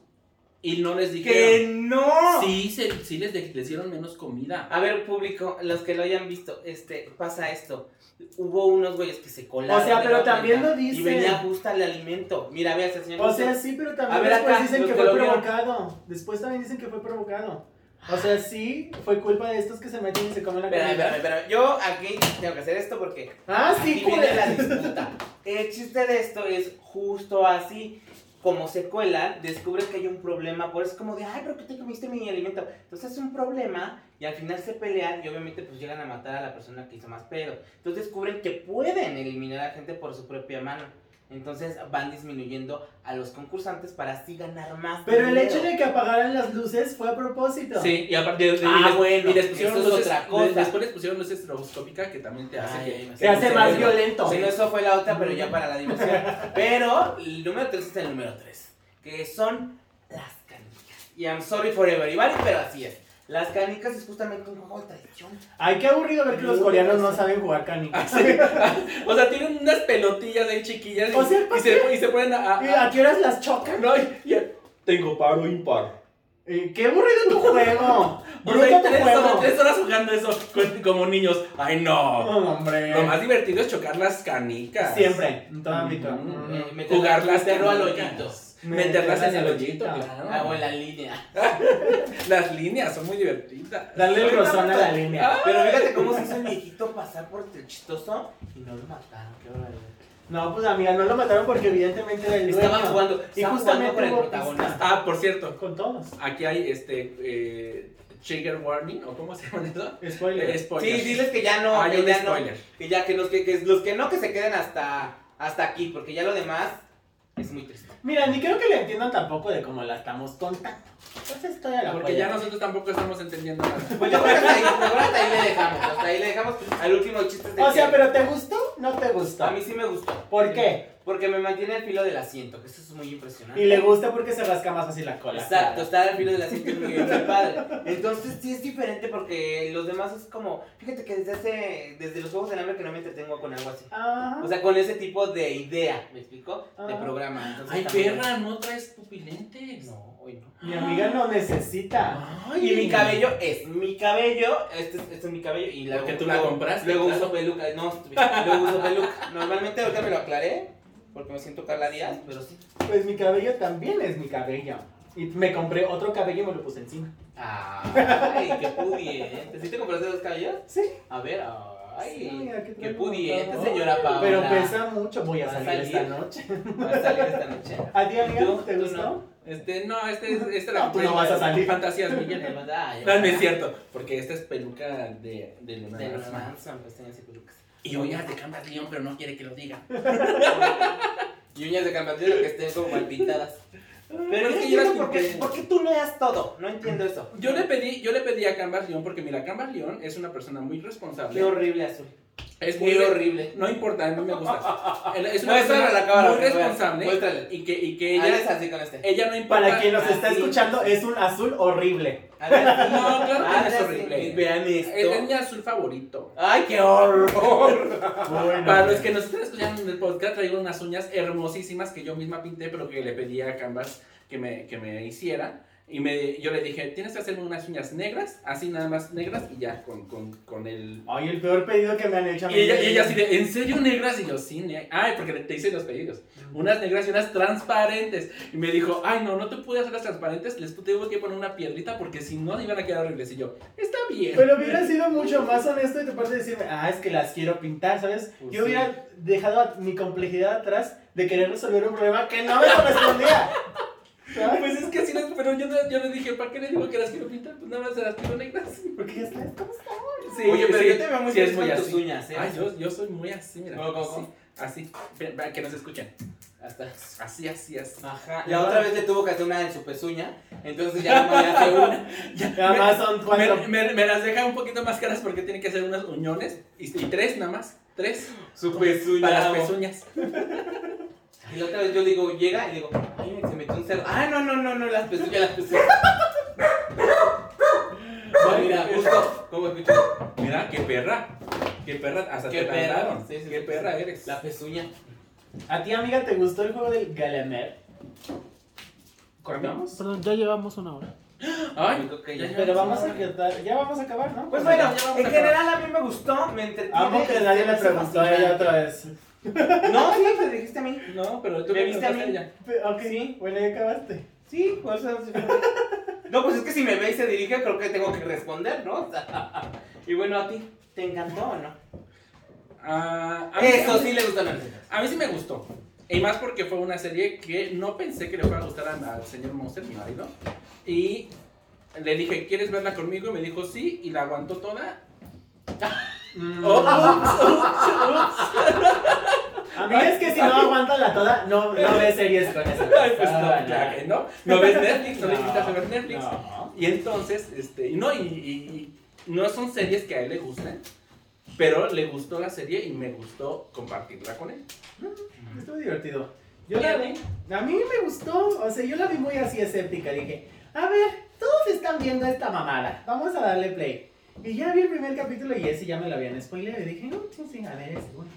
Speaker 1: y no les
Speaker 3: ¡Que
Speaker 1: dijeron.
Speaker 3: no!
Speaker 1: Sí, se- sí les, de- les dieron menos comida.
Speaker 3: A ver, público, los que lo hayan visto, este, pasa esto. Hubo unos güeyes que se colaron.
Speaker 2: O sea,
Speaker 3: de
Speaker 2: pero
Speaker 3: la
Speaker 2: también
Speaker 3: cuenta
Speaker 2: lo dicen.
Speaker 3: Y venía justa el alimento. Mira, veas, el señor.
Speaker 2: O
Speaker 3: justo-
Speaker 2: sea, sí, pero
Speaker 3: A
Speaker 2: también
Speaker 3: ver,
Speaker 2: después
Speaker 3: acá,
Speaker 2: dicen
Speaker 3: los
Speaker 2: que
Speaker 3: que
Speaker 2: fue
Speaker 3: lo vieron.
Speaker 2: provocado. Después también dicen que fue provocado. O sea, sí, fue culpa de estos que se meten y se comen la
Speaker 3: Espérame, espérame,
Speaker 2: comida.
Speaker 3: espérame. Yo aquí tengo que hacer esto porque
Speaker 2: Ah, sí,
Speaker 3: aquí viene la
Speaker 2: culpa.
Speaker 3: disputa. El chiste de esto es justo así. Como se cuelan, descubren que hay un problema. Por eso es como de, ay, pero que te comiste mi alimento. Entonces es un problema y al final se pelean y obviamente pues llegan a matar a la persona que hizo más pedo. Entonces descubren que pueden eliminar a gente por su propia mano. Entonces van disminuyendo a los concursantes para así ganar más.
Speaker 2: Pero el
Speaker 3: dinero.
Speaker 2: hecho de que apagaran las luces fue a propósito.
Speaker 1: Sí, y aparte de, de-
Speaker 3: Ah,
Speaker 1: y les-
Speaker 3: bueno,
Speaker 1: y les pusieron
Speaker 3: eso es
Speaker 1: luces-
Speaker 3: otra cosa.
Speaker 1: de- después les pusieron luces estroboscópica que también te hace
Speaker 3: Ay,
Speaker 1: que-
Speaker 3: ay, me
Speaker 2: Te hace
Speaker 3: Sí,
Speaker 2: más
Speaker 3: sí,
Speaker 2: violento.
Speaker 3: Si no, eso fue la otra, pero ya para la diversión. Pero el número 3 es el número 3, que son las canicas. Y I'm sorry for everybody, pero así es. Las canicas es justamente un juego de tradición.
Speaker 2: Ay, qué aburrido ver que los
Speaker 3: Muy
Speaker 2: coreanos no
Speaker 3: interesante.
Speaker 2: saben jugar canicas.
Speaker 1: O sea, tienen unas pelotillas ahí chiquillas y,
Speaker 2: O sea,
Speaker 1: y
Speaker 2: ¿para
Speaker 1: se, y se ponen a...
Speaker 2: ¿Y
Speaker 1: a-
Speaker 2: a
Speaker 1: a-
Speaker 2: qué horas las chocan?
Speaker 1: no, y- y a- tengo paro impar.
Speaker 2: Eh, ¡Qué aburrido tu juego!
Speaker 1: O sea,
Speaker 2: ¡Bruto
Speaker 1: hay
Speaker 2: tu
Speaker 1: tres,
Speaker 2: juego!
Speaker 1: horas, tres horas jugando eso con- como niños. Ay, no.
Speaker 2: No, hombre.
Speaker 1: Lo más divertido es chocar las canicas.
Speaker 2: Siempre, en todo ámbito.
Speaker 1: Mm.
Speaker 2: Mm.
Speaker 3: Eh, meter-
Speaker 1: Jugarlas
Speaker 3: meterlo al
Speaker 1: canicas.
Speaker 3: hoyito.
Speaker 1: Meterlas en el hoyito,
Speaker 2: Ah,
Speaker 1: claro.
Speaker 3: Ah, o en la línea.
Speaker 1: Las líneas son muy divertidas.
Speaker 2: Darle el grosón a la línea.
Speaker 3: Pero fíjate cómo se hizo el viejito pasar por el chistoso y no lo mataron. Qué barbaridad.
Speaker 2: No, pues amiga, no lo mataron porque evidentemente era el dueño.
Speaker 3: Estaba jugando.
Speaker 2: Y
Speaker 3: Estaba
Speaker 2: justamente
Speaker 3: jugando con el
Speaker 2: hubo
Speaker 3: protagonista.
Speaker 1: Ah, por cierto,
Speaker 2: Con todos.
Speaker 1: aquí hay este eh, trigger warning, o cómo se llama eso? Eh,
Speaker 2: Spoiler.
Speaker 1: spoiler.
Speaker 3: Sí, diles que Ah, ya no.
Speaker 1: Hay
Speaker 3: que
Speaker 1: un
Speaker 3: ya no.
Speaker 1: spoiler.
Speaker 3: Que ya, que los que, que los que no, que se queden hasta, hasta aquí, porque ya lo demás es muy triste.
Speaker 2: Mira, ni creo que le entiendan tampoco de cómo la estamos contando. Entonces estoy a la
Speaker 1: Porque
Speaker 2: joya.
Speaker 1: ya nosotros tampoco estamos entendiendo nada.
Speaker 3: Pues yo creo que hasta ahí, yo creo que hasta ahí le dejamos, hasta ahí le dejamos al último chiste. de
Speaker 2: O sea,
Speaker 3: que-
Speaker 2: ¿pero te gustó? No te gustó.
Speaker 3: A mí sí me gustó.
Speaker 2: ¿Por qué?
Speaker 3: Porque me mantiene al filo del asiento, que eso es muy impresionante.
Speaker 2: Y le gusta porque se rasca más fácil la cola.
Speaker 3: Exacto, estar al filo del asiento es muy, muy padre. Entonces sí es diferente porque los demás es como, fíjate que desde hace, desde los Juegos del Hambre que no me entretengo con algo así.
Speaker 2: Ajá.
Speaker 3: O sea, con ese tipo de idea, ¿me explico? De
Speaker 2: Ajá.
Speaker 3: programa. Entonces,
Speaker 1: Ay,
Speaker 3: también-
Speaker 1: perra, no traes pupilentes.
Speaker 3: No, Uy, no.
Speaker 2: Mi amiga no necesita.
Speaker 3: Y mi cabello es mi cabello, este, es- este es mi cabello y la
Speaker 1: Porque tú lo compraste,
Speaker 3: Luego
Speaker 1: claro.
Speaker 3: uso peluca, no, estúpida, luego uso peluca. Normalmente ahorita me lo aclaré porque me siento Carla Díaz, pero sí.
Speaker 2: Pues mi cabello también es mi cabello. Y me compré otro cabello y me lo puse encima.
Speaker 3: Ay, qué pudiente. ¿Sí te compraste dos cabellos?
Speaker 2: Sí.
Speaker 3: A ver, ay,
Speaker 2: mira, qué
Speaker 3: qué
Speaker 2: tremendo.
Speaker 3: pudiente,
Speaker 2: Ay,
Speaker 3: señora Paola.
Speaker 2: Pero pesa mucho, voy a
Speaker 3: ¿Vas a
Speaker 2: salir,
Speaker 3: salir?
Speaker 2: esta noche.
Speaker 3: Va a salir esta noche.
Speaker 2: ¿A ti, amiga?
Speaker 3: ¿Tú?
Speaker 2: ¿Te
Speaker 3: ¿Tú
Speaker 2: gustó?
Speaker 3: no?
Speaker 1: Este, no, este es. Este
Speaker 2: No, tú no vas a salir.
Speaker 1: Fantasías
Speaker 3: Ya te
Speaker 1: millones.
Speaker 3: lo da, ya.
Speaker 1: No, no es cierto, porque esta es peluca de, de Leonardo
Speaker 3: De los
Speaker 1: Manson.
Speaker 3: Manson, pestañas y pelucas.
Speaker 1: Y uñas de Canvas León, pero no quiere que lo diga.
Speaker 3: Y uñas de campantero que estén como palpitadas. Pero es
Speaker 1: no
Speaker 3: que yo las
Speaker 1: entiendo por qué-
Speaker 3: pinté. ¿Por qué tú leas todo? No entiendo eso.
Speaker 1: Yo le pedí, yo le pedí a Canvas León porque mira, Canvas León es una persona muy responsable.
Speaker 3: Qué horrible azul.
Speaker 1: es
Speaker 3: muy horrible.
Speaker 1: No importa, a mí me gusta. Es una
Speaker 3: Muéstrale
Speaker 1: persona
Speaker 3: a la cámara.
Speaker 1: muy
Speaker 3: que veas.
Speaker 1: responsable
Speaker 3: Muéstrale.
Speaker 1: y que, y que
Speaker 3: Ella
Speaker 1: ella,
Speaker 3: así con este.
Speaker 1: ella no importa.
Speaker 2: Para quien nos está
Speaker 3: Así.
Speaker 2: escuchando, es un azul horrible.
Speaker 3: Hazle así.
Speaker 1: No, claro que no
Speaker 3: Hazle
Speaker 1: es
Speaker 3: así.
Speaker 1: horrible.
Speaker 3: Eh, Vean
Speaker 1: Es, es mi
Speaker 3: esto.
Speaker 1: azul favorito.
Speaker 3: Ay, qué horror.
Speaker 2: Bueno.
Speaker 1: Para los que nos están escuchando en el podcast, traigo unas uñas hermosísimas que yo misma pinté, pero que le pedí a Canvas que me, que me hiciera. Y me, yo le dije, tienes que hacerme unas uñas negras, así nada más negras y ya, con, con, con el...
Speaker 2: Ay, el peor pedido que me han hecho. a mí.
Speaker 1: Y ella, y ella así de, ¿en serio negras? Y yo, sí, ne- ay, porque le- te hice los pedidos. Unas negras y unas transparentes. Y me dijo, ay, no, no te pude hacer las transparentes, les tuve que poner una piedrita porque si no, iban a quedar horribles. Y yo, está bien.
Speaker 2: Pero hubiera sido mucho más honesto de tu parte decirme, ah, es que las quiero pintar, ¿sabes?
Speaker 1: Pues
Speaker 2: Yo hubiera dejado a- mi complejidad atrás de querer resolver un problema que no me correspondía.
Speaker 1: Ay,
Speaker 2: ¿Sabes?
Speaker 1: Pues es que así las, pero yo, no- yo le dije, ¿para qué le digo que las quiero pintar? Pues nada más se las quiero negras.
Speaker 2: Porque ya sabes cómo está.
Speaker 1: Sí,
Speaker 3: Oye, pero
Speaker 1: sí,
Speaker 3: yo te veo muy
Speaker 1: sí, es
Speaker 3: feliz
Speaker 1: muy
Speaker 3: con tus
Speaker 1: así.
Speaker 3: uñas, eh.
Speaker 1: Ay, yo, yo soy muy así, mira.
Speaker 3: ¿Cómo, cómo, cómo?
Speaker 1: Así, así. Ven, para que nos escuchen.
Speaker 3: Hasta.
Speaker 1: Así, así, así.
Speaker 3: Ajá. La otra vez le tuvo que hacer una en su pezuña. Entonces ya no me hace una.
Speaker 1: Ya,
Speaker 2: Nada
Speaker 1: me-
Speaker 2: más son cuatro.
Speaker 1: me, me- me las deja un poquito más caras porque tiene que hacer unas uñones y, y tres nada más. Tres
Speaker 3: Su pezuña.
Speaker 1: para las pezuñas.
Speaker 3: Y la otra vez yo le digo, llega y le digo, ay, se metió un cerdo. Ah, no, no, no, no, las pezuñas, las pezuñas. No, mira, justo, ¿cómo escucho?
Speaker 1: Mira, qué perra. Qué perra. Hasta
Speaker 3: Qué
Speaker 1: te
Speaker 3: perra.
Speaker 1: tardaron.
Speaker 3: Sí, sí,
Speaker 1: qué
Speaker 3: sí.
Speaker 1: perra eres.
Speaker 3: La pezuña.
Speaker 2: ¿A ti, amiga, te gustó el juego del Galamer?
Speaker 1: ¿Cortamos?
Speaker 5: Perdón, ya llevamos una hora.
Speaker 1: Ay,
Speaker 3: Yo creo que
Speaker 1: ya llevamos
Speaker 3: ya.
Speaker 2: Pero vamos a
Speaker 1: una hora.
Speaker 2: acabar, ya vamos a acabar, ¿no?
Speaker 3: Pues bueno,
Speaker 1: ya vamos
Speaker 3: en
Speaker 1: a
Speaker 3: general a mí me gustó, me entretiene.
Speaker 2: Amo que nadie le
Speaker 3: me hace
Speaker 2: preguntó a ella otra vez.
Speaker 3: fascinante. No, sí, me dijiste a mí.
Speaker 1: No, pero tú
Speaker 3: ¿Me
Speaker 1: me
Speaker 3: viste a
Speaker 1: preguntaste
Speaker 3: mí?
Speaker 1: ya.
Speaker 2: Ok,
Speaker 3: Sí.
Speaker 2: bueno, ya acabaste.
Speaker 3: Sí, pues, o sea, sí. No, pues es que si me ve y se dirige, creo que tengo que responder, ¿no? O sea, y bueno, a ti, ¿te encantó o no?
Speaker 1: Ah, a mí-
Speaker 3: Eso sí le gustó a la
Speaker 1: A mí sí me gustó. Y más porque fue una serie que no pensé que le fuera a gustar a- al señor Monster, mi marido. Y le dije, ¿quieres verla conmigo? Y me dijo, sí. Y la aguantó toda.
Speaker 2: Mm.
Speaker 1: Oh, Ah,
Speaker 2: A mí es que si no aguanta la toda, no, no ve series con Ah, esa.
Speaker 1: Ay, pues no,
Speaker 2: persona.
Speaker 1: claro que no. No ves Netflix, no,
Speaker 2: No,
Speaker 1: le invitas a ver Netflix.
Speaker 2: no.
Speaker 1: Y entonces, este, y no, y, y- y no son series que a él le gusten. Pero le gustó la serie y me gustó compartirla con él.
Speaker 2: Estuvo divertido. Yo la vi, a mí me gustó, o sea, yo la vi muy así escéptica, dije, a ver, todos están viendo esta mamada, vamos a darle play. Y ya vi el primer capítulo y ese ya me lo habían spoileado y dije, no, sí, sí, a ver, es bueno.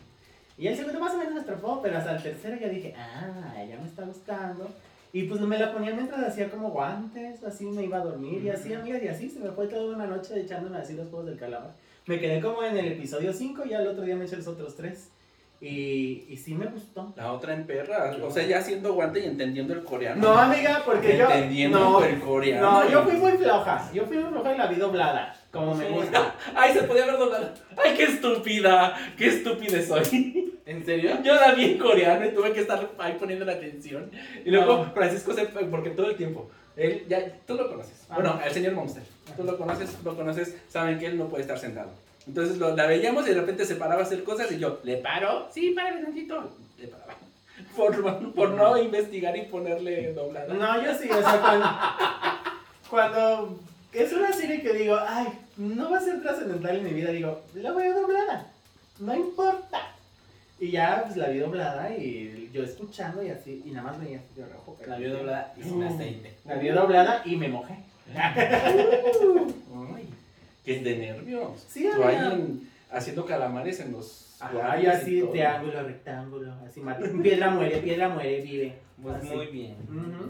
Speaker 2: Y el segundo más o menos me atrapó, pero hasta el tercero ya dije, ah, ya me está gustando. Y pues me la ponía mientras hacía como guantes, así me iba a dormir y así, amigas, y así se me fue toda una noche echándome así los juegos del calamar. Me quedé como en el episodio 5 y al otro día me eché los otros tres. Y, y sí me gustó.
Speaker 1: La otra en perra. O sea, ya haciendo guante y entendiendo el coreano.
Speaker 2: No, amiga, porque yo.
Speaker 1: Entendiendo
Speaker 2: No,
Speaker 1: el coreano.
Speaker 2: no, yo fui muy floja. Yo fui muy floja y la vi doblada. Como me gusta.
Speaker 1: Ay, se podía haber doblado. Ay, qué estúpida. Qué estúpida soy.
Speaker 3: ¿En serio?
Speaker 1: Yo la vi en coreano y tuve que estar ahí poniendo la atención. Y luego
Speaker 2: Ah.
Speaker 1: Francisco se fue, porque todo el tiempo. Él ya, tú lo conoces.
Speaker 2: Ah.
Speaker 1: Bueno, el señor Monster. Tú lo conoces, lo conoces, saben que él no puede estar sentado. Entonces lo, la veíamos y de repente se paraba a hacer cosas y yo, ¿le paro? Sí, párale tantito. Le paraba. Por, por no investigar y ponerle doblada.
Speaker 2: No, yo sí, o sea, cuando. cuando es una serie que digo, ay, no va a ser trascendental en mi vida, digo, la voy a doblada. No importa. Y ya, pues la vi doblada y yo escuchando y así, y nada más veía así de rojo.
Speaker 3: La vio doblada y sin aceite.
Speaker 2: La vi doblada y me mojé.
Speaker 1: Ay, que es de nervios.
Speaker 2: Sí,
Speaker 1: Tú ahí
Speaker 2: amiga.
Speaker 1: en- haciendo calamares en los
Speaker 2: Ajá, yo así, triángulo, rectángulo, así mato. Piedra muere, piedra muere, vive.
Speaker 3: Pues
Speaker 2: Así.
Speaker 3: muy bien.
Speaker 2: Ujú.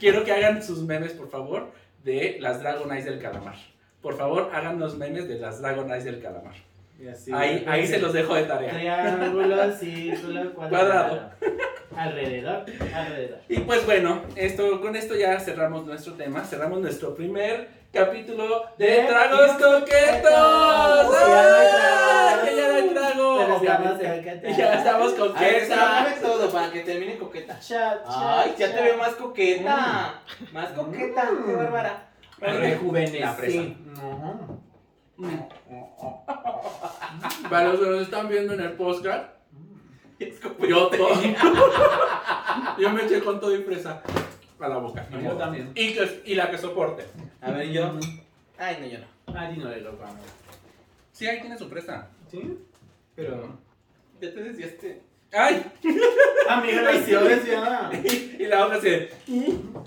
Speaker 1: Quiero que hagan sus memes, por favor, de las Dragon Eyes del calamar. Por favor, hagan los memes de las Dragon Eyes del calamar.
Speaker 2: Y así.
Speaker 1: ahí ahí se los dejo de tarea.
Speaker 2: Triángulo, círculo, cuadrado. Alrededor, alrededor.
Speaker 1: Y pues bueno, esto, con esto ya cerramos nuestro tema, cerramos nuestro primer capítulo de,
Speaker 2: De
Speaker 1: Tragos Coquetos. ¡Ah! ¡Que ya no hay trago!
Speaker 2: Pero estamos
Speaker 1: obviamente.
Speaker 2: cerca.
Speaker 1: Y ya estamos
Speaker 3: Ahí
Speaker 1: coquetas.
Speaker 3: está todo para que termine coqueta.
Speaker 2: Chat, chat,
Speaker 3: Ay, ya te
Speaker 2: chat.
Speaker 3: veo más coqueta. Más coqueta, qué bárbara.
Speaker 1: La fresa.
Speaker 2: Sí. Ujú.
Speaker 1: Mm. Para los que nos están viendo en el podcast,
Speaker 3: Es como-
Speaker 1: yo todo. yo me eché con todo y fresa a la boca.
Speaker 2: Y yo también.
Speaker 1: Y, que- y la que soporte.
Speaker 3: A ver, yo. Ay, no, yo no.
Speaker 2: Ah, di no le lo vamos.
Speaker 1: Sí, ahí tiene su fresa.
Speaker 2: ¿Sí? Pero.
Speaker 3: Ya te desviaste.
Speaker 1: ¡Ay!
Speaker 2: Ah, mi relación ya.
Speaker 1: Y la otra se.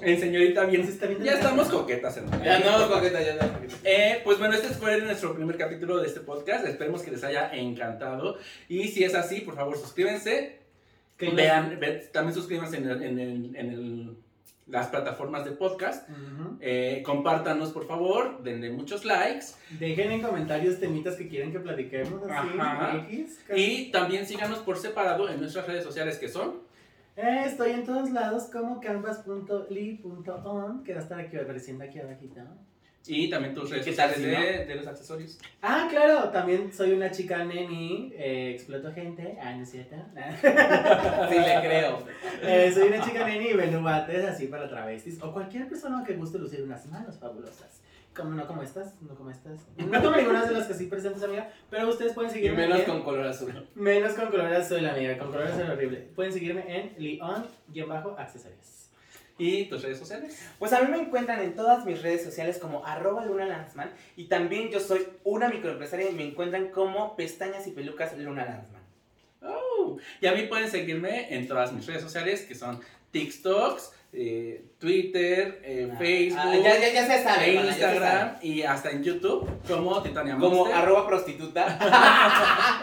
Speaker 1: En señorita bien.
Speaker 2: Se está viendo
Speaker 1: Ya
Speaker 2: la-
Speaker 1: estamos coquetas, hermano.
Speaker 3: Ya no, coqueta, ya no. coqueta.
Speaker 1: Eh, pues bueno, este fue nuestro primer capítulo de este podcast. Esperemos que les haya encantado. Y si es así, por favor, suscríbanse.
Speaker 2: Que
Speaker 1: Vean, ve- también suscríbanse en, el- en el- en el- las plataformas de podcast.
Speaker 2: Ujú.
Speaker 1: Eh, compártanos, por favor. Denle muchos likes.
Speaker 2: Dejen en comentarios temitas que quieren que platiquemos así.
Speaker 1: Ajá.
Speaker 2: X,
Speaker 1: Y también síganos por separado en nuestras redes sociales que son.
Speaker 2: Eh, estoy en todos lados como canvas.ly.on, que va a estar aquí apareciendo aquí abajito.
Speaker 1: Y también tus redes
Speaker 3: qué tal
Speaker 1: sociales
Speaker 3: si
Speaker 1: de, de los accesorios.
Speaker 2: Ah, claro, también soy una chica neni, eh, exploto gente, ah, no es cierto.
Speaker 3: Sí, le creo.
Speaker 2: Eh, soy una chica neni y vendo guantes así para travestis o cualquier persona que guste lucir unas manos fabulosas. Como no como estas, no como estas. No como ninguna de las que sí presentes, amiga, pero ustedes pueden
Speaker 3: Y
Speaker 2: seguirme.
Speaker 3: menos
Speaker 2: en-
Speaker 3: con color azul.
Speaker 2: menos con color azul, amiga, con color azul horrible. Pueden seguirme en leon-accesorios.
Speaker 1: Y tus redes sociales.
Speaker 3: Pues a mí me encuentran en todas mis redes sociales como arroba Luna Lanzman. Y también yo soy una microempresaria y me encuentran como pestañas y pelucas Luna Lanzman.
Speaker 1: Y a mí pueden seguirme en todas mis redes sociales que son TikToks, eh, Twitter, eh, Facebook.
Speaker 3: Ah, ya, ya, ya se sabe.
Speaker 1: en
Speaker 3: mana, ya se sabe.
Speaker 1: Instagram y hasta en YouTube como Titania
Speaker 3: Como
Speaker 1: Monster.
Speaker 3: arroba prostituta.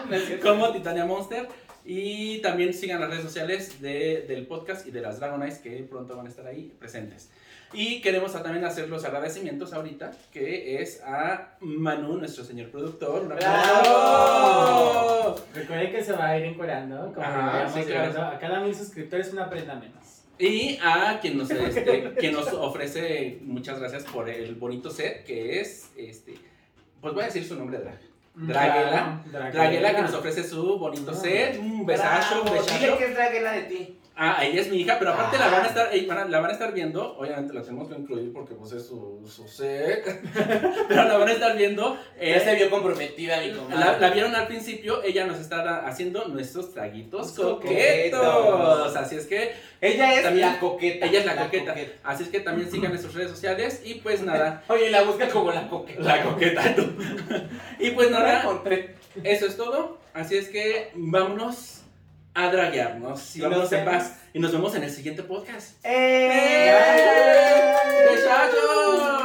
Speaker 3: No es cierto.
Speaker 1: como Titania Monster. Y también sigan las redes sociales de- del podcast y de las Dragon Eyes que pronto van a estar ahí presentes. Y queremos también hacer los agradecimientos ahorita, que es a Manu, nuestro señor productor. ¡Un aplauso!
Speaker 2: Recuerden que se va a ir encuerando, como
Speaker 1: Ajá,
Speaker 2: lo veamos
Speaker 1: sí, claro.
Speaker 2: encuerando. A cada mil suscriptores una prenda menos.
Speaker 1: Y a quien nos, este, quien nos ofrece muchas gracias por el bonito set, que es, este, pues voy a decir su nombre, Drag. Draguela.
Speaker 2: Draguela.
Speaker 1: Draguela, que nos ofrece su bonito
Speaker 2: Ah.
Speaker 1: set. Un besazo, un
Speaker 3: Bravo, Dile
Speaker 1: besazo.
Speaker 3: que es draguela de ti.
Speaker 1: Ah, ella es mi hija, pero aparte la
Speaker 3: Ah.
Speaker 1: van a estar, ey, van a- la van a estar viendo, obviamente la tenemos que incluir porque pues es su, su set, pero la van a estar viendo, eh,
Speaker 3: Ella se vio comprometida, "Ah, mi
Speaker 1: la,
Speaker 3: comadre.
Speaker 1: Ah, la vieron al principio, ella nos está da- haciendo nuestros traguitos
Speaker 3: Los
Speaker 1: coquetos.
Speaker 3: coquetos.
Speaker 1: así es que,
Speaker 3: Ella es
Speaker 1: También-
Speaker 3: la coqueta.
Speaker 1: ella es la coqueta. así es que también sigan en sus redes sociales y pues nada,
Speaker 3: Oye, la busca como la coqueta.
Speaker 1: la coqueta tú. y pues
Speaker 3: No la
Speaker 1: nada,
Speaker 3: encontré.
Speaker 1: eso es todo, así es que vámonos a draguearnos y
Speaker 3: Y
Speaker 1: vámonos
Speaker 3: nos
Speaker 1: en
Speaker 3: vemos.
Speaker 1: paz y nos vemos en el siguiente podcast.
Speaker 3: ¡Eh!
Speaker 1: ¡Eh! ¡Muchachos!